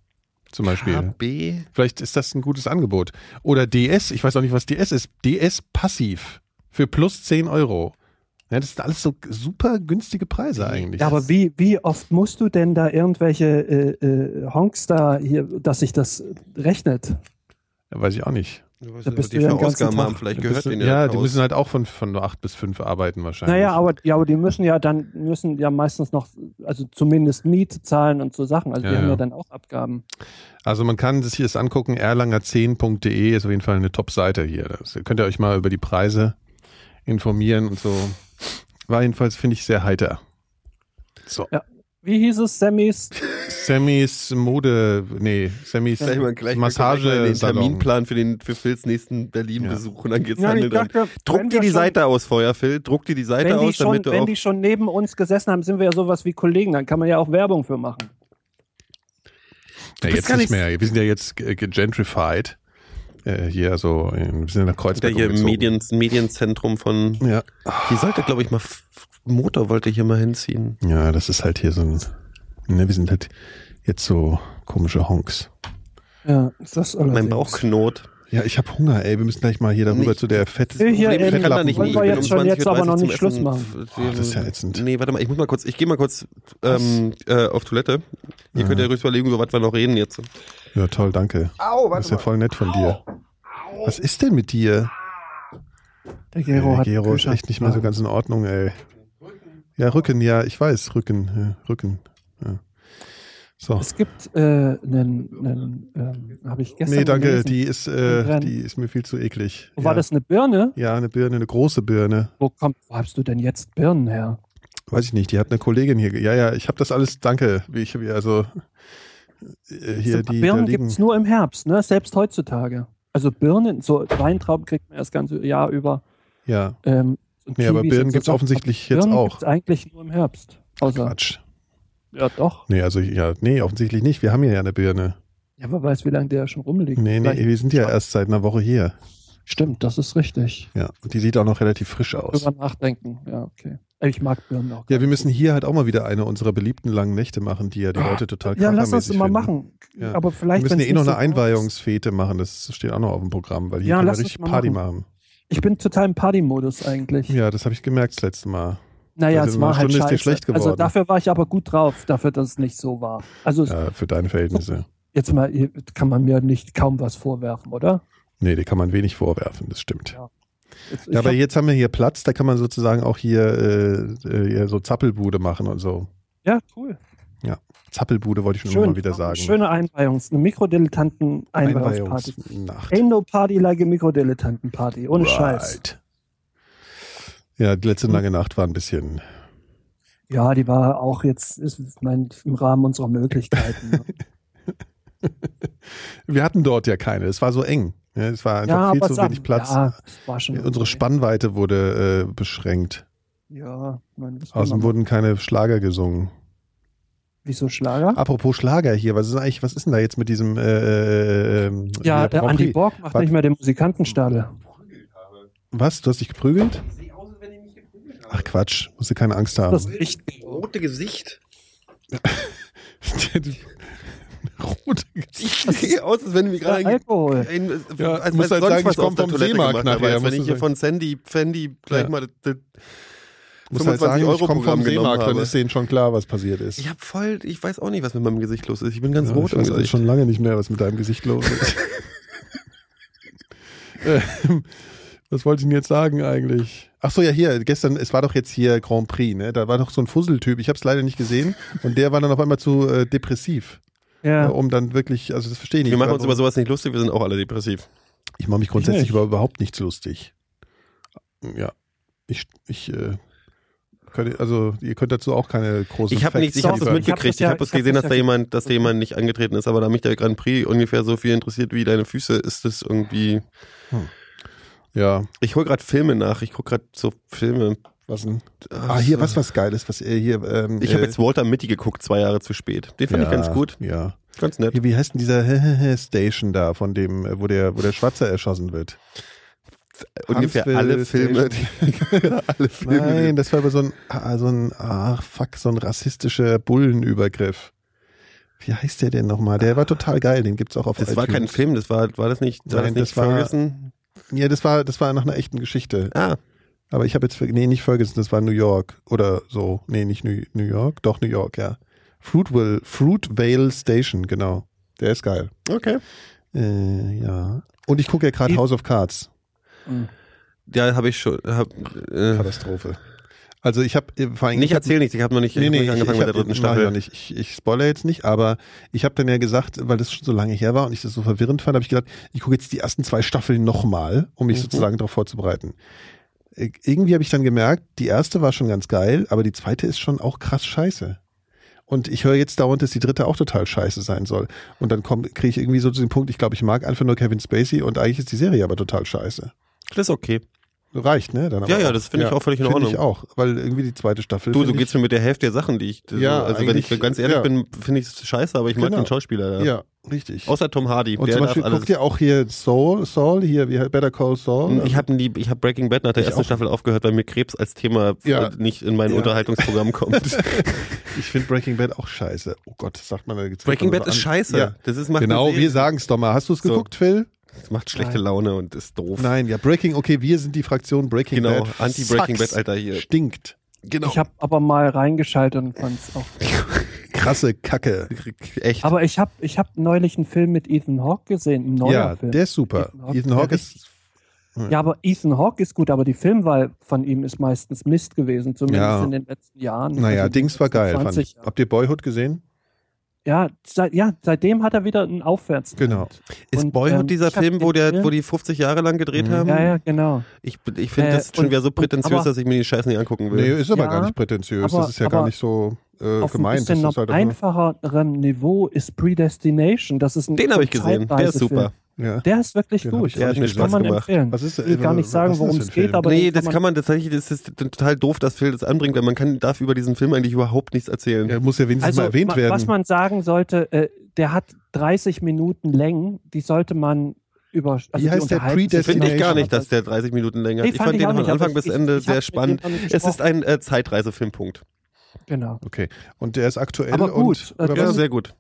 zum Beispiel. KB. Vielleicht ist das ein gutes Angebot. Oder DS, ich weiß auch nicht, was DS ist. DS passiv für plus 10 Euro. Ja, das sind alles so super günstige Preise eigentlich. Ja, aber wie, wie oft musst du denn da irgendwelche äh, äh, Honks da hier, dass sich das rechnet? Ja, Weiß ich auch nicht. Da bist die du ja für den ganzen Ausgaben Tag. haben, vielleicht Da gehört bist du- denen ja, das die Haus. müssen halt auch von, von 8 bis 5 arbeiten wahrscheinlich. Naja, aber, ja, aber die müssen ja dann, müssen ja meistens noch, also zumindest Miete zahlen und so Sachen. Also Ja, die haben ja. ja dann auch Abgaben. Also man kann sich das angucken, erlanger10.de ist auf jeden Fall eine Top-Seite hier. Das könnt ihr euch mal über die Preise informieren und so. War jedenfalls, finde ich, sehr heiter. So. Ja. Wie hieß es, Sammys? Sammys Mode, nee, Sammys Gleich mal, gleich mal Massage den Salon. Terminplan für, den, für Phils nächsten Berlin-Besuch und dann geht's dann dran. Druck wenn dir wir die schon- Seite aus vorher, Phil. Druck dir die Seite Wenn, die aus, schon, damit du wenn auch. die schon neben uns gesessen haben, sind wir ja sowas wie Kollegen. Dann kann man ja auch Werbung für machen. Ja, bist jetzt gar nicht nicht- mehr. Wir sind ja jetzt ge- gegentrified. Äh, hier so, in, wir sind in der Der Kreuzberg hier im umgezogen. Medien, Medienzentrum von. Ja. Die sollte, glaube ich, mal. F- Motor wollte hier mal hinziehen. ja, das ist halt hier so ein, ne, wir sind halt jetzt so komische Honks. Ja, ist das Mein Bauch knurrt. Ja, ich habe Hunger, ey. Wir müssen gleich mal hier darüber Nee. zu der Fett. Das Hier, Problem, ey, ich kann da nicht wollen nie. wir Ich bin jetzt um schon jetzt 20 aber noch zum nicht Schluss Essen. machen? Oh, das ist ja ätzend. Nee, warte mal, ich muss mal kurz, ich gehe mal kurz ähm, äh, auf Toilette. Ihr könnt ja ruhig überlegen, über was wir noch reden jetzt. Ja, toll, danke. Au, Das ist ja voll nett von dir. Was ist denn mit dir? Der Gero Ey, hat Gero ist Kühlschrank- echt nicht mehr so ganz in Ordnung, ey. Ja, Rücken, ja, ich weiß, Rücken, ja, Rücken. Ja. So. Es gibt äh, einen, einen ähm, habe ich gestern. Nee, danke, gelesen. die ist, äh, die ist mir viel zu eklig. War ja. das eine Birne? Ja, eine Birne, eine große Birne. Wo kommt, wo hast du denn jetzt Birnen her? Weiß ich nicht, die hat eine Kollegin hier. ge- Ja, ja, ich habe das alles, danke. Wie Ich, also, äh, hier, die da Also, Birnen liegen. gibt es nur im Herbst, ne? selbst heutzutage. Also Birnen, so Weintrauben kriegt man erst ganze Jahr über. Ja, Ähm, und nee, aber Kiwis Birnen und so gibt es Sachen. offensichtlich Aber jetzt Birnen auch. gibt's eigentlich nur im Herbst. Außer, Quatsch. ja doch. Nee, also, ja, nee, offensichtlich nicht. Wir haben hier ja eine Birne. Ja, wer weiß, wie lange der schon rumliegt. Nee, nee, Vielleicht- wir sind ja erst seit einer Woche hier. Stimmt, das ist richtig. Ja, und die sieht auch noch relativ frisch aus. Drüber nachdenken, ja, okay. Ich mag Birnen auch. Ja, wir müssen hier halt auch mal wieder eine unserer beliebten langen Nächte machen, die ja die Leute total Ja, lass das krampfermäßig immer finden. machen. Ja. Aber Wir vielleicht. müssen ja wenn's eh noch nicht eine so warm ist. Einweihungsfete machen, das steht auch noch auf dem Programm, weil hier Ja, kann man lass uns richtig mal Party machen. machen. Ich bin total im Party-Modus eigentlich. Ja, das habe ich gemerkt das letzte Mal. naja, Also es in einer war halt Stunde ist dir scheiße. schlecht also geworden. dafür war ich aber gut drauf, dafür, dass es nicht so war. Also es- Ja, äh, für deine Verhältnisse. jetzt mal hier kann man mir nicht kaum was vorwerfen, oder? Nee, die kann man wenig vorwerfen, das stimmt. Ja, Jetzt, ich Ja, aber hab, jetzt haben wir hier Platz, da kann man sozusagen auch hier, äh, äh, hier so Zappelbude machen und so. ja cool. Zappelbude wollte ich schon Schön. immer mal wieder sagen. Schöne Einweihungs-, eine Mikrodilettanten-Einweihungsparty. Einweihungsnacht. Ain't no party like a Mikrodilettanten-Party. Ohne Scheiß. Hm. Right. Ja, die letzte lange Nacht war ein bisschen. Ja, die war auch jetzt, ist, ich mein, im Rahmen unserer Möglichkeiten. ne? Wir hatten dort ja keine. Es war so eng. Ja, es war einfach viel zu es am- wenig Platz. Äh, Ja, es war schon Unsere okay. Spannweite wurde äh, beschränkt. Ja, mein, was will man Außerdem machen? wurden keine Schlager gesungen. Wieso Schlager? Apropos Schlager hier, was ist denn eigentlich, was ist denn da jetzt mit diesem äh, äh, äh, ja, hier, der Grand Andy Prix? Borg macht Was? nicht mehr den Musikantenstadel. Was? Du hast dich geprügelt? Ach Quatsch, musst du keine Angst haben. Das riecht Rote Gesicht. Rote Gesicht. Ich sehe aus, als wenn du mir der gerade ein- Alkohol. ein- Ja, als musst wenn halt sagen, sonst was ich komm auf der vom Toilette Seemarkt gemacht habe, nachher, Als wenn musst ich du hier sagen. von Sandy, Fendi gleich Ja. mal das Muss halt 25 sagen, ich Euro komme vom Programm genommen Seemarkt, dann habe. ist denen schon klar, was passiert ist. Ich hab voll, ich weiß auch nicht, was mit meinem Gesicht los ist. Ich bin ganz Ja, rot ich im weiß Gesicht. schon lange nicht mehr, was mit deinem Gesicht los ist. ähm, was wollte ich denn jetzt sagen eigentlich? Ach so, ja, hier, gestern, es war doch jetzt hier Grand Prix, ne? Da war doch so ein Fusseltyp, ich habe es leider nicht gesehen. Und der war dann auf einmal zu äh, depressiv, äh, Ja. um dann wirklich, also das verstehe ich nicht. Wir machen uns Warum- über sowas nicht lustig, wir sind auch alle depressiv. ich mache mich grundsätzlich nicht. über überhaupt nichts lustig. Ja, ich, ich äh, könnte, also ihr könnt dazu auch keine großen Ich habe Facts nichts, ich habe das liefern. mit- Ich hab das mitgekriegt. Ich ja- habe das ich hab gesehen, das ja dass da jemand, dass da jemand nicht angetreten ist, aber da mich der Grand Prix ungefähr so viel interessiert wie deine Füße, ist das irgendwie. Ja, Ich hol gerade Filme nach. Ich guck gerade so Filme. was denn? Ah, hier, was was Geiles, was äh, hier. Ähm, Ich habe äh, jetzt Walter Mitty geguckt, zwei Jahre zu spät. Den fand ja, ich ganz gut, Ja. ganz nett. Hier, Wie heißt denn dieser Station da, von dem, äh, wo der, wo der Schwarze erschossen wird? Ungefähr Huntsville alle Filme. Genau, alle Nein, das war aber so ein, ah, so ein, ach fuck, so ein rassistischer Bullenübergriff. Wie heißt der denn nochmal? Der war total geil, den gibt's auch auf Das war kein iTunes. Film. Das war, war das nicht? War Nein, das das nicht war- Ferguson? Ja, das war, das war nach einer echten Geschichte. Ah, Aber ich habe jetzt, nee, nicht Ferguson, das war New York oder so. Nee, nicht New, New York, doch New York, ja. Fruitvale, Fruitvale Station, genau. Der ist geil. okay. Äh, ja. Und ich gucke ja gerade Die- House of Cards. Ja, habe ich schon. Hab, äh, Katastrophe. Also ich habe vor allem nicht ich hab- erzähl nichts. Ich habe noch nicht, ich hab noch nicht angefangen ich, mit hab- der dritten mach Staffel. ich auch nicht. Ich, ich spoilere jetzt nicht, aber ich habe dann ja gesagt, weil das schon so lange her war und ich das so verwirrend fand, habe ich gedacht, ich gucke jetzt die ersten zwei Staffeln nochmal, um mich Mhm. sozusagen darauf vorzubereiten. Äh, Irgendwie habe ich dann gemerkt, die erste war schon ganz geil, aber die zweite ist schon auch krass scheiße. Und ich höre jetzt dauernd, dass die dritte auch total scheiße sein soll. Und dann kriege ich irgendwie so zu dem Punkt, ich glaube, ich mag einfach nur Kevin Spacey und eigentlich ist die Serie aber total scheiße. Das ist okay. Reicht, ne? Dann aber Ja, ja, das finde ich auch völlig in Finde Ordnung. ich auch, weil irgendwie die zweite Staffel. Du, so finde ich- geht's mir mit der Hälfte der Sachen, die ich. Ja, also wenn ich eigentlich, ganz ehrlich ja. bin, finde ich es scheiße, aber ich mag Genau. den Schauspieler. Ja. Ja, richtig. Außer Tom Hardy, Und der zum Beispiel darf alles. Hm, guckt ihr auch hier Soul, Soul hier, wie heißt- Better Call Saul. Also ich habe nie, ich habe Breaking Bad nach der Ich ersten auch. Staffel aufgehört, weil mir Krebs als Thema Ja. äh, nicht in mein Ja. Unterhaltungsprogramm kommt. ich finde Breaking Bad auch scheiße. Oh Gott, das sagt man da jetzt. Breaking man Bad so ist an. scheiße. Ja. Das ist macht genau, das eh- wir sagen es doch mal. Hast du es So. geguckt, Phil? Das macht schlechte Nein. Laune und ist doof. Nein, ja, Breaking, okay, wir sind die Fraktion Breaking Genau, Bad. Anti-Breaking Sucks. Bad, Alter, hier. Stinkt. Genau. Ich habe aber mal reingeschaltet und fand es auch. Krasse Kacke. Echt. Aber ich habe ich hab neulich einen Film mit Ethan Hawke gesehen, einen neuen ja, Film. der ist super. Ethan Hawke, Ethan Hawke der ist. ja, aber Ethan Hawke ist gut, aber die Filmwahl von ihm ist meistens Mist gewesen, zumindest Ja. in den letzten Jahren. Naja, Also die Dings war letzten geil. Fand 20 ich. Jahre. Habt ihr Boyhood gesehen? Ja, seit, ja, seitdem hat er wieder einen Aufwärts. Genau. Ist Und, Boyhood ähm, dieser ich hab Film, wo, den der, Film- wo die 50 Jahre lang gedreht Mhm. haben? Ja, ja, genau. Ich, ich finde Äh, das schon und- wieder so prätentiös, aber- dass ich mir den Scheiß nicht angucken will. Nee, ist aber Ja, gar nicht prätentiös. aber- das ist ja gar aber nicht so äh, Auf gemeint. ein bisschen das noch ist halt einfach, einfacherem Niveau ist Predestination. Das ist ein den habe ich gesehen. Der ist Zeitreisefilm. super. ja. Der ist wirklich Den hab gut. Also ich auch Der hat nicht mir gesehen. kann man Spaß gemacht. empfehlen. Was ist, ich will gar äh, nicht sagen, was ist das worum für ein es geht, Film? aber nee, den das kann man tatsächlich, das ist total doof, dass Phil das anbringt, weil man kann, darf über diesen Film eigentlich überhaupt nichts erzählen. Er muss ja wenigstens also, mal erwähnt ma- werden. was man sagen sollte, äh, der hat 30 Minuten Längen, die sollte man über. Also die heißt der unterhalten sich Predestination? Finde ich gar miteinander. nicht, dass der 30 Minuten länger Nee, ist. Ich fand den auch von nicht, aber Anfang ich- bis ich- ich Ende hab sehr mit spannend. dem noch nicht Es ist gesprochen. ein äh, Zeitreisefilmpunkt. Genau. okay. Und der ist aktuell Aber gut, und. äh, Oder das Ja, was? ist- sehr gut.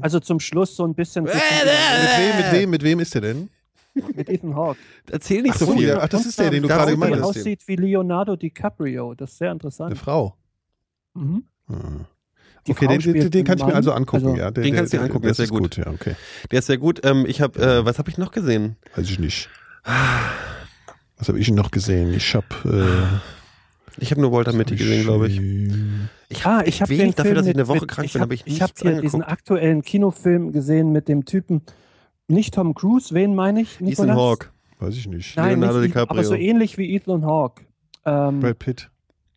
Also zum Schluss so ein bisschen Äh, zwischen- mit, wem, äh, mit, wem, mit wem ist der denn? mit Ethan Hawke. Erzähl nicht Ach so so, viel. ja. Ach, das ist der, den du Kunstner, gerade gemeint der hast. aussieht wie Leonardo DiCaprio. Das ist sehr Eine interessant. Frau. Mhm. Hm. Die Okay, Frau den, den, spielt den kann einen ich mir also Mann. angucken, Also, ja. den kannst du dir der- angucken, das der ist ist sehr gut. Ja, okay. Der ist sehr gut. Ähm, ich hab, äh, was habe ich noch gesehen? Weiß ich nicht. Was habe ich denn noch gesehen? Ich äh, habe. Ich habe nur Walter Äh, Mitty gesehen, glaube ich. Ich Ah, ich habe den wenig dafür, Film dass ich mit, eine Woche mit, krank ich bin, hab- habe ich Ich nichts habe hier diesen angeguckt. aktuellen Kinofilm gesehen mit dem Typen, nicht Tom Cruise, wen meine ich? Ethan Nicolas? Hawke. Weiß ich nicht. Nein, Leonardo nicht, Ethan- DiCaprio. aber so ähnlich wie Ethan Hawke. Ähm, Brad Pitt.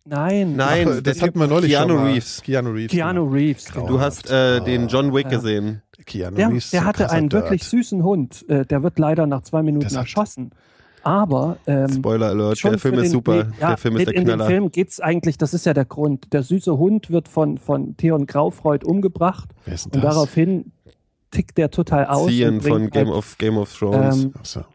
nein, Nein, Ach, das der hat man neulich Keanu schon mal. Reeves. Keanu Reeves. Keanu Reeves. Grau. genau. Du hast äh, Ah. den John Wick Ja. gesehen. Keanu Der, Reeves. der so hatte krasser einen wirklich Dirt. süßen Hund. Äh, der wird leider nach zwei Minuten Das hat- erschossen. Aber ähm, Spoiler Alert, schon der Film für ist den- super. nee, ja, der Film ist der in Knaller. In dem Film geht es eigentlich, das ist ja der Grund. Der süße Hund wird von, von Theon Graufreud umgebracht Wer ist denn und das? daraufhin tickt der total aus. Ziehen und bringt von Game, halt, of, Game of Thrones. Ähm, Ach so.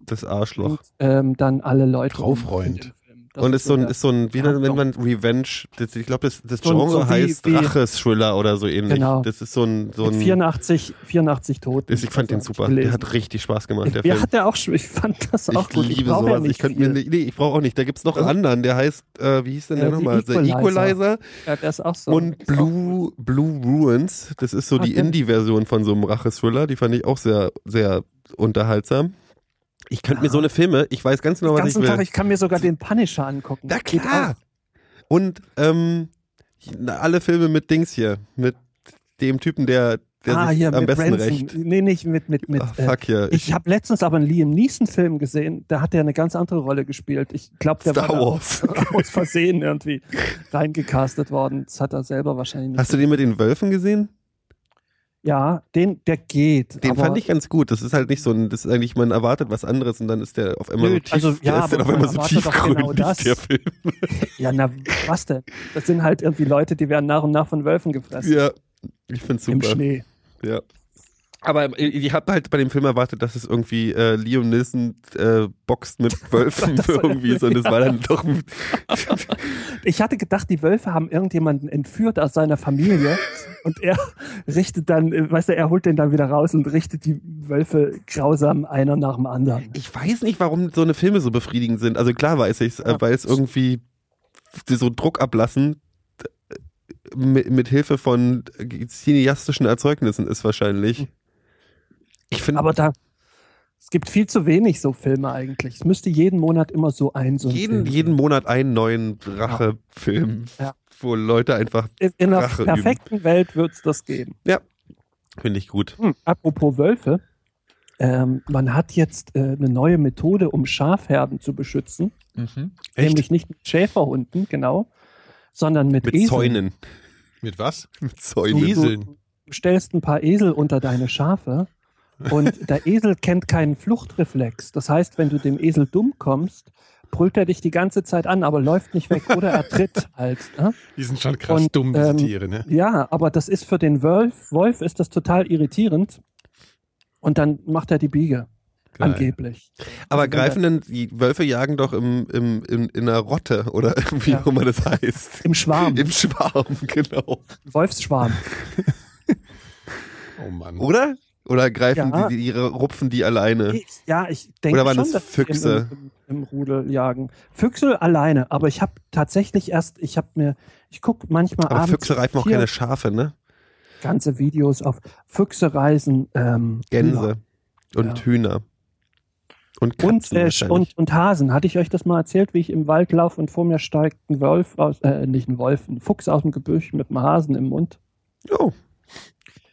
das und, Arschloch. ähm, dann alle Leute. Graufreund. um in dem Film. Das Und ist so ein, der- ist so ein wie Ja, nennt doch. man Revenge, das, ich glaube, das, das So ein- Genre so wie- heißt wie- Rache-Thriller oder so ähnlich. Genau. Das ist so ein, so mit ein 84, 84 Toten. ich fand den Also, super. gelesen. Der hat richtig Spaß gemacht, der ja, Film. hat der auch schon. Ich fand das auch ich gut. liebe brauch ja sowas. nicht ich könnte mir viel. nicht, nee, ich brauche auch nicht. Da gibt es noch einen anderen, der heißt, äh, wie hieß denn der Äh, The nochmal? The Equalizer. Equalizer Ja, der ist auch so. und Blue, Blue Ruins. Das ist so Ah, die kenn ich. Indie-Version von so einem Rache-Thriller. Die fand ich auch sehr, sehr unterhaltsam. Ich könnte mir so eine Filme, ich weiß ganz genau, Den was ich ganzen will. Tag, ich kann mir sogar den Punisher angucken. Na Geht klar. auch. Und ähm, na, alle Filme mit Dings hier, mit dem Typen, der, der ah, sich hier am mit besten Branson. rächt. Nee, nicht mit, mit, mit Ach, äh, fuck hier. Ich habe letztens aber einen Liam Neeson-Film gesehen, da hat er eine ganz andere Rolle gespielt. Ich glaube, der Star war da Wars. aus Versehen irgendwie reingecastet worden. Das hat er selber wahrscheinlich nicht. Hast du den mit den Wölfen gesehen? ja, den, der geht. Den aber fand ich ganz gut. Das ist halt nicht so ein, das ist eigentlich, man erwartet was anderes und dann ist der auf einmal Nö, so tief, also, ja, der ist dann aber auf einmal man so erwartet doch tiefgründig, genau das. der Film. Ja, na, was denn? Das sind halt irgendwie Leute, die werden nach und nach von Wölfen gefressen. Ja, ich find's Im super. Schnee. Ja. Aber ich, ich habe halt bei dem Film erwartet, dass es irgendwie äh, Liam Neeson äh, boxt mit Wölfen Das war- irgendwie so und es war dann doch ein Ich hatte gedacht, die Wölfe haben irgendjemanden entführt aus seiner Familie und er richtet dann, äh, weißt du, er holt den dann wieder raus und richtet die Wölfe grausam einer nach dem anderen. Ich weiß nicht, warum so eine Filme so befriedigend sind. Also klar weiß ich es, Ja. weil es irgendwie so Druck ablassen äh, mit, mit Hilfe von cineastischen Erzeugnissen ist wahrscheinlich. Ich finde, Aber da, es gibt viel zu wenig so Filme eigentlich. Es müsste jeden Monat immer so ein, so ein jeden, Film. jeden Monat einen neuen Rachefilm, Ja. wo Leute einfach, In, in einer Rache üben. perfekten Welt wird es das geben. finde ich gut. Hm, apropos Wölfe. Ähm, man hat jetzt äh, eine neue Methode, um Schafherden zu beschützen. Nämlich nicht mit Schäferhunden, genau, sondern mit, Mit Eseln. Zäunen. Mit was? Mit Du, Zäunen. du, Eseln. du stellst ein paar Esel unter deine Schafe und der Esel kennt keinen Fluchtreflex. Das heißt, wenn du dem Esel dumm kommst, brüllt er dich die ganze Zeit an, aber läuft nicht weg oder er tritt halt. Ne? Die sind schon krass Und, dumm, diese ähm, Tiere, ne? Ja, aber das ist für den Wolf, Wolf ist das total irritierend. Und dann macht er die Biege, Geil. angeblich. Also Aber wenn greifen denn, die Wölfe jagen doch im, im, in, in einer Rotte oder wie Ja. auch immer das heißt. Im Schwarm, Im Schwarm, genau. Wolfsschwarm. Oh Mann. Oder? Oder greifen Ja. die, die, die rupfen die alleine? Ich, ja, ich denke Oder waren schon, das dass die im- Füchse? Im, im, im Rudel jagen. Füchse alleine, aber ich habe tatsächlich erst, ich habe mir, ich gucke manchmal Aber abends Füchse reifen auch hier keine Schafe, ne? ganze Videos auf Füchse reisen, ähm, Gänse und Ja. Hühner. Und über- Und, Katzen äh, wahrscheinlich. und, und Hasen. Hatte ich euch das mal erzählt, wie ich im Wald laufe und vor mir steigt ein Wolf aus, äh, nicht ein Wolf, ein Fuchs aus dem Gebüsch mit einem Hasen im Mund. Oh,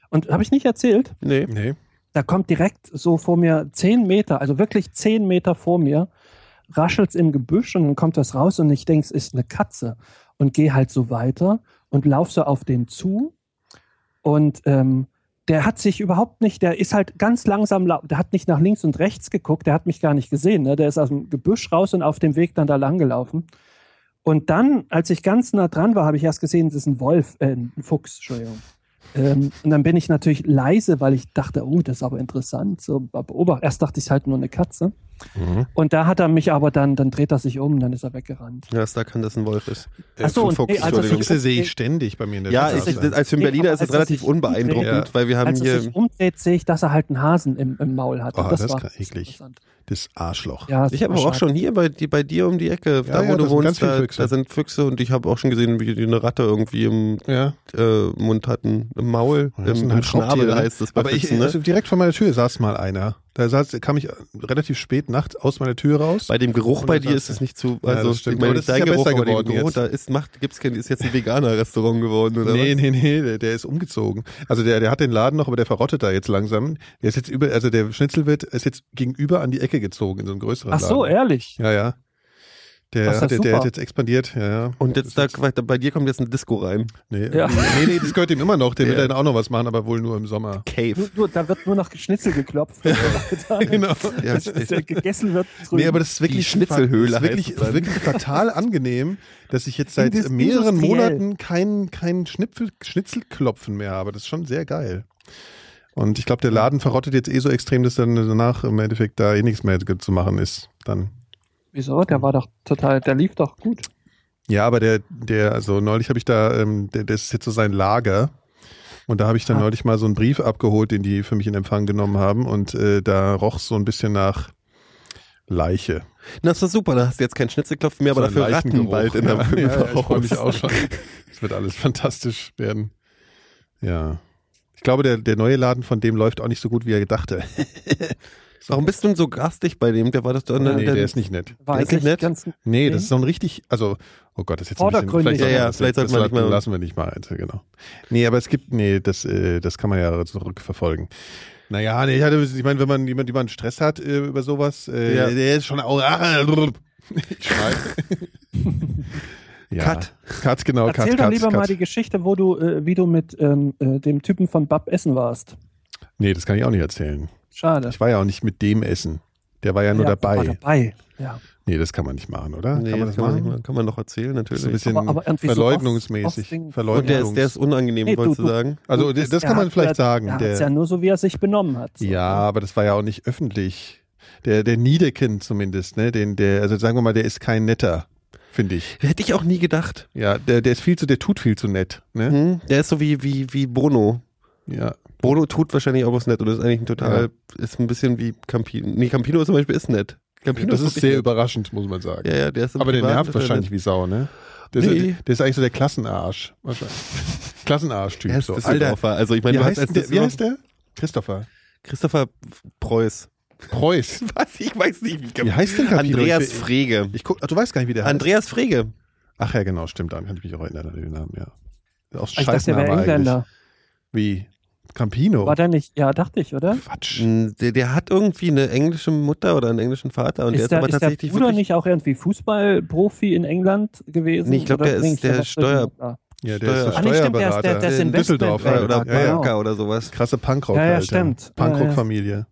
Und habe ich nicht erzählt? nee. Nee. Da kommt direkt so vor mir zehn Meter, also wirklich zehn Meter vor mir, raschelt's im Gebüsch und dann kommt das raus und ich denke, es ist eine Katze und gehe halt so weiter und laufe so auf den zu und ähm, der hat sich überhaupt nicht, der ist halt ganz langsam, lau- der hat nicht nach links und rechts geguckt, der hat mich gar nicht gesehen, ne? der ist aus dem Gebüsch raus und auf dem Weg dann da lang gelaufen. Und dann, als ich ganz nah dran war, habe ich erst gesehen, es ist ein Wolf, äh, ein Fuchs, Entschuldigung. Ähm, und dann bin ich natürlich leise, weil ich dachte, oh, das ist aber interessant. So, beobacht. Erst dachte ich, es ist halt nur eine Katze. Mhm. Und da hat er mich aber dann, dann dreht er sich um, dann ist er weggerannt. Ja, da kann das ein Wolf ist. Ach Äh, so, ein und- nee, also Entschuldigung. Füchse sehe ich ständig bei mir in der Ja, ich, Straße. ich, als für einen Nee, Berliner aber ist es als er relativ sich umdreht, unbeeindruckend, weil wir haben Als er hier. sich umdreht, sehe ich, dass er halt einen Hasen im, im Maul hat. Oh, Und das ist war gar eklig. interessant. Das Arschloch. Ja, Ich habe aber auch schade. schon hier bei, die, bei dir um die Ecke, Ja, da ja, da wo du sind ganz wohnst, viele da, Füchse. da sind Füchse und ich habe auch schon gesehen, wie die eine Ratte irgendwie im ja. äh, Mund hatten, im Maul, Ja, das im, sind im halt Schnabel Raubtiere, ne? heißt das bei Aber ich, Füchsen, ne? also direkt vor meiner Tür saß mal einer. Da saß, kam ich äh, relativ spät nachts aus meiner Tür raus. Bei dem Geruch Und bei das dir hat- ist es nicht zu. Ja, Also, das stimmt. ich meine, Aber das ist ja besser aber den geworden Geruch, jetzt. da ist, macht, gibt's kein, ist jetzt ein veganer Restaurant geworden, oder? nee, was? nee, nee, der, der ist umgezogen. Also der, der hat den Laden noch, aber der verrottet da jetzt langsam. Der ist jetzt über, also der Schnitzel wird ist jetzt gegenüber an die Ecke gezogen in so einem größeren Ach so, Laden. ehrlich. Ja, ja. Ach, Der, ist hat, ja der, der hat super. jetzt expandiert, ja, ja. Und jetzt da, Das ist- bei dir kommt jetzt ein Disco rein. Nee, Ja. nee, nee, das gehört ihm immer noch. Der Ja. wird dann auch noch was machen, aber wohl nur im Sommer. Cave. Nur, nur, da wird nur nach Schnitzel geklopft. Genau. Ja, Das ist, ja gegessen wird. drüben. Nee, aber das ist wirklich Die Schnitzelhöhle Das ist heißt wirklich, es dann. wirklich total angenehm, dass ich jetzt seit Indus- mehreren industriell. Monaten keinen kein Schnipfel, Schnitzelklopfen mehr habe. Das ist schon sehr geil. Und ich glaube, der Laden verrottet jetzt eh so extrem, dass dann danach im Endeffekt da eh nichts mehr zu machen ist. Dann. Wieso? Der war doch total, der lief doch gut. Ja, aber der, der, also neulich habe ich da, ähm, der, das ist jetzt so sein Lager. Und da habe ich dann Ah. neulich mal so einen Brief abgeholt, den die für mich in Empfang genommen haben. Und äh, da roch so ein bisschen nach Leiche. Na, das ist super, da hast du jetzt keinen Schnitzelklopfen mehr, aber So ein dafür Ratten Leichengeruch. bald in der ja, Höhle ja, Ich raus. freue mich auch schon. Es wird alles fantastisch werden. Ja. Ich glaube, der, der neue Laden von dem läuft auch nicht so gut, wie er gedachte. Warum bist du denn so garstig bei dem? Der war das dann. nee, der, der ist nicht nett. War Der ist nicht eigentlich nett. ganz, Nee, das Nee. ist so ein richtig, also, oh Gott, das ist jetzt Vordergründig. sollten Ja, wir ja, das- vielleicht das sollten wir nicht lassen- mal- Lassen wir nicht mal, also, genau. Nee, aber es gibt, nee, das, äh, das kann man ja zurückverfolgen. Naja, nee, ich, hatte, ich meine, wenn man jemand, jemand Stress hat äh, über sowas, äh, Ja. der ist schon ah, auch, ich schrei. ja. Cut. Cut, genau, Erzähl Cut, doch Cut, lieber Cut. mal die Geschichte, wo du, äh, wie du mit ähm, äh, dem Typen von Bab Essen warst. Nee, das kann ich auch nicht erzählen. Schade. Ich war ja auch nicht mit dem Essen. Der war ja nur Ja, dabei. War dabei. Ja. Nee, das kann man nicht machen, oder? nee, kann man das kann, man nicht machen? mal, kann man noch erzählen, Das natürlich. ist ein bisschen Aber- aber irgendwie so verleugnungsmäßig. aufs- aufs- Und der ist, der ist Verleugnungs unangenehm, Nee, du- wolltest du du- sagen? also Gut, das, das er kann man hat- vielleicht er- sagen. Er Der, ist ja nur so, wie er sich benommen hat. So. ja, aber das war ja auch nicht öffentlich. Der, der Niedecken zumindest, ne? Den, der, also sagen wir mal, der ist kein netter, finde ich. Hätte ich auch nie gedacht. Ja, der, der ist viel zu, der tut viel zu nett. Ne? Hm? Der ist so wie, wie, wie Bono. Ja. Bono tut wahrscheinlich auch was nett und ist eigentlich ein total, ist ein bisschen wie Campino. Nee, Campino zum Beispiel ist nett. Campino Das ist wirklich sehr nett. überraschend, muss man sagen. Ja, ja, der ist im Aber der Privaten nervt ist halt er wahrscheinlich nett. wie Sau, ne? Der ist, Nee. der ist eigentlich so der Klassenarsch. Wahrscheinlich. Klassenarsch-Typ. Er ist so. Alter, Düsseldorfer. Also ich meine, du hast als Düsseldorfer- der? Christopher. Christopher Preuß. Preuß. Was? Ich weiß nicht, wie Wie heißt denn Campino? Andreas Ich- ich- Frege. Ich guck, ach, du weißt gar nicht, wie der Andreas Frege. heißt. Ach ja, genau, stimmt. Dann kann ich mich auch erinnern an den Namen, ja. Ist Auch ich dachte, er Scheißname wäre Engländer. Wie? Campino? War der nicht? Ja, dachte ich, oder? Quatsch. Mm, Der, der hat irgendwie eine englische Mutter oder einen englischen Vater und der ist ist der, aber ist der tatsächlich Bruder wirklich. nicht auch irgendwie Fußballprofi in England gewesen? Nee, ich glaub, Oder der ist- bring ich der da was Steuer- durcheinander? Ja, Steuer- der Ah, nee, ist der stimmt, der ist- Steuerberater. der- der ist in Investment- Düsseldorf, Äh, oder ja, ja. genau. Bank- Banker oder sowas. Krasse Punkrock, Ja, ja, Alter. stimmt. Punkrock-Familie.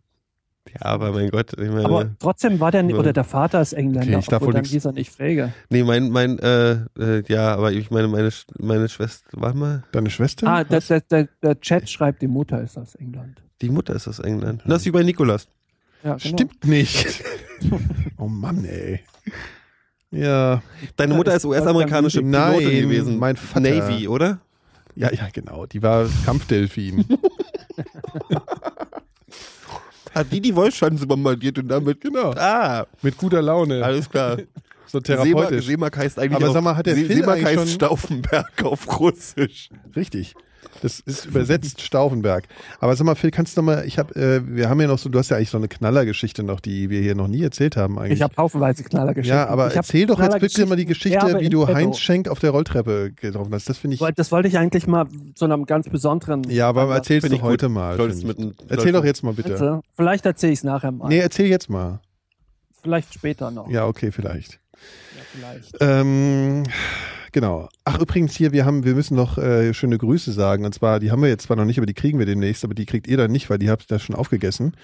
Ja, aber mein Gott, ich meine. Aber trotzdem war der nicht, oder der Vater ist Engländer, Okay, ich darf obwohl wohl dann nix- hieß er nicht Frege. Nee, mein, mein, äh, äh, ja, aber ich meine, meine, Sch- meine Schwester, warte mal, Deine Schwester? Ah, der, der, der, der Chat schreibt, die Mutter ist aus England. die Mutter ist aus England. Das ist wie bei Nikolas. Ja, genau. Stimmt nicht. oh Mann, ey. Ja. Deine Mutter ist US-amerikanische Nein, Pilotin gewesen. mein Vater. Navy, oder? Ja, ja, genau. Die war Kampfdelfin. Hat die die Wolfschanze bombardiert und damit. Genau. Ah, Mit guter Also, Laune. alles klar. So Seemark, therapeutisch. Seemark heißt eigentlich. Aber auf, sag mal, hat der See- Phil Seemark eigentlich heißt schon- Stauffenberg auf Russisch. Richtig. Das ist übersetzt Stauffenberg. Aber sag mal, Phil, kannst du noch mal, ich habe, äh, wir haben ja noch so, du hast ja eigentlich so eine Knallergeschichte noch, die wir hier noch nie erzählt haben eigentlich. Ich habe haufenweise Knallergeschichten. ja, aber ich hab erzähl doch jetzt bitte Knallergeschichten mal die Geschichte, derbe wie in du petto. Heinz Schenk auf der Rolltreppe getroffen hast. Das finde ich. Wollt- Das wollte ich eigentlich mal zu einem ganz besonderen. Ja, aber Anlass- erzähl's Finde doch ich heute gut. mal. Solltest finde ich. mit einem- Erzähl doch jetzt mal Meinst bitte. du? Vielleicht erzähle ich es nachher mal. Nee, erzähl jetzt mal. Vielleicht später noch. Ja, okay, vielleicht. Ja, vielleicht. Ähm, genau. Ach, übrigens hier, wir haben, wir müssen noch äh, schöne Grüße sagen. Und zwar, die haben wir jetzt zwar noch nicht, aber die kriegen wir demnächst, aber die kriegt ihr dann nicht, weil die habt ihr schon aufgegessen.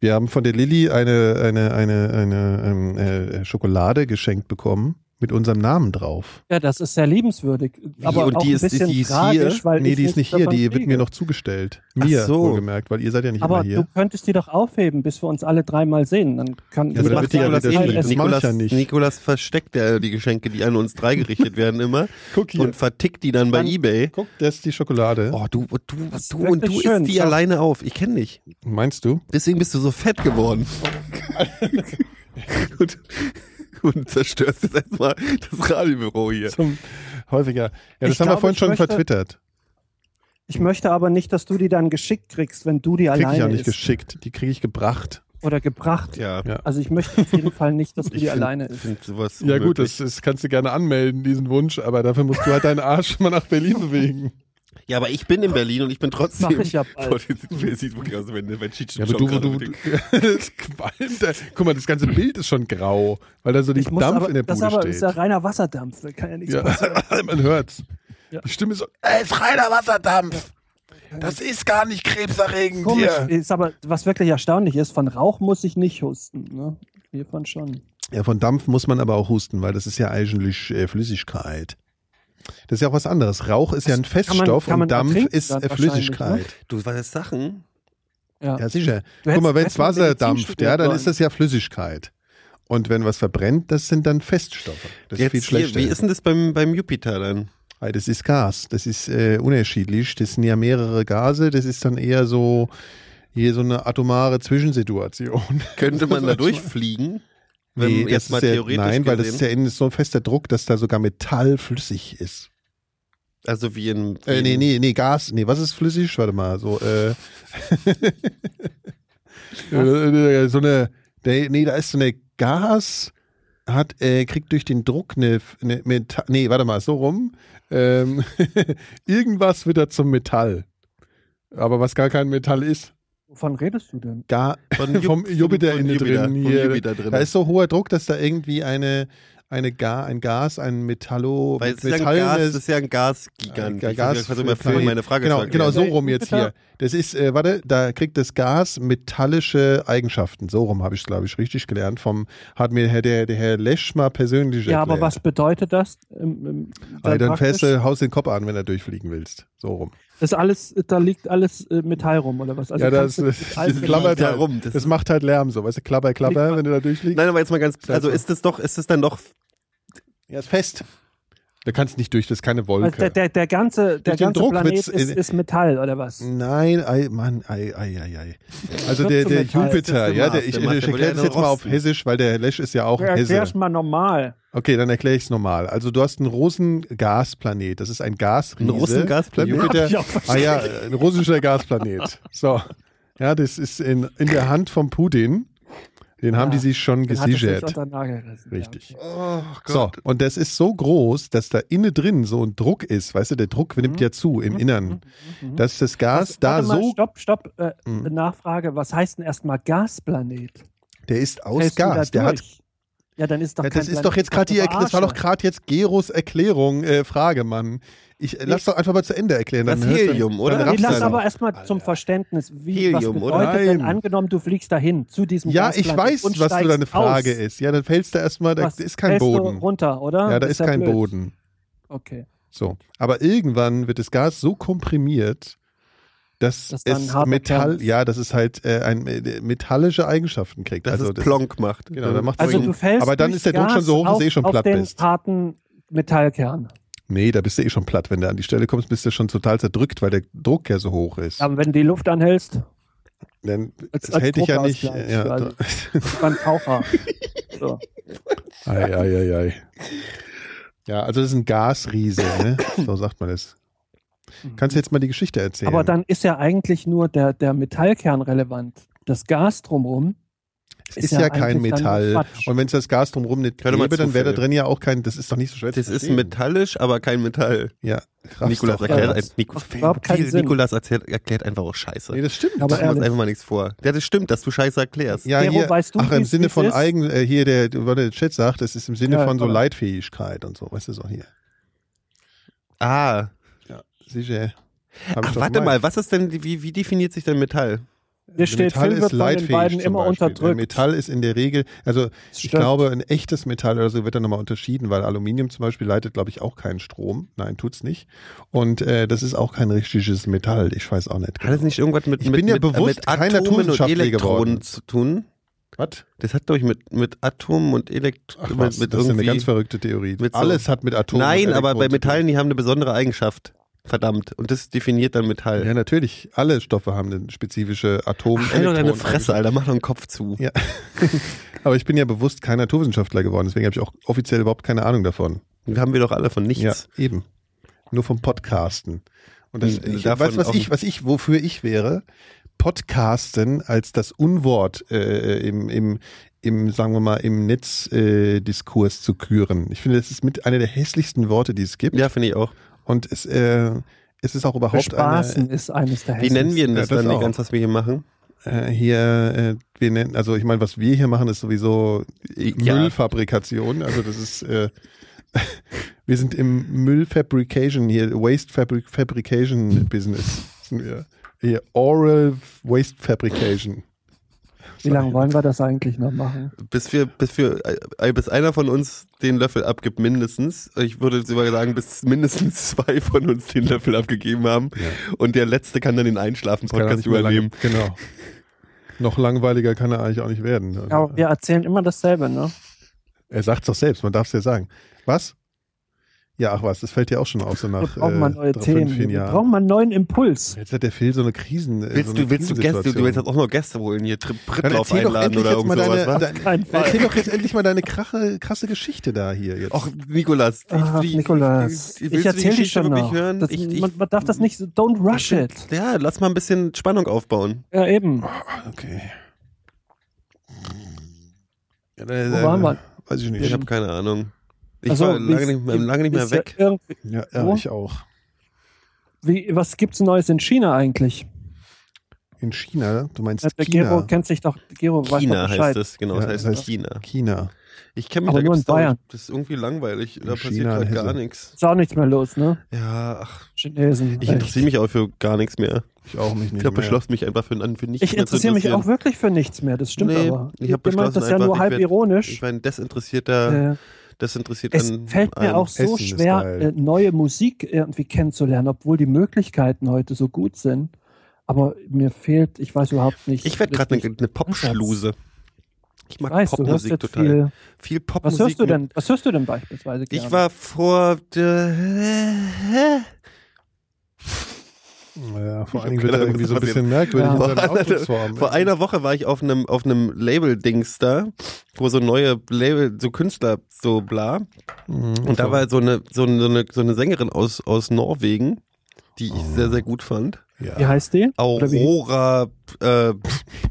Wir haben von der Lilly eine, eine, eine, eine ähm, äh, Schokolade geschenkt bekommen mit unserem Namen drauf. Ja, das ist sehr liebenswürdig. Aber und auch die ist- ein bisschen die ist tragisch, hier? weil nee, ich die ist nicht nichts hier, davon die wird kriege. mir noch zugestellt. Mir, Ach so. wohlgemerkt, weil ihr seid ja nicht Aber immer du hier. könntest die doch aufheben, bis wir uns alle dreimal sehen. Dann kann Ja, aber dann jeder wird die ja alles wieder Teil essen. schlecht. Das mach ich Nikolas, ja nicht. Nikolas versteckt ja die Geschenke, die an uns drei gerichtet werden immer Guck hier. und vertickt die dann bei Dann- Ebay. Guck, das ist die Schokolade. Oh, du, du, Das ist du und du wirklich schön. isst die Ja. alleine auf. Ich kenne dich. Meinst du? Deswegen bist du so fett geworden. und, und zerstörst jetzt erstmal das Radiobüro hier. Zum, häufiger. Ja, das Ich haben wir glaube, vorhin ich schon möchte- vertwittert. Ich möchte aber nicht, dass du die dann geschickt kriegst, wenn du die Krieg ich auch alleine nicht isst geschickt. Die kriege ich gebracht. oder gebracht. Ja. Ja. Also ich möchte auf jeden Fall nicht, dass du Ich die find- alleine isst. find sowas Ja gut, unmöglich. das, das kannst du gerne anmelden, diesen Wunsch, aber dafür musst du halt deinen Arsch mal nach Berlin bewegen. Ja, aber ich bin in Berlin und ich bin trotzdem. Mach ich ja bald. Boah, das sieht- das sieht wirklich aus, wenn, wenn Chichen Ja, aber du, du, du das qualmt da. Guck mal, das ganze Bild ist schon grau, weil da so die Ich muss Dampf aber, in der das Bude aber steht. ist ja reiner Wasserdampf, da kann ja nichts passieren. ja, man hört's. Ja. Die Stimme ist so, Es ist reiner Wasserdampf. Das ist gar nicht krebserregend Komisch, hier. ist aber, was wirklich erstaunlich ist, von Rauch muss ich nicht husten. Ne? Hiervon schon. ja, von Dampf muss man aber auch husten, weil das ist ja eigentlich äh, Flüssigkeit. Das ist ja auch was anderes. Rauch ist ja ein man- Feststoff kann man und Dampf ertrinken ist dann äh, wahrscheinlich, ne? Flüssigkeit. Du, was das Sachen? Ja. Ja, sicher. Du Guck hättest- mal, wenn hättest es du Wasser Medizin dampft, studieren ja, dann sollen. ist das ja Flüssigkeit. Und wenn was verbrennt, das sind dann Feststoffe. Das ist Jetzt viel schlechter. Hier, wie ist denn das beim, beim Jupiter dann? Ah, Das ist Gas, das ist äh, unterschiedlich. Das sind ja mehrere Gase, das ist dann eher so hier so eine atomare Zwischensituation. Könnte man da durchfliegen? Wenn Nee, jetzt das mal ist ja, theoretisch Nein, weil das gesehen. ist ja in so ein fester Druck, dass da sogar Metall flüssig ist. Also wie in. Äh, nee, nee, nee, Gas. Nee, was ist flüssig? Warte mal, so, äh. äh, so eine. der- Nee, da ist so eine Gas, hat, äh, kriegt durch den Druck eine. eine Meta nee, warte mal, so rum. Ähm, irgendwas wird da zum Metall. Aber was gar kein Metall ist. Wovon redest du denn? Gar, Von Ju- vom von- Jupiter von innen Jupiter, drin. vom Hier, Jupiter drin. Da ist so hoher Druck, dass da irgendwie eine, eine Ga, ein Gas, ein Metallo, Weil es ist ja ein metallenes- Gas, das ist ja ein Gasgigant. Ga- Äh, Ich Gas- versuche immer für meine Frage genau, zu genau, erklären. so rum jetzt hier. Das ist, äh, warte, da kriegt das Gas metallische Eigenschaften. So rum habe ich es, glaube ich, richtig gelernt. Vom, hat mir Herr, der, der Herr Lesch mal persönlich Ja, erklärt. aber was bedeutet das? Im, im, Also dann praktisch? fährst du, haust den Kopf an, wenn du durchfliegen willst. So rum. Das alles, da liegt alles äh, Metall rum, oder was? Also ja, das, kannst du das, mit das allem klappert Ja, halt, rum, das Das, ist- macht halt Lärm so, weißt du, klapper, klapper, wenn du da durchfliegst. Nein, aber jetzt mal ganz. Also ist das doch, ist das dann doch. Ja, ist fest. Da kannst nicht durch, das ist keine Wolke. Also der, der, der ganze, der Durch den ganze Druck Planet wird's ist, in- Mm, ist Metall, oder was? Nein, ei, Mann, ei, ei, ei, ei. Also wird der, zum der Metall. Jupiter, Das ist der ja, Mars, der, ich, der Mars, ich der würde ja erkläre das nur jetzt mal auf rosten. Hessisch, weil der Lesch ist ja auch ein Hesse. Erklär's mal normal. Okay, dann erkläre ich es normal. Also du hast einen Rosengasplanet. Das ist ein Gasriese. Ein Rosengasplanet? Der Jupiter. Hab ich auch ah verstanden. ja, ein russischer Gasplanet. So. Ja, das ist in, in der Hand von Putin. Den haben Ja, die sich schon Den hat es nicht gesichert. unter oh den Nagel gerissen. Äh, Richtig. Ja, okay. So, und das ist so groß, dass da innen drin so ein Druck ist. Weißt du, der Druck Mhm. nimmt ja zu im Innern. Dass das Gas da Also, Warte mal, so. Stopp, stopp. Äh, Mhm. Nachfrage: Was heißt denn erstmal Gasplanet? Der ist aus Fällst du da Gas. Der hat durch? Ja, dann ist doch Ja, kein das ist Planet, doch jetzt gerade die eine Erklärung, das war doch Verarsche. gerade jetzt Geros Erklärung, äh, Frage, Mann. Ich äh, lass doch einfach mal zu Ende erklären. Dann Das hörst du- Helium, oder? Dann Nee, raffst du lass das aber auch. erstmal zum Verständnis, wie Helium, was oder? bedeutet denn Nein. angenommen, du fliegst dahin zu diesem ja, ich Gasplaneten weiß, und was so steigst deine Frage aus. ist. Ja, dann fällst du erstmal, da Was ist kein fällst du Boden. runter, oder? Ja, da ist, kein blöd. Boden. Okay. So. Aber irgendwann wird das Gas so komprimiert, dass Dass da ein es harter Kern Metall, ist. ja, dass es halt äh, ein, äh, metallische Eigenschaften kriegt. Dass also es Plonk macht. Genau, dann macht's Also so- du fällst aber dann durch ist der Druck Gas schon so hoch, dass auf, du eh schon auf platt den bist. harten Metallkern. Nee, da bist du eh schon platt. Wenn du an die Stelle kommst, bist du schon total zerdrückt, weil der Druck ja so hoch ist. Aber wenn du die Luft anhältst, Dann, Als- das als hält dich ja nicht. Druckausgleich äh, Ja, quasi. Ich war ein Taucher. So. Ei, ei, ei, ei. ja, also das ist ein Gasriese, ne? so sagt man das. Kannst du jetzt mal die Geschichte erzählen? Aber dann ist ja eigentlich nur der, der Metallkern relevant. Das Gas drumherum es ist ja, kein eigentlich dann Metall. Quatsch. Und wenn es das Gas drumherum nicht Hör doch mal gäbe, dann wäre da Zufälle. drin ja auch kein. Das ist doch nicht so schwer. zu Das ist verstehen. metallisch, aber kein Metall. Ja, raff's Nikolas doch. erklärt, Ja, ein, das Nik macht überhaupt keinen viel- Sinn. Nikolas erzählt, erklärt einfach auch Scheiße. Nee, das stimmt. Aber Machen wir uns ehrlich. einfach mal nichts vor. Ja, das stimmt, dass du Scheiße erklärst. ja, Gero, hier, weißt du, ach, im wie's- Sinne wie's von ist? eigen, äh, hier der, was der Chat sagt, das ist im Sinne Ja, von so aber- Leitfähigkeit und so, weißt du so hier. Ah, Sicher. Hab ich ach, doch warte gemeint. mal, was ist denn, wie, wie definiert sich denn Metall? Hier Also steht, Metall Film ist wird von den leitfähig beiden zum immer Beispiel. unterdrückt. Metall ist in der Regel, also ich Stimmt. glaube, ein echtes Metall oder so wird dann nochmal unterschieden, weil Aluminium zum Beispiel leitet, glaube ich, auch keinen Strom. Nein, tut's nicht. Und äh, das ist auch kein richtiges Metall. Ich weiß auch nicht. Hat das nicht irgendwas mit, Ich mit, bin ja mit, äh, bewusst mit kein Atomen und Naturwissenschaftler Elektronen geworden. zu tun? Was? Das hat, glaube ich, mit, mit Atomen und Elektronen. Ach, was, mit das ist eine irgendwie- ganz verrückte Theorie. mit so- Alles hat mit Atomen. Nein, und aber bei Elektronen zu tun. Metallen, die haben eine besondere Eigenschaft. Verdammt. Und das definiert dann Metall. Ja, natürlich. Alle Stoffe haben eine spezifische Atom. Ach, halt doch deine Elektronen- Fresse, Alter. Mach doch den Kopf zu. Ja. aber ich bin ja bewusst kein Naturwissenschaftler geworden, deswegen habe ich auch offiziell überhaupt keine Ahnung davon. Haben wir doch alle von nichts. Ja, eben. Nur vom Podcasten. Und das, Mhm, ich, davon weißt, du, was auch- ich, was ich, wofür ich wäre, Podcasten als das Unwort äh, im, im, im, sagen wir mal, im Netzdiskurs äh, Diskurs zu küren. Ich finde, das ist mit einer der hässlichsten Worte, die es gibt. Ja, finde ich auch. Und es, äh, es ist auch überhaupt Spaßen ist eines der Wie nennen wir denn Ja, das, das dann, auch. die ganz, was wir hier machen? eine, äh, hier, äh, wir nennen, also ich meine, was wir hier machen, ist sowieso Ja. Müllfabrikation. Also das ist, äh, wir sind im Müllfabrication hier, Waste Fabric Fabrication Business. Sind wir. Hier, Oral Waste Fabrication. Wie lange wollen wir das eigentlich noch machen? Bis wir, bis wir, äh, bis einer von uns den Löffel abgibt, mindestens. Ich würde sogar sagen, bis mindestens zwei von uns den Löffel abgegeben haben. Und der letzte kann dann den Kann auch Einschlafen-Podcast nicht mehr übernehmen. Lang, genau. Noch langweiliger kann er eigentlich auch nicht werden. Also, Genau, Ja, aber wir erzählen immer dasselbe, ne? Er sagt es doch selbst, man darf es ja sagen. Was? Ja, ach was, das fällt dir auch schon auf, so Wir nach äh, brauchen mal neue drei, Themen. fünf, vier Wir Jahren. brauchen mal einen neuen Impuls. Jetzt hat der Phil so eine Krisen. äh, so Äh, Willst eine du, willst du Gäste, du Krisensituation. willst jetzt auch noch Gäste holen, hier Tri- Dann Prittlauf erzähl doch einladen endlich oder jetzt mal irgend sowas, deine, was? deine, Kein Fall. erzähl doch jetzt endlich mal deine krache, krasse Geschichte da hier jetzt. Och, Nikolas. Ach, Ah, Nikolas, willst ich du erzähle dich Geschichte schon wirklich noch. Hören? Das, ich, ich, man, man darf das nicht so, don't rush it. ja, lass mal ein bisschen Spannung aufbauen. Ja, eben. okay. Wo Wo waren wir? Weiß ich nicht. Ich habe keine Ahnung. Ich Also, war lange bist- nicht, mehr- lange nicht mehr bist ja weg. irgendwie- ja, ja, Wo? ich auch. Wie, was gibt's Neues in China eigentlich? In China, du meinst Ja, Der Gero China. kennt sich doch, Gero weiß China doch heißt Bescheid. es, genau. Ja, das heißt, das heißt- China. China. Ich kenne mich Aber da nur in gibt's da- Bayern. Das ist irgendwie langweilig. Da In passiert China, gerade in gar Hessen. nichts. Ist auch nichts mehr los, ne? Ja, ach, Chinesen. ich interessiere mich auch für gar nichts mehr. Ich auch mich nicht. Ich habe mehr. beschlossen, mich einfach für, für nichts Ich mehr zu interessiere mich auch interessieren. wirklich für nichts mehr, das stimmt Nee, aber. ich hab Ihr meint beschlossen das ja einfach, nur ich halb werd- ironisch. Ich war ein desinteressierter, Äh, desinteressiert es an fällt mir allem. auch so Essen ist schwer, geil. äh, neue Musik irgendwie kennenzulernen, obwohl die Möglichkeiten heute so gut sind. Aber mir fehlt, ich weiß überhaupt nicht. Ich werde gerade eine, eine Popschluse. Ich mag Weißt, du hörst Popmusik jetzt total. viel. Viel Popmusik. Was hörst du mit- denn? Was hörst du denn beispielsweise? Gerne? Ich war vor. Äh, Ja, vor Ich allen Dingen wird hab keine er Ahnung, irgendwie was so ein da bisschen merkwürdig Ja. in seinen Vor- Ausdrucksformen. Vor einer Woche war ich auf einem auf einem Label-Dings da, wo so neue Label, so Künstler, so bla. Mhm, Und da war so eine, so eine, so eine, so eine Sängerin aus, aus Norwegen, die ich Oh. sehr, sehr gut fand. Wie heißt die? Oder wie- Aurora äh,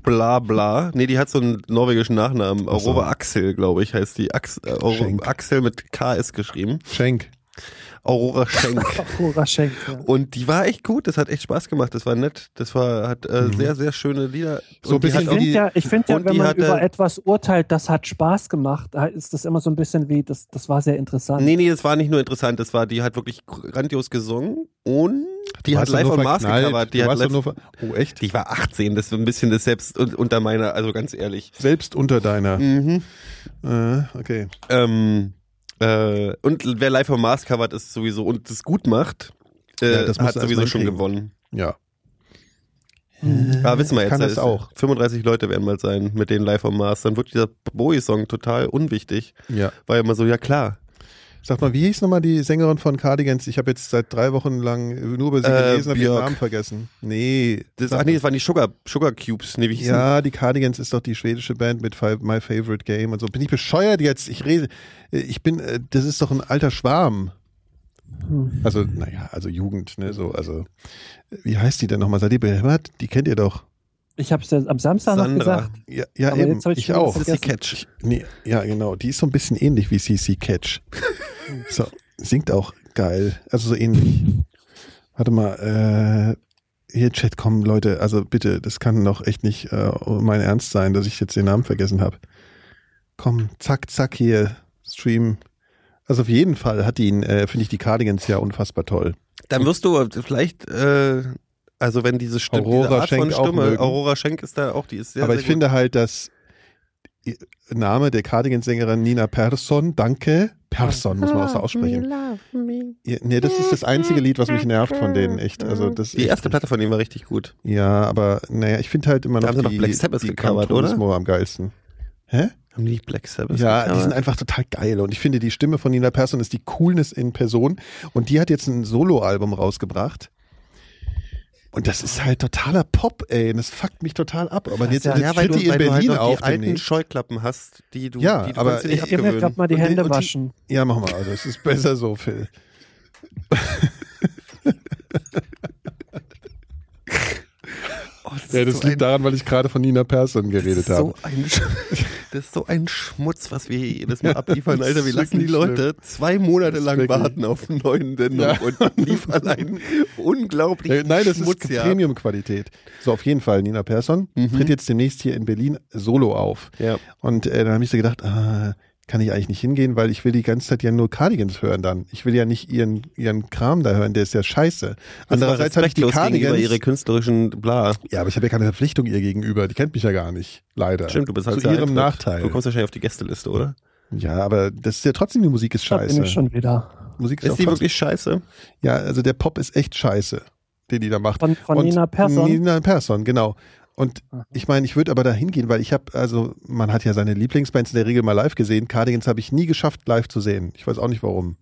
bla bla. Nee, die hat so einen norwegischen Nachnamen. Ach so. Aurora Axel, glaube ich, heißt die. Ax, äh, Aurora, Schenk. Axel mit KS geschrieben. Schenk. Aurora Schenk. Cora Schenk. Ja. Und die war echt gut, das hat echt Spaß gemacht, das war nett, das war, hat äh, sehr, sehr schöne Lieder. Mhm. So ein Und die bisschen hat Ich auch- finde ja, ich find ja, und wenn die man hatte- über etwas urteilt, das hat Spaß gemacht, äh, ist das immer so ein bisschen wie, das, das war sehr interessant. Nee, nee, das war nicht nur interessant, das war, die hat wirklich grandios gesungen und die Du hat warst doch live nur on Mars verknallt, gecovert. Die du hat warst doch live, nur ver- Oh, echt? die war 18, das ist ein bisschen das selbst un- unter meiner, also ganz ehrlich. Selbst unter deiner. Mhm. Äh, okay. Ähm, äh, und wer live on Mars covert ist sowieso und das gut macht, äh, Ja, das musst hat du erst sowieso mal schon hinkriegen. gewonnen. Ja. Ah, wissen wir jetzt. Kann äh, das ist- auch. 35 Leute werden mal sein mit den Live on Mars. Dann wird dieser Bowie-Song total unwichtig. Ja. War ja immer so, ja klar. Sag mal, wie hieß nochmal die Sängerin von Cardigans? Ich habe jetzt seit drei Wochen lang nur über sie Äh, gelesen, habe ihren Björk. Namen vergessen. Nee. Das, Sag ach nee, mal. das waren die Sugar, Sugar Cubes. Nee, wie hießen ja, die Cardigans ist doch die schwedische Band mit Fi- My Favorite Game und so. Bin ich bescheuert jetzt? Ich rede, ich bin, äh, das ist doch ein alter Schwarm. Hm. Also, naja, also Jugend, ne, so, also. Wie heißt die denn nochmal? Seid ihr behämmert? Die kennt ihr doch. Ich habe es ja am Samstag noch Sandra. gesagt. Ja, ja Aber eben, jetzt hab ich ich schon auch. wieder die? Catch. Nee, ja, genau. Die ist so ein bisschen ähnlich wie CC Catch. So, singt auch geil. Also so ähnlich. Warte mal, äh, hier Chat, kommen Leute, also bitte, das kann doch echt nicht äh, mein Ernst sein, dass ich jetzt den Namen vergessen habe. Komm, zack, zack hier, Stream. Also auf jeden Fall hat ihn, äh, finde ich die Cardigans ja unfassbar toll. Dann wirst du vielleicht, äh, also wenn diese Stimme, Aurora diese Art von Schenk auch Stimme, mögen. Aurora Schenk ist da auch, die ist sehr, Aber sehr ich gut. finde halt, dass ihr Name der Cardigans-Sängerin Nina Persson, danke, Persson muss man auch so aussprechen. Ja, nee, das ist das einzige Lied, was mich nervt von denen, echt. Also das Die erste Platte von ihm war richtig gut. Ja, aber naja, ich finde halt immer Da noch haben sie die, doch Black Sabbath die gecovert, Gran oder? Turismo am geilsten. Hä? Haben die nicht Black Sabbath? Ja, die gecovert? sind einfach total geil und ich finde die Stimme von Nina Persson ist die Coolness in Person und die hat jetzt ein Soloalbum rausgebracht. Und das ist halt totaler Pop, ey. Und das fuckt mich total ab. Aber jetzt, ja, jetzt ja, weil tritt du, die in weil du halt Berlin noch auf die alten demnächst. Scheuklappen hast, die du, Ja, die du aber kannst dir nicht Ich ihr mir gerade abgewöhnen. mal die Und die- Hände und die- waschen. Ja, mach mal. Also es ist besser so, Phil. Oh, das Ja, ist das so ein- liegt daran, weil ich gerade von Nina Persson geredet das ist habe. so ein Sch- das ist so ein Schmutz, was wir hier jedes Mal abliefern, das Alter. Wir ist lassen die wirklich Leute zwei Monate Das ist lang wirklich- warten auf einen neuen Sendung Ja. und liefern einen unglaublichen Äh, Nein, das Schmutz ist hier ab. Premium-Qualität. So, auf jeden Fall, Nina Persson tritt jetzt demnächst hier in Berlin solo auf. Ja. Und äh, dann habe ich so gedacht, ah, kann ich eigentlich nicht hingehen, weil ich will die ganze Zeit ja nur Cardigans hören dann. Ich will ja nicht ihren, ihren Kram da hören, der ist ja scheiße. Andererseits habe ich die Respektlos gegenüber Cardigans... ihre künstlerischen Bla. ja, aber ich habe ja keine Verpflichtung ihr gegenüber. Die kennt mich ja gar nicht, leider. Stimmt, du bist halt Zu sehr ihrem eintritt. Nachteil. Du kommst wahrscheinlich auf die Gästeliste, oder? Ja, aber das ist ja trotzdem, die Musik ist Da bin scheiße. ich schon wieder. Musik ist, Ist auch die trotzdem- wirklich scheiße? Ja, also der Pop ist echt scheiße, den die da macht. Von, von Und Nina Persson. Nina Persson, genau. Und Aha. ich meine, ich würde aber da hingehen, weil ich habe, also man hat ja seine Lieblingsbands in der Regel mal live gesehen. Cardigans habe ich nie geschafft, live zu sehen. Ich weiß auch nicht warum.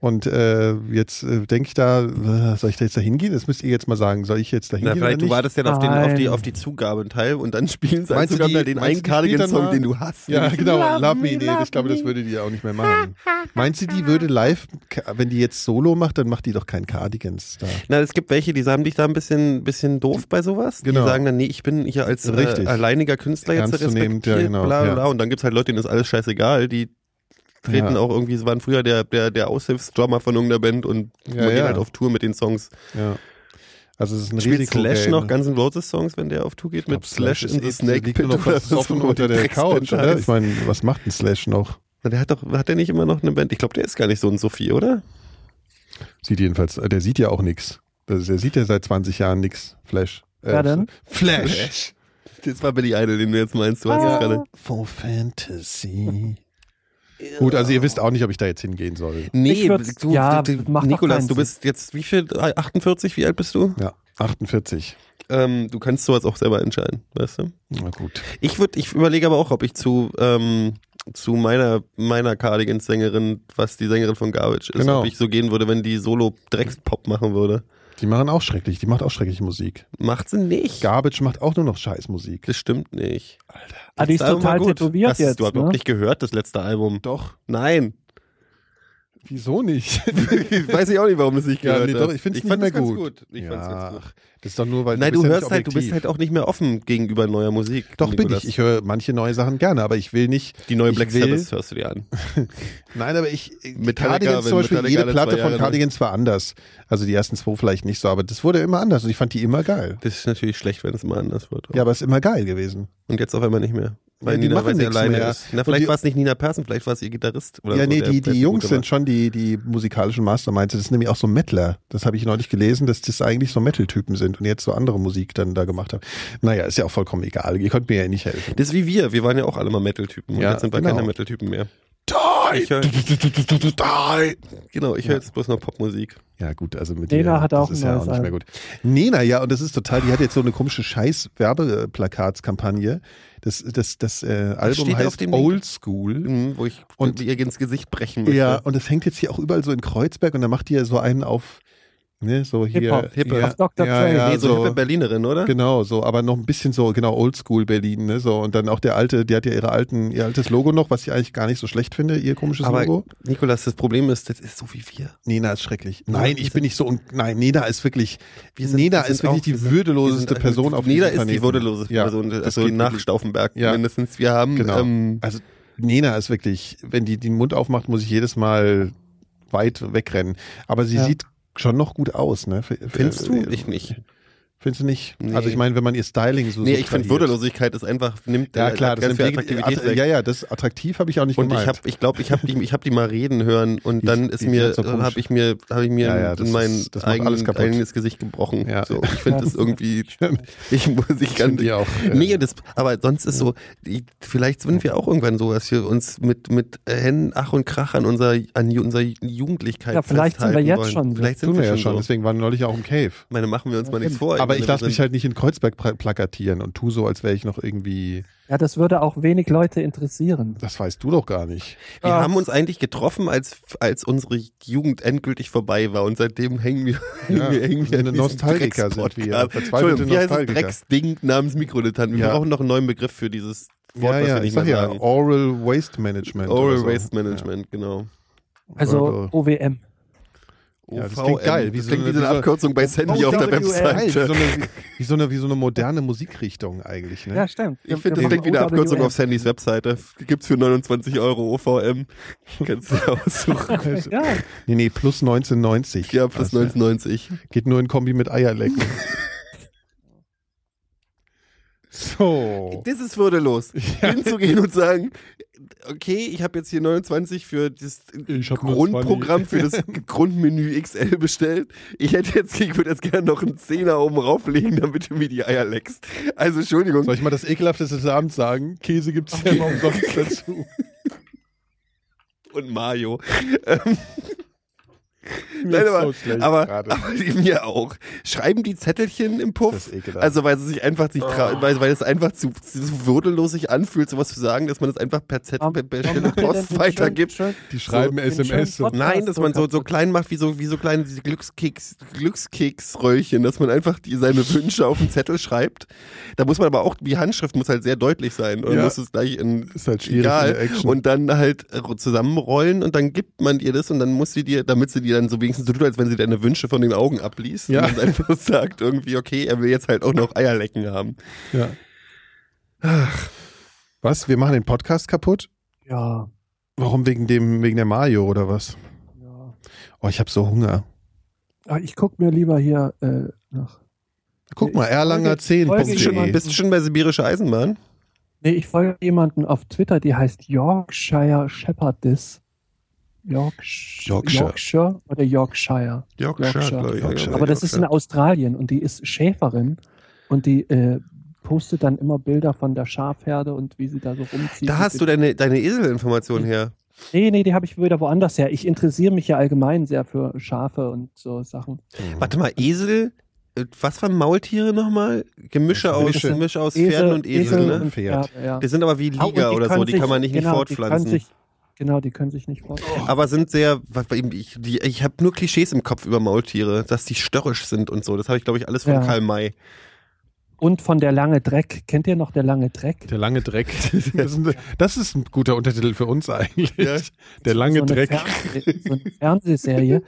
Und äh, jetzt äh, denke ich da, äh, soll ich da jetzt da hingehen? Das müsst ihr jetzt mal sagen. Soll ich jetzt da hingehen? Na, oder vielleicht du nicht? wartest ja auf, den, auf, die, Nein. auf die Zugabenteil und dann spielen sie Meinst halt du, sogar die- mal den meinst einen du, die spielt dann Cardigan-Song, mal? den du hast. ja, Den- genau. Love, me, nee, ich glaube, das würde die ja auch nicht mehr machen. Meinst du, die würde live, wenn die jetzt Solo macht, dann macht die doch kein Cardigans da. Na, es gibt welche, die haben dich da ein bisschen, bisschen doof bei sowas. Genau. Die sagen dann, nee, ich bin hier als äh, Richtig. alleiniger Künstler jetzt Ernstzunehmend, respektiert, ja, genau, bla bla. ja. bla. Und dann gibt's halt Leute, denen ist alles scheißegal, die treten Ja. auch irgendwie, sie waren früher der, der, der Aushilfsdrummer von irgendeiner Band und Ja, gehen ja. halt auf Tour mit den Songs. Ja. Also es ist ein Spielt Risiko. ne? Slash noch Guns N' Roses Songs, wenn der auf Tour geht? Mit Slash in the Snake Pit eh- noch oder so, versoffen wo unter die der Drecksband Couch, oder? heißt. Ich meine, was macht ein Slash noch? Na, Der hat doch, hat der nicht immer noch eine Band? Ich glaube, der ist gar nicht so ein Sophie, oder? Sieht jedenfalls, äh, der sieht ja auch nichts. Der sieht ja seit 20 Jahren nichts. Flash. Äh, Wer denn? Flash. Das war Billy Idol, den du jetzt meinst. Du hast es gerade. For Fantasy. Gut, also ihr wisst auch nicht, ob ich da jetzt hingehen soll. Nee, Ich würd's- du, ja, du, du, macht doch Nikolas, keinen du bist jetzt wie viel? 48? Wie alt bist du? Ja, 48. Ähm, du kannst sowas auch selber entscheiden, weißt du? Na gut. Ich würde, ich überlege aber auch, ob ich zu, ähm, zu meiner, meiner Cardigans-Sängerin, was die Sängerin von Garbage ist, Genau. ob ich so gehen würde, wenn die solo Dreckspop machen würde. Die machen auch schrecklich. Die macht auch schreckliche Musik. Macht sie nicht. Garbage macht auch nur noch Scheißmusik. das stimmt nicht. Ah, die ist Letzte Album total war gut. tätowiert das, jetzt. Du hast überhaupt ne? nicht gehört, das letzte Album. Doch. Nein. Wieso nicht? Weiß ich auch nicht, warum das nicht Ja, gehört nee, hat. doch, ich find's nicht fand mehr es ganz gut. Ich fand's ganz gut. Das ist doch nur, weil Nein, du, bist ja hörst nicht halt, du bist objektiv. halt auch nicht mehr offen gegenüber neuer Musik. Doch bin Nikolas. ich. Ich höre manche neue Sachen gerne, aber ich will nicht. Die neue ich Black will- Sabbath hörst du dir an. Nein, aber ich. Metallica, Cardigans wenn zum Beispiel, Metallica jede alle Platte zwei von Jahre- Cardigans war anders. Also die ersten zwei vielleicht nicht so, aber das wurde immer anders und ich fand die immer geil. Das ist natürlich schlecht, wenn es mal anders wird. Ja, aber ist immer geil gewesen. Und jetzt auf einmal nicht mehr. Weil Ja, die Nina, machen weil sie nichts alleine mehr. ist. Na, Und vielleicht die- war es nicht Nina Persson, vielleicht war es ihr Gitarrist. Oder ja, so, nee, der die, Best- die Jungs gemacht. sind schon die, die musikalischen Masterminds. Das ist nämlich auch so Mettler. Das habe ich neulich gelesen, dass das eigentlich so Metal-Typen sind und jetzt so andere Musik dann da gemacht haben. Naja, ist ja auch vollkommen egal. Ihr könnt mir ja nicht helfen. Das ist wie wir. Wir waren ja auch alle mal Metal-Typen. Und Ja, jetzt sind wir genau. keine Metal-Typen mehr. Toll! Ich höre Die! genau, ich höre jetzt bloß noch Popmusik. Ja, gut, also mit Nena ihr, hat das auch ist ein ja auch neues nicht mehr gut. Nena, ja, und das ist total, die hat jetzt so eine komische scheiß Werbeplakatskampagne. Das, das, das äh, Album steht auf heißt dem Link. Old School. Mhm, Wo ich Und- ihr ins Gesicht brechen möchte. Ja, und das hängt jetzt hier auch überall so in Kreuzberg und da macht die ja so einen auf, ne, so hier. Hip-Hop, ja, Hippe. Auf Dr. Ja, Dre. ja, nee, so, so. eine hippe Berlinerin, oder? Genau, so, aber noch ein bisschen so, genau, Oldschool Berlin, ne, so. Und dann auch der alte, die hat ja ihre alten, ihr altes Logo noch, was ich eigentlich gar nicht so schlecht finde, ihr komisches Aber Logo. Nikolas, das Problem ist, das ist so wie wir. Nena ist schrecklich. Ja, Nein, wir ich sind- bin nicht so, un nein, Nena ist wirklich, Wir sind- Nena wir sind ist wirklich auch- die wir sind- würdeloseste Wir sind- Person auf diesem Neda ist die Planeten. würdelose Ja, Person, das also geht nach wirklich. Stauffenberg Ja. mindestens. Wir haben, Genau. ähm, also Nena ist wirklich, wenn die den Mund aufmacht, muss ich jedes Mal weit wegrennen. Aber sie Ja. sieht schon noch gut aus, ne? F- findest äh, du? äh, Ich nicht. Findest du nicht? Nee. Also ich meine, wenn man ihr Styling so Nee, ich subtrahiert. finde, Würdelosigkeit ist einfach, nimmt Ja äh, klar, das ganz viel entgegen- Attraktivität att- weg. also, ja, ja, das attraktiv habe ich auch nicht Und ich gemeint. habe, ich glaube, ich habe die, ich habe die mal reden hören und Die- dann ist die mir, sind so komisch. habe ich mir, habe ich mir Ja, ja, das in mein ist- das macht eigen, alles kaputt. eigenes Gesicht gebrochen. Ja. So, ich finde das irgendwie, ich muss ich Find ganz, ich auch, äh, nee, das, aber sonst ist so, ich, vielleicht sind wir auch irgendwann so, dass wir uns mit mit Händen, Ach und Krach an unserer an ju- unserer Jugendlichkeit Ja, vielleicht sind wir festhalten jetzt wollen. schon so. vielleicht sind tun wir, wir ja schon, schon, so. deswegen waren wir neulich auch im Cave. Ich meine, machen wir uns mal nichts vor. Aber meine, ich lasse wir mich sind- halt nicht in Kreuzberg pra- plakatieren und tu so, als wäre ich noch irgendwie, Ja, das würde auch wenig Leute interessieren. das weißt du doch gar nicht. Wir Ah. haben uns eigentlich getroffen, als, als unsere Jugend endgültig vorbei war und seitdem hängen wir, Ja, hängen wir, hängen wir eine an diesem Nostalgiker Drecks-Podcast. sind wir, verzweifelte Entschuldigung, wie heißt das Nostalgiker. Drecksding namens Mikrodetanten? Wir Ja. brauchen noch einen neuen Begriff für dieses Wort, Ja, was ja, wir ich nicht sag mehr ja, sagen. Oral Waste Management. Oral oder so. Waste Management, genau. Also OWM. Ja, das OVM. klingt geil, wie Das so klingt eine- wie so wie so- eine Abkürzung bei Sandy auf der WL. Geil, wie, Webseite. so eine, wie, so eine, wie so eine moderne Musikrichtung eigentlich. Ne? Ja, stimmt. Ich finde, das klingt wie eine Abkürzung auf Sandys Webseite. Gibt's für 29 Euro OVM. Kannst du dir aussuchen. Ja, Nee, nee, plus 1990. Ja, plus Also, 1990. Geht nur in Kombi mit Eierlecken. so. Das ist würdelos. Hinzugehen und sagen, okay, ich habe jetzt hier 29 für das Ich hab nur Grundprogramm, für das Grundmenü XL bestellt. Ich hätte jetzt, ich würde jetzt gerne noch einen Zehner oben rauflegen, damit du mir die Eier leckst. Also Entschuldigung. Soll ich mal das Ekelhafteste des Abends sagen? Käse gibt's ja immer umsonst dazu. und Mario. Ähm, Nein, aber, so schlecht aber, gerade. aber die mir auch. Schreiben die Zettelchen im Puff? Das ist ekelhaft. also weil sie sich einfach nicht tra- weil, weil es einfach zu, zu würdelos sich anfühlt, sowas zu sagen, dass man es einfach per Zettel, per, per Stelle Post weitergibt. Die schreiben SMS. Nein, dass man so, so klein macht, wie so, wie so kleine diese Glückskeks, Glückskeksröllchen, dass man einfach die, seine Wünsche auf den Zettel schreibt. Da muss man aber auch, die Handschrift muss halt sehr deutlich sein und Ja. muss es gleich in, Ist halt schwierig in der Action. Und dann halt äh, zusammenrollen und dann gibt man ihr das und dann muss sie dir, damit sie dir dann so wenigstens so tut, als wenn sie deine Wünsche von den Augen abliest Ja. und dann einfach sagt irgendwie, okay, er will jetzt halt auch noch Eierlecken haben. Ja. Was? Wir machen den Podcast kaputt? Ja, Warum wegen dem, wegen der Mario oder was? ja. Oh, ich habe so Hunger. Ah, Ich guck mir lieber hier äh, nach. Guck mal, Ich Erlanger folge- 10. folge Bist du schon, jemandem- bist du schon bei Sibirische Eisenbahn? Nee, ich folge jemanden auf Twitter, die heißt Yorkshire Shepherdess. Yorkshire, Yorkshire. Yorkshire. oder Yorkshire. Yorkshire. glaub ich. Yorkshire. Aber das ist in Australien und die ist Schäferin und die äh, postet dann immer Bilder von der Schafherde und wie sie da so rumzieht. Da hast du deine, deine Eselinformation her. Nee, nee, die habe ich wieder woanders her. Ich interessiere mich ja allgemein sehr für Schafe und so Sachen. Warte mal, Esel, äh, was waren Maultiere nochmal? Gemische aus, Gemische. Gemisch aus Pferden und Esel, Esel ne? und- Pferd. Pferde, ja. Die sind aber wie Ah, und Liga oder können so, die sich- kann man nicht, genau, nicht Die fortpflanzen. können sich, genau, die können sich nicht fortpflanzen. aber sind sehr, was bei ihm- ich, die- ich habe nur Klischees im Kopf über Maultiere, dass die störrisch sind und so. Das habe ich, glaube ich, alles von Ja. Karl May. Und von der lange Dreck. Kennt ihr noch der lange Dreck? Der lange Dreck. Das ist, ein, das ist ein guter Untertitel für uns eigentlich. Der lange so eine Dreck. Fernseh- so eine Fernsehserie.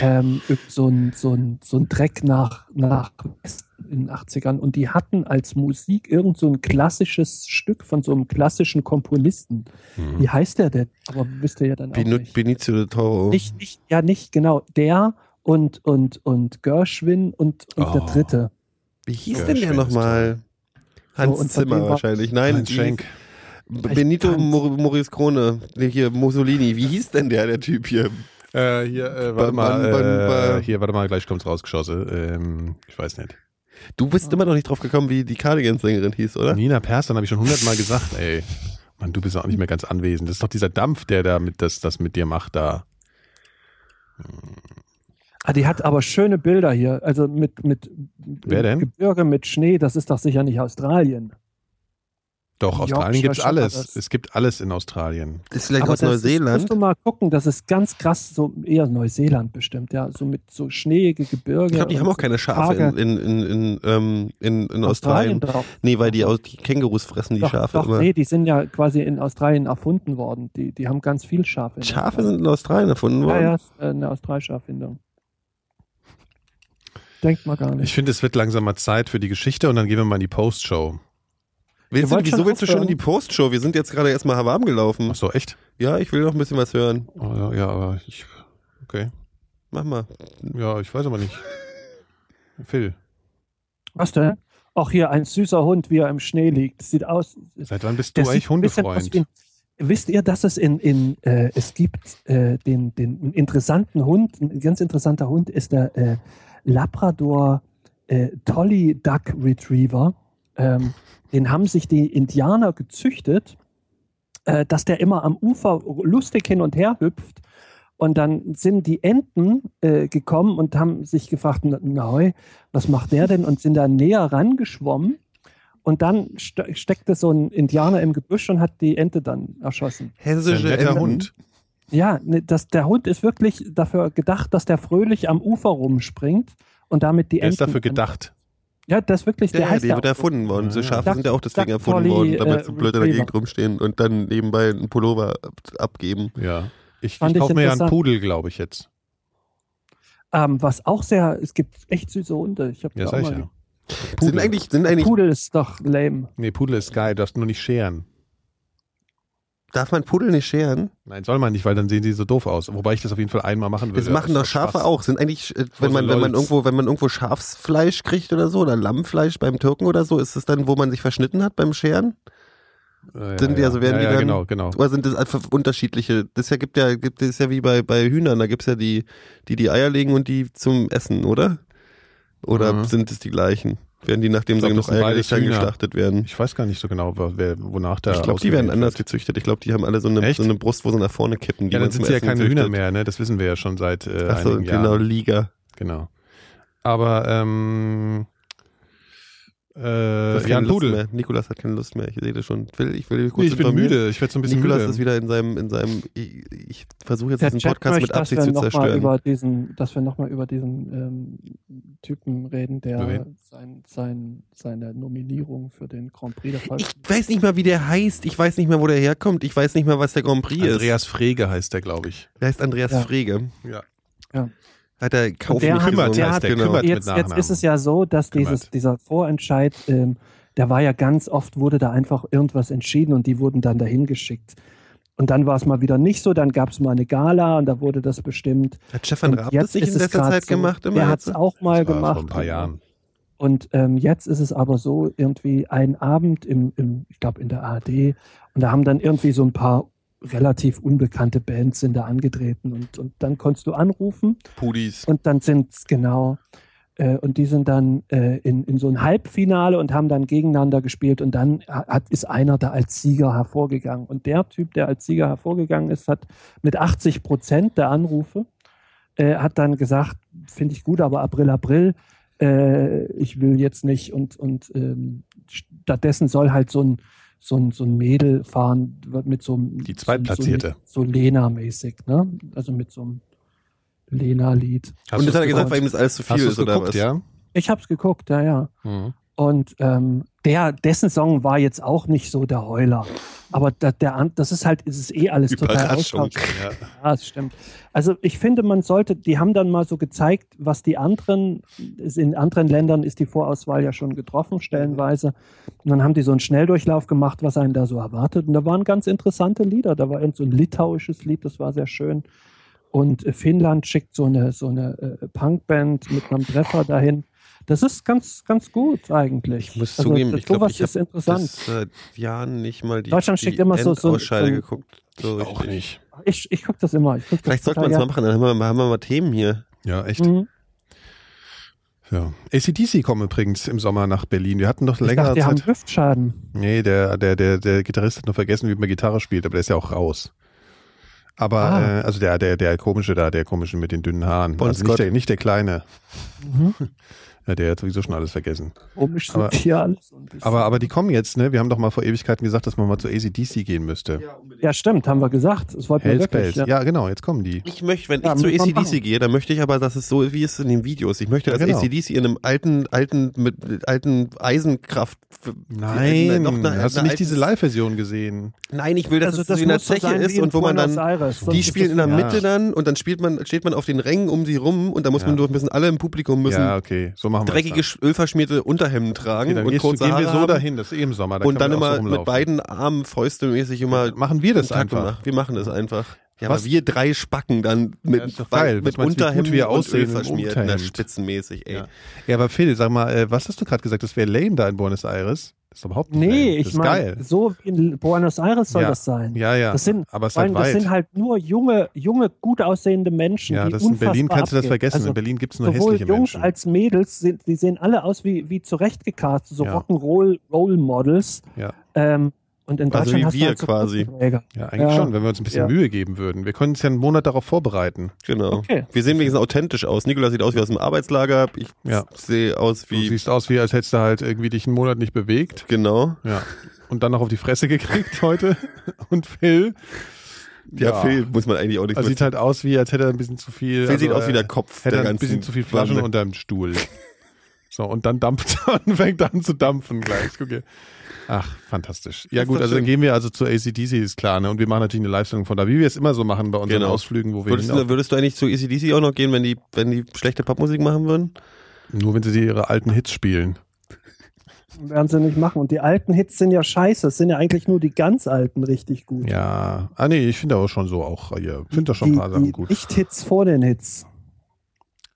ähm, üb- so, ein, so, ein, so ein Dreck nach, nach Westen in den 80ern. Und die hatten als Musik irgend so ein klassisches Stück von so einem klassischen Komponisten. Mhm. Wie heißt der denn? Aber wisst ihr ja dann auch Benu- nicht. Benicio del Toro. nicht, nicht. Ja, nicht, genau. Der und, und, und Gershwin und, und der Oh. dritte. Wie hieß Ja, denn der schön, nochmal? Hans So, und von dem Zimmer war- wahrscheinlich. Nein, Heinz die- Schenk. B- Benito Hans. Mor Maurice Krone. Nee, hier, Mussolini. Wie hieß denn der, der Typ hier? Äh, hier, äh, Ba- warte mal. ba- ba- äh, Hier, warte mal, gleich kommt's rausgeschossen. Ähm, ich weiß nicht. Du bist immer noch nicht drauf gekommen, wie die Cardigans-Sängerin hieß, oder? Nina Persson habe ich schon hundertmal gesagt, ey. Mann, du bist auch nicht mehr ganz anwesend. Das ist doch dieser Dampf, der da mit, das, das mit dir macht da. Ah, die hat aber schöne Bilder hier. Also mit, mit Wer denn? Gebirge, mit Schnee. Das ist doch sicher nicht Australien. Doch, Ja, Australien ich gibt's weiß schon, alles. aber das- Es gibt alles in Australien. Ist vielleicht aus das Neuseeland. musst du mal gucken. Das ist ganz krass. So eher Neuseeland bestimmt. Ja, so mit so schneeige Gebirge. Ich glaube, die haben auch keine Schafe in, Frage. in, in, in, ähm, in, in Australien. drauf. Nee, weil die, Au- die Kängurus fressen die doch, Schafe doch, immer. nee, die sind ja quasi in Australien erfunden worden. Die, die haben ganz viel Schafe. in Schafe sind in Australien erfunden Ja, worden. ja, ist äh, eine australische Erfindung. Denkt mal gar Ich nicht. finde, es wird langsam mal Zeit für die Geschichte und dann gehen wir mal in die Postshow. Willst du, wollt wieso schon willst du schon in aufhören? die Postshow? Wir sind jetzt gerade erstmal warm gelaufen. Ach so, echt? Ja, ich will noch ein bisschen was hören. Oh, ja, aber ich. Okay. Mach mal. Ja, ich weiß aber nicht. Phil, Was denn? Auch hier ein süßer Hund, wie er im Schnee liegt. Sieht aus. seit wann bist du der eigentlich sieht ein bisschen aus Hundefreund? wie ein- Wisst ihr, dass es in, in äh, es gibt äh, den, den einen interessanten Hund, ein ganz interessanter Hund ist der äh, Labrador äh, Tolly Duck Retriever. Ähm, den haben sich die Indianer gezüchtet, äh, dass der immer am Ufer lustig hin und her hüpft. Und dann sind die Enten äh, gekommen und haben sich gefragt, na, na, hoi, was macht der denn? Und sind da näher rangeschwommen. Und dann ste steckte so ein Indianer im Gebüsch und hat die Ente dann erschossen. Das ist ein Hessische netter Enten. Hund. Ja, ne, das, der Hund ist wirklich dafür gedacht, dass der fröhlich am Ufer rumspringt und damit die Er Enten. ist dafür gedacht. Ja, das wirklich, Ja, der ja, heißt die ja wird auch so. erfunden worden. Diese Ja, Schafe ja. sind ja auch deswegen Duck- erfunden Dolly, worden, damit äh, so blöd in der Gegend Retriever. rumstehen und dann nebenbei einen Pullover ab- abgeben. Ja. Ich, ich Fand ich kaufe mir ja einen interessant. Pudel, glaube ich, jetzt. Ähm, was auch sehr, es gibt echt süße Hunde. Ich habe Ja, ja, sag auch ich mal. ja. Sind eigentlich, sind eigentlich, Pudel ist doch lame. Nee, Pudel ist geil, darfst nur nicht scheren. darf man Pudel nicht scheren? Nein, soll man nicht, weil dann sehen sie so doof aus. Wobei ich das auf jeden Fall einmal machen würde. Das machen doch aus Schafe Spaß. auch. Sind eigentlich, äh, Vor wenn so man, wenn man Lolz. irgendwo, wenn man irgendwo Schafsfleisch kriegt oder so, oder Lammfleisch beim Türken oder so, ist es dann, wo man sich verschnitten hat beim Scheren? Äh, Sind die, also werden ja, die ja, dann- Genau, genau. Oder sind das einfach unterschiedliche? Das ja gibt ja, gibt es ja wie bei, bei Hühnern, da gibt's ja die, die die Eier legen und die zum Essen, oder? Oder Mhm. sind es die gleichen? Werden die, nachdem Ich glaub, sie das genug sind Eier beides gelegt haben, Hühner. geschlachtet werden? Ich weiß gar nicht so genau, wer, wer, wonach da. ich glaube, die werden ausgewählt anders wird. gezüchtet. Ich glaube, die haben alle so eine, Echt? so eine Brust, wo sie nach vorne kippen. Die Ja, dann man sind zum sie ja Essen keine Hühner züchtet. mehr, ne? Das wissen wir ja schon seit äh, Ach so, einigen genau, Jahren. Liga. Genau. Aber ähm, Du äh, hast ja, keine ein Lust Pudel. mehr. Nikolas hat keine Lust mehr. Ich sehe das schon. Will, ich will kurz Nee, ich bin informieren. müde. Ich werde so ein bisschen Nikolas müde. ist wieder in seinem, in seinem, ich, ich versuche jetzt Der diesen Chat Podcast mit möchte, dass Absicht wir zu noch mal zerstören. Über diesen, dass wir nochmal über diesen ähm, Typen reden, Über der wen? sein, sein, seine Nominierung für den Grand Prix der Ich Volks- weiß nicht mal, wie der heißt. Ich weiß nicht mehr, wo der herkommt. Ich weiß nicht mehr, was der Grand Prix ist. Andreas Frege heißt der, glaube ich. Der heißt Andreas Ja. Frege. Ja. Ja. Hat er Kauf der mich hat- gesungen. der hat- kümmert mit jetzt, jetzt Nachnamen. ist es ja so, dass dieses, Kümmert. dieser Vorentscheid, ähm, der war ja ganz oft, wurde da einfach irgendwas entschieden und die wurden dann dahin geschickt. Und dann war es mal wieder nicht so, dann gab es mal eine Gala und da wurde das bestimmt. Hat Stefan Und Raab jetzt das nicht ist in es letzter grad Zeit so, gemacht? Immer Der hat es jetzt? auch mal Das war gemacht. Vor ein paar Jahren. Und ähm, jetzt ist es aber so, irgendwie ein Abend im, im ich glaube, in der ARD, und da haben dann irgendwie so ein paar relativ unbekannte Bands sind da angetreten und, und dann konntest du anrufen Pudis. und dann sind's genau. Äh, und die sind dann äh, in, in so ein Halbfinale und haben dann gegeneinander gespielt und dann hat, ist einer da als Sieger hervorgegangen. Und der Typ, der als Sieger hervorgegangen ist, hat mit 80 Prozent der Anrufe, äh, hat dann gesagt, finde ich gut, aber April, April, äh, ich will jetzt nicht und, und ähm, stattdessen soll halt so ein so ein, so ein Mädel fahren mit so einem Die Zweitplatzierte. so, so Lena-mäßig, ne? Also mit so einem Lena-Lied. Hast und das du's hat er gesagt, geguckt? weil ihm das alles zu viel Hast du's ist, oder geguckt, was? ja? Ich hab's geguckt, ja, ja. Und ähm, der, dessen Song war jetzt auch nicht so der Heuler. Aber da, der, an- das ist halt, es ist eh alles total Überraschung. austauschbar. Ja, das stimmt. Also ich finde, man sollte, die haben dann mal so gezeigt, was die anderen, in anderen Ländern ist die Vorauswahl ja schon getroffen, stellenweise. Und dann haben die so einen Schnelldurchlauf gemacht, was einen da so erwartet. Und da waren ganz interessante Lieder. Da war irgend so ein litauisches Lied, das war sehr schön. Und äh, Finnland schickt so eine, so eine äh, Punkband mit einem Treffer dahin. Das ist ganz, ganz gut eigentlich. Also, Ich muss zugeben, das- ich glaub, sowas ich hab ist interessant. Das seit Jahren nicht mal die, Deutschland die schickt immer so- so- Endausscheide so- geguckt. So Auch richtig. nicht. Ich, ich gucke das immer. Ich guck das Vielleicht sollte man total Mhm. es mal machen, dann haben wir, haben wir mal Themen hier. Ja, echt. gern. Mhm. Ja. ACDC kommen übrigens im Sommer nach Berlin. Wir hatten noch Ich längere dachte, die haben Zeit. Hüftschaden. Nee, der, der, der, der Gitarrist hat nur vergessen, wie man Gitarre spielt, aber der ist ja auch raus. Aber, Ah. äh, also der, der, der komische da, der komische mit den dünnen Haaren. Bon Also nicht Scott. Mhm. der, nicht der kleine. Ja, der hat sowieso schon alles vergessen. Komisch sind Aber- hier alles. so ein bisschen. Aber, aber die kommen jetzt, ne? Wir haben doch mal vor Ewigkeiten gesagt, dass man mal zu ACDC gehen müsste. ja, stimmt, haben wir gesagt. Das wollten wir Hell's wirklich. Bells. Ja. Ja. genau, jetzt kommen die. Ich möchte, wenn Ja, ich zu muss man machen. ACDC gehe, dann möchte ich aber, dass es so wie es in den Videos. Ich möchte, dass Ja, genau. ACDC in einem alten, alten, mit, mit alten Eisenkraft. äh, noch eine- hast du eine nicht diese Also alten- Live-Version gesehen? Nein, ich will, dass es so in der muss so Zeche sein wie ist in und wo man Buenos dann. Aires, sonst Die ist spielen in das- der Ja. Mitte dann und dann spielt man, steht man auf den Rängen um sie rum und da muss man Ja. durch, müssen alle im Publikum müssen ja, okay, so machen wir dreckige, das. ölverschmierte Unterhemden tragen Okay, dann und gehst du, kurze gehen wir Haare so haben. dahin, das ist eh im Sommer. da und kann dann man auch so immer mit rumlaufen. beiden Armen fäustemäßig immer Machen wir das Kontakt einfach. gemacht. Wir machen das einfach. Ja, Was- aber wir drei Spacken dann mit, Ja, ist doch weil- geil. Was meinst mit du, wie Unterhemden gut wir und aussehen im Ölverschmiert, Unterhemd? na, spitzenmäßig, ey. Ja. ja, aber Phil, sag mal, äh, was hast du gerade gesagt? Das wäre lame da in Buenos Aires. Das ist doch überhaupt nicht lame. Nee, das ich ist meine, geil. so wie in Buenos Aires soll Ja. das sein. Ja, ja. Das sind- aber es ist Vor allem, halt das weit. sind halt nur junge, junge, gut aussehende Menschen. ja, die das in unfassbar Berlin kannst du das abgehen. vergessen. Also in Berlin gibt es nur sowohl hässliche Jungs Menschen. als Mädels, sind, die sehen alle aus wie, wie zurechtgecastet, so Ja. Rock'n'Roll-Role-Models. Ja. Ähm, und in Also Deutschland wie hast du wir halt so quasi. Brückenträger. ja, eigentlich Ja. schon, wenn wir uns ein bisschen Ja. Mühe geben würden. Wir können uns ja einen Monat darauf vorbereiten. Genau. Okay. Wir sehen wenigstens authentisch aus. Nikola sieht aus wie aus dem Arbeitslager. Ich Ja. sehe aus Du wie. siehst aus, wie als hättest du halt irgendwie dich einen Monat nicht bewegt. Genau. Ja. Und dann noch auf die Fresse gekriegt heute. Und Phil. Ja, Phil muss man eigentlich auch nicht Also sieht halt aus, wie als hätte er ein bisschen zu viel. Phil also, sieht aus wie äh, der Kopf. Hätte der er ein ganzen bisschen zu viel Flaschen Bande. unter dem Stuhl. So, und dann dampft und fängt an zu dampfen gleich. Guck hier. Ach, fantastisch. Ja Ist gut, doch also dann schön. gehen wir also zu ACDC, ist klar. Ne? Und wir machen natürlich eine Live-Sendung von da, wie wir es immer so machen bei unseren Genau. Ausflügen, wo wir Würdest du, hin, würdest du eigentlich zu ACDC auch noch gehen, wenn die, wenn die schlechte Popmusik machen würden? nur wenn sie die ihre alten Hits spielen. Werden sie nicht machen. Und die alten Hits sind ja scheiße. Es sind ja eigentlich nur die ganz alten richtig gut. Ja, ah nee, ich finde aber schon so auch, ich finde da schon ein die paar Sachen die gut. Nicht-Hits vor den Hits.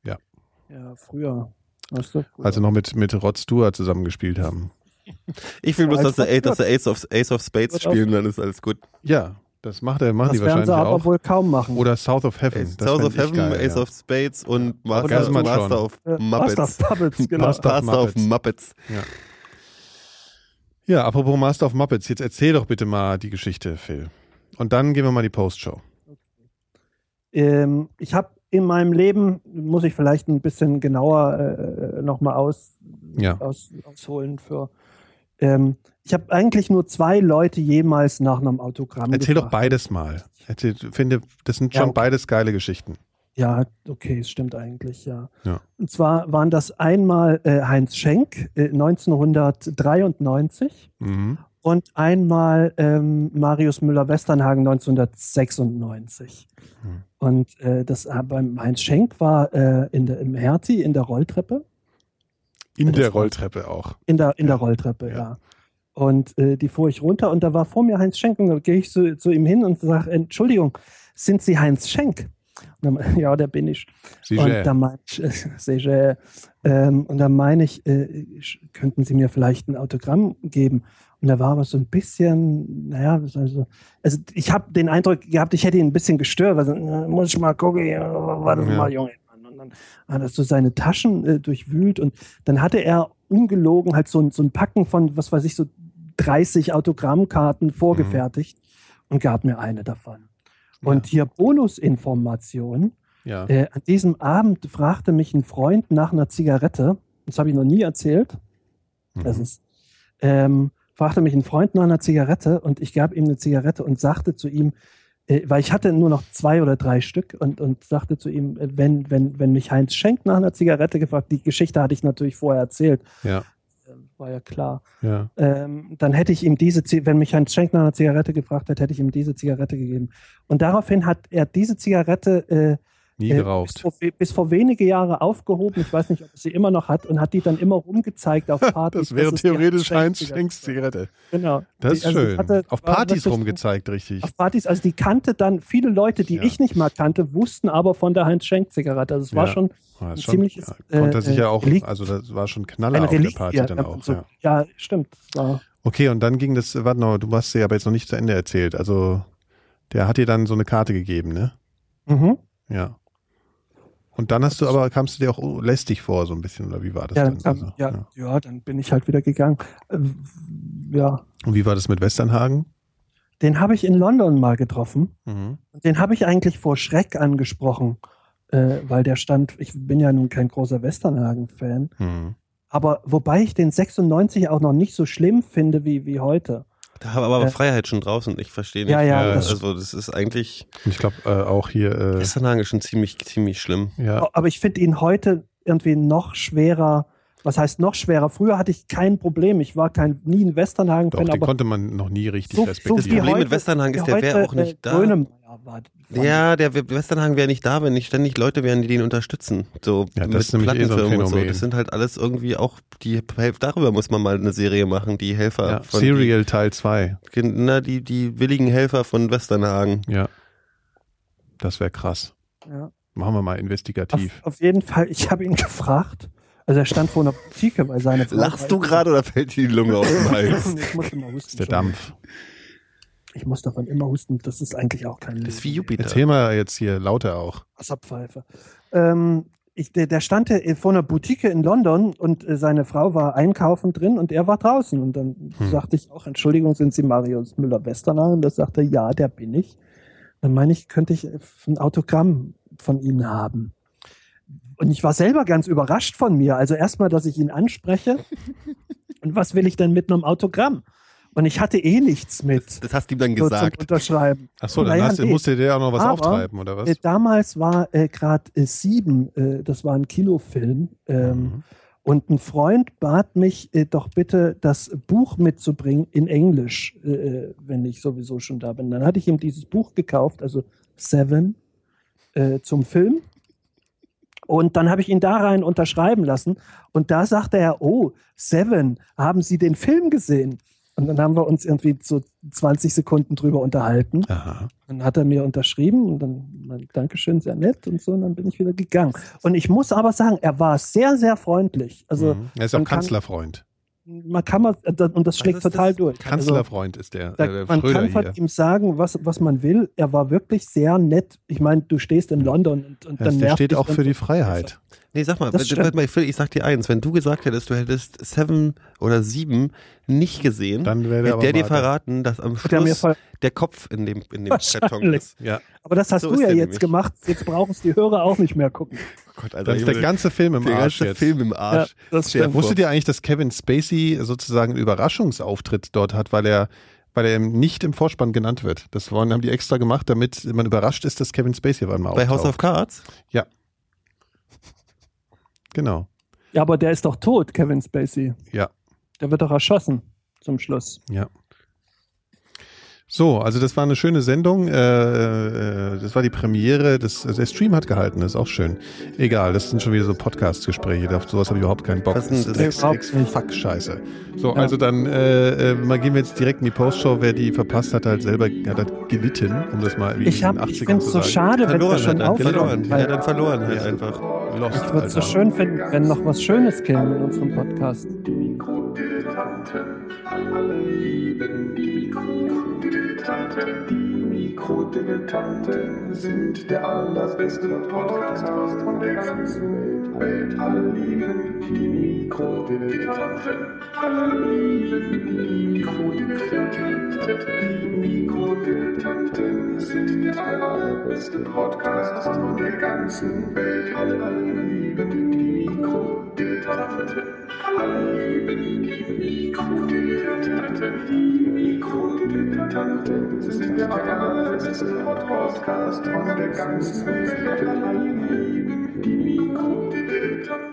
Ja. Also Ja, früher. Weißt du, früher. Als sie noch mit, mit Rod Stewart zusammengespielt haben. Ich will Ja, bloß, dass der, als dass der Ace, of, Ace of Spades Wird auch- spielen, dann ist alles gut. Ja, das macht er, machen das die werden wahrscheinlich sie aber auch. wohl kaum machen. Oder South of Heaven. Ace, das House fänd of ich Heaven, geil, Ace ja. of Spades und das Master, ist man schon. Master of Äh, Muppets. Master of Puppets, genau. Master- of Master of Muppets. Genau. Muppets. Ja, apropos Master of Muppets, jetzt erzähl doch bitte mal die Geschichte, Phil. Und dann gehen wir mal in die Postshow. Ähm, ich habe in meinem Leben, muss ich vielleicht ein bisschen genauer äh, nochmal aus, Ja. aus, ausholen für. Ähm, ich habe eigentlich nur zwei Leute jemals nach einem Autogramm Erzähl doch gefragt. beides mal. Erzähl, finde, das sind Ja, schon okay. beides geile Geschichten. Ja, okay, es stimmt eigentlich, ja. Ja. Und zwar waren das einmal äh, Heinz Schenk äh, 1993 Mhm. und einmal ähm, Marius Müller-Westernhagen 1996. Hm. Und äh, das äh, beim Heinz Schenk war äh, in der, im Hertie in der Rolltreppe. In Das der war- Rolltreppe auch. In der, in der Ja. Rolltreppe, Ja. ja. Und äh, die fuhr ich runter und da war vor mir Heinz Schenk und da gehe ich zu, zu ihm hin und sage, Entschuldigung, sind Sie Heinz Schenk? Und dann, ja, der bin ich. Sicher. Und da meinte ich, äh, Sege, ähm, und dann meine ich, äh, sch- könnten Sie mir vielleicht ein Autogramm geben? Und da war aber so ein bisschen, naja, das war so- also ich habe den Eindruck gehabt, ich hätte ihn ein bisschen gestört, weil so, na, muss ich mal gucken, ja, warte Ja. mal, Junge. Mann. Und dann hat er so seine Taschen äh, durchwühlt und dann hatte er ungelogen halt so ein, so ein Packen von, was weiß ich, so 30 Autogrammkarten vorgefertigt und gab mir eine davon. Und hier Bonusinformation. Ja. Äh, an diesem Abend fragte mich ein Freund nach einer Zigarette. Das habe ich noch nie erzählt. Das Mhm. ist, ähm, fragte mich ein Freund nach einer Zigarette und ich gab ihm eine Zigarette und sagte zu ihm, äh, weil ich hatte nur noch zwei oder drei Stück und, und sagte zu ihm, äh, wenn, wenn, wenn mich Heinz Schenk nach einer Zigarette gefragt, die Geschichte hatte ich natürlich vorher erzählt, Ja. äh, war ja klar, Ja. ähm, dann hätte ich ihm diese, Zi- wenn mich Heinz Schenk nach einer Zigarette gefragt hätte, hätte ich ihm diese Zigarette gegeben. Und daraufhin hat er diese Zigarette äh, äh, Nie Bis geraucht. vor, we- bis vor wenige Jahre aufgehoben. Ich weiß nicht, ob es sie immer noch hat und hat die dann immer rumgezeigt auf Partys. Das wäre ist die theoretisch Heinz Schenk-Zigarette. Schenks Zigarette. Genau. Das Die- ist also die schön. hatte- Auf war Partys wirklich- rumgezeigt, richtig. Auf Partys, also die kannte dann viele Leute, die Ja. ich nicht mal kannte, wussten aber von der Heinz-Schenk-Zigarette. Also es war Ja. schon Ja, Ah, ist ein schon, ziemliches, ja, konnte er äh, sich ja auch, Relikt- also das war schon ein Knaller auf der Relikt. Party ja, also dann auch. so, ja. ja. stimmt. Es War, Okay, und dann ging das, warte noch, du hast dir aber jetzt noch nicht zu Ende erzählt. Also, der hat dir dann so eine Karte gegeben, ne? mhm. Ja. Und dann hast du aber, kamst du dir auch lästig vor, so ein bisschen, oder wie war das Ja, dann? dann, kam, Also, ja, ja. dann bin ich halt wieder gegangen. Ähm, Ja, Und wie war das mit Westernhagen? den habe ich in London mal getroffen. Mhm. Und Den habe ich eigentlich vor Schreck angesprochen, äh, weil der stand, ich bin ja nun kein großer Westernhagen-Fan, Mhm. aber wobei ich den 96 auch noch nicht so schlimm finde wie, wie heute. Da haben aber Äh, Freiheit schon draußen. Ich verstehe nicht. Ja, ja, äh, das- also das ist eigentlich Und ich glaube äh, auch hier, äh, Westernhagen schon ziemlich, ziemlich schlimm. ja, A- Aber ich finde ihn heute irgendwie noch schwerer. Was heißt noch schwerer? Früher hatte ich kein Problem. Ich war kein, nie ein doch, Westernhagen-Fan, den aber konnte man noch nie richtig so, so respektieren. wie Problem mit heute, äh, Westernhagen ist, der wäre auch nicht da. Grönemeyer war, Ja, der Westernhagen wäre nicht da, wenn nicht ständig Leute wären, die den unterstützen. So Ja, das mit ist nämlich eh so ein Plattenfirmen und so. Phänomen. Das sind halt alles irgendwie auch die Helfer. Darüber muss man mal eine Serie machen, die Helfer ja, von Serial Teil 2, Die, na, die, die willigen Helfer von Westernhagen. ja. Das wäre krass. Ja. Machen wir mal investigativ. Auf, auf jeden Fall, ich habe ihn gefragt. Also er stand vor einer Boutique bei seiner Frau. Lachst du gerade oder fällt dir die Lunge aus dem Hals? Ich muss immer husten. Das ist der Dampf. Ich muss davon immer husten. Das ist eigentlich auch kein Das ist wie Jupiter. Erzähl mal jetzt hier lauter auch. Wasserpfeife. Ähm, ich, der, der stand ja vor einer Boutique in London und äh, seine Frau war einkaufen drin und er war draußen. Und dann Hm. sagte ich auch, Entschuldigung, sind Sie Marius Müller-Westernhagen? Das sagte er, ja, der bin ich. Dann meine ich, könnte ich äh, ein Autogramm von Ihnen haben. Und ich war selber ganz überrascht von mir. Also erstmal, dass ich ihn anspreche. und was will ich denn mit einem Autogramm? Und ich hatte eh nichts mit. Das hast du ihm dann so zum gesagt. Unterschreiben. Achso, dann Naja, hast, nee. musste der auch noch was Aber, auftreiben, oder was? Äh, damals war äh, gerade äh, sieben, äh, das war ein Kinofilm. Ähm, Mhm. Und ein Freund bat mich äh, doch bitte, das Buch mitzubringen in Englisch, äh, wenn ich sowieso schon da bin. Dann hatte ich ihm dieses Buch gekauft, also Seven, äh, zum Film. Und dann habe ich ihn da rein unterschreiben lassen. Und da sagte er, oh, Seven, haben Sie den Film gesehen? Und dann haben wir uns irgendwie so 20 Sekunden drüber unterhalten. Aha. Dann hat er mir unterschrieben und dann mein Dankeschön, sehr nett und so, und dann bin ich wieder gegangen. Und ich muss aber sagen, er war sehr, sehr freundlich. Also Mhm. Er ist auch man kann- also Kanzlerfreund. man kann mal, äh, und das schlägt ist das? total durch. Also, Kanzlerfreund ist der, da, äh, der man Schröder kann von hier. ihm sagen, was, was man will. Er war wirklich sehr nett. Ich meine, du stehst in London und, und Ja, dann der nervt steht dich auch dann für so- die Freiheit. Nee, sag mal, Das warte- stimmt. warte mal, Phil, ich sag dir eins. Wenn du gesagt hättest, du hättest Seven oder Sieben nicht gesehen, Dann wäre der hätte der dir aber mal- verraten, dass am Hat er mir Schluss voll, der Kopf in dem, in dem Wahrscheinlich. Karton ist. Ja, aber das hast So du ist ja er jetzt nämlich. gemacht. Jetzt brauchen es die Hörer auch nicht mehr gucken. Oh Gott, Alter, dann ist der Junge, ganze Film im der Arsch ganze jetzt. Film im Arsch. Ja, das Stell dir stimmt. vor, Wusstet ihr eigentlich, dass Kevin Spacey sozusagen einen Überraschungsauftritt dort hat, weil er, weil er nicht im Vorspann genannt wird? Das wollen- haben die extra gemacht, damit man überrascht ist, dass Kevin Spacey auf einmal Bei House of auftaucht. Cards? Genau. Ja, aber der ist doch tot, Kevin Spacey. Ja. Der wird doch erschossen zum Schluss. So, also das war eine schöne Sendung. Äh, äh, das war die Premiere. Das, also der Stream hat gehalten, das ist auch schön. Egal, das sind schon wieder so Podcast-Gespräche. Auf sowas habe ich überhaupt keinen Bock. Was denn das? ist Überhaupt nicht. Fuck, scheiße. So, Ja. also dann äh, äh, mal gehen wir jetzt direkt in die Postshow. Wer die verpasst hat, halt selber hat halt gelitten, um das mal irgendwie Ich, hab- in den ich 80ern finde es zu so sagen. schade, wenn wir Verloren schon hat dann, aufhören. verloren. weil- Ja, dann verloren halt Ja. einfach. Lost, Ich würde es so Alter. schön finden, wenn noch was Schönes käme in unserem Podcast. Mikrodilettanten sind der allerbeste Podcast aus der ganzen Welt. Alle lieben die Mikrodilettanten. Alle lieben die Mikrodilettanten. Die Mikrodilettanten sind der allerbeste Podcast aus der ganzen Welt. Alle lieben die Mikrodilettanten. Alle lieben die Mikrodilettanten. Die Mikrodilettanten sind der allerbeste Podcast aus der ganzen Welt. Alle lieben die Mikrodilettanten.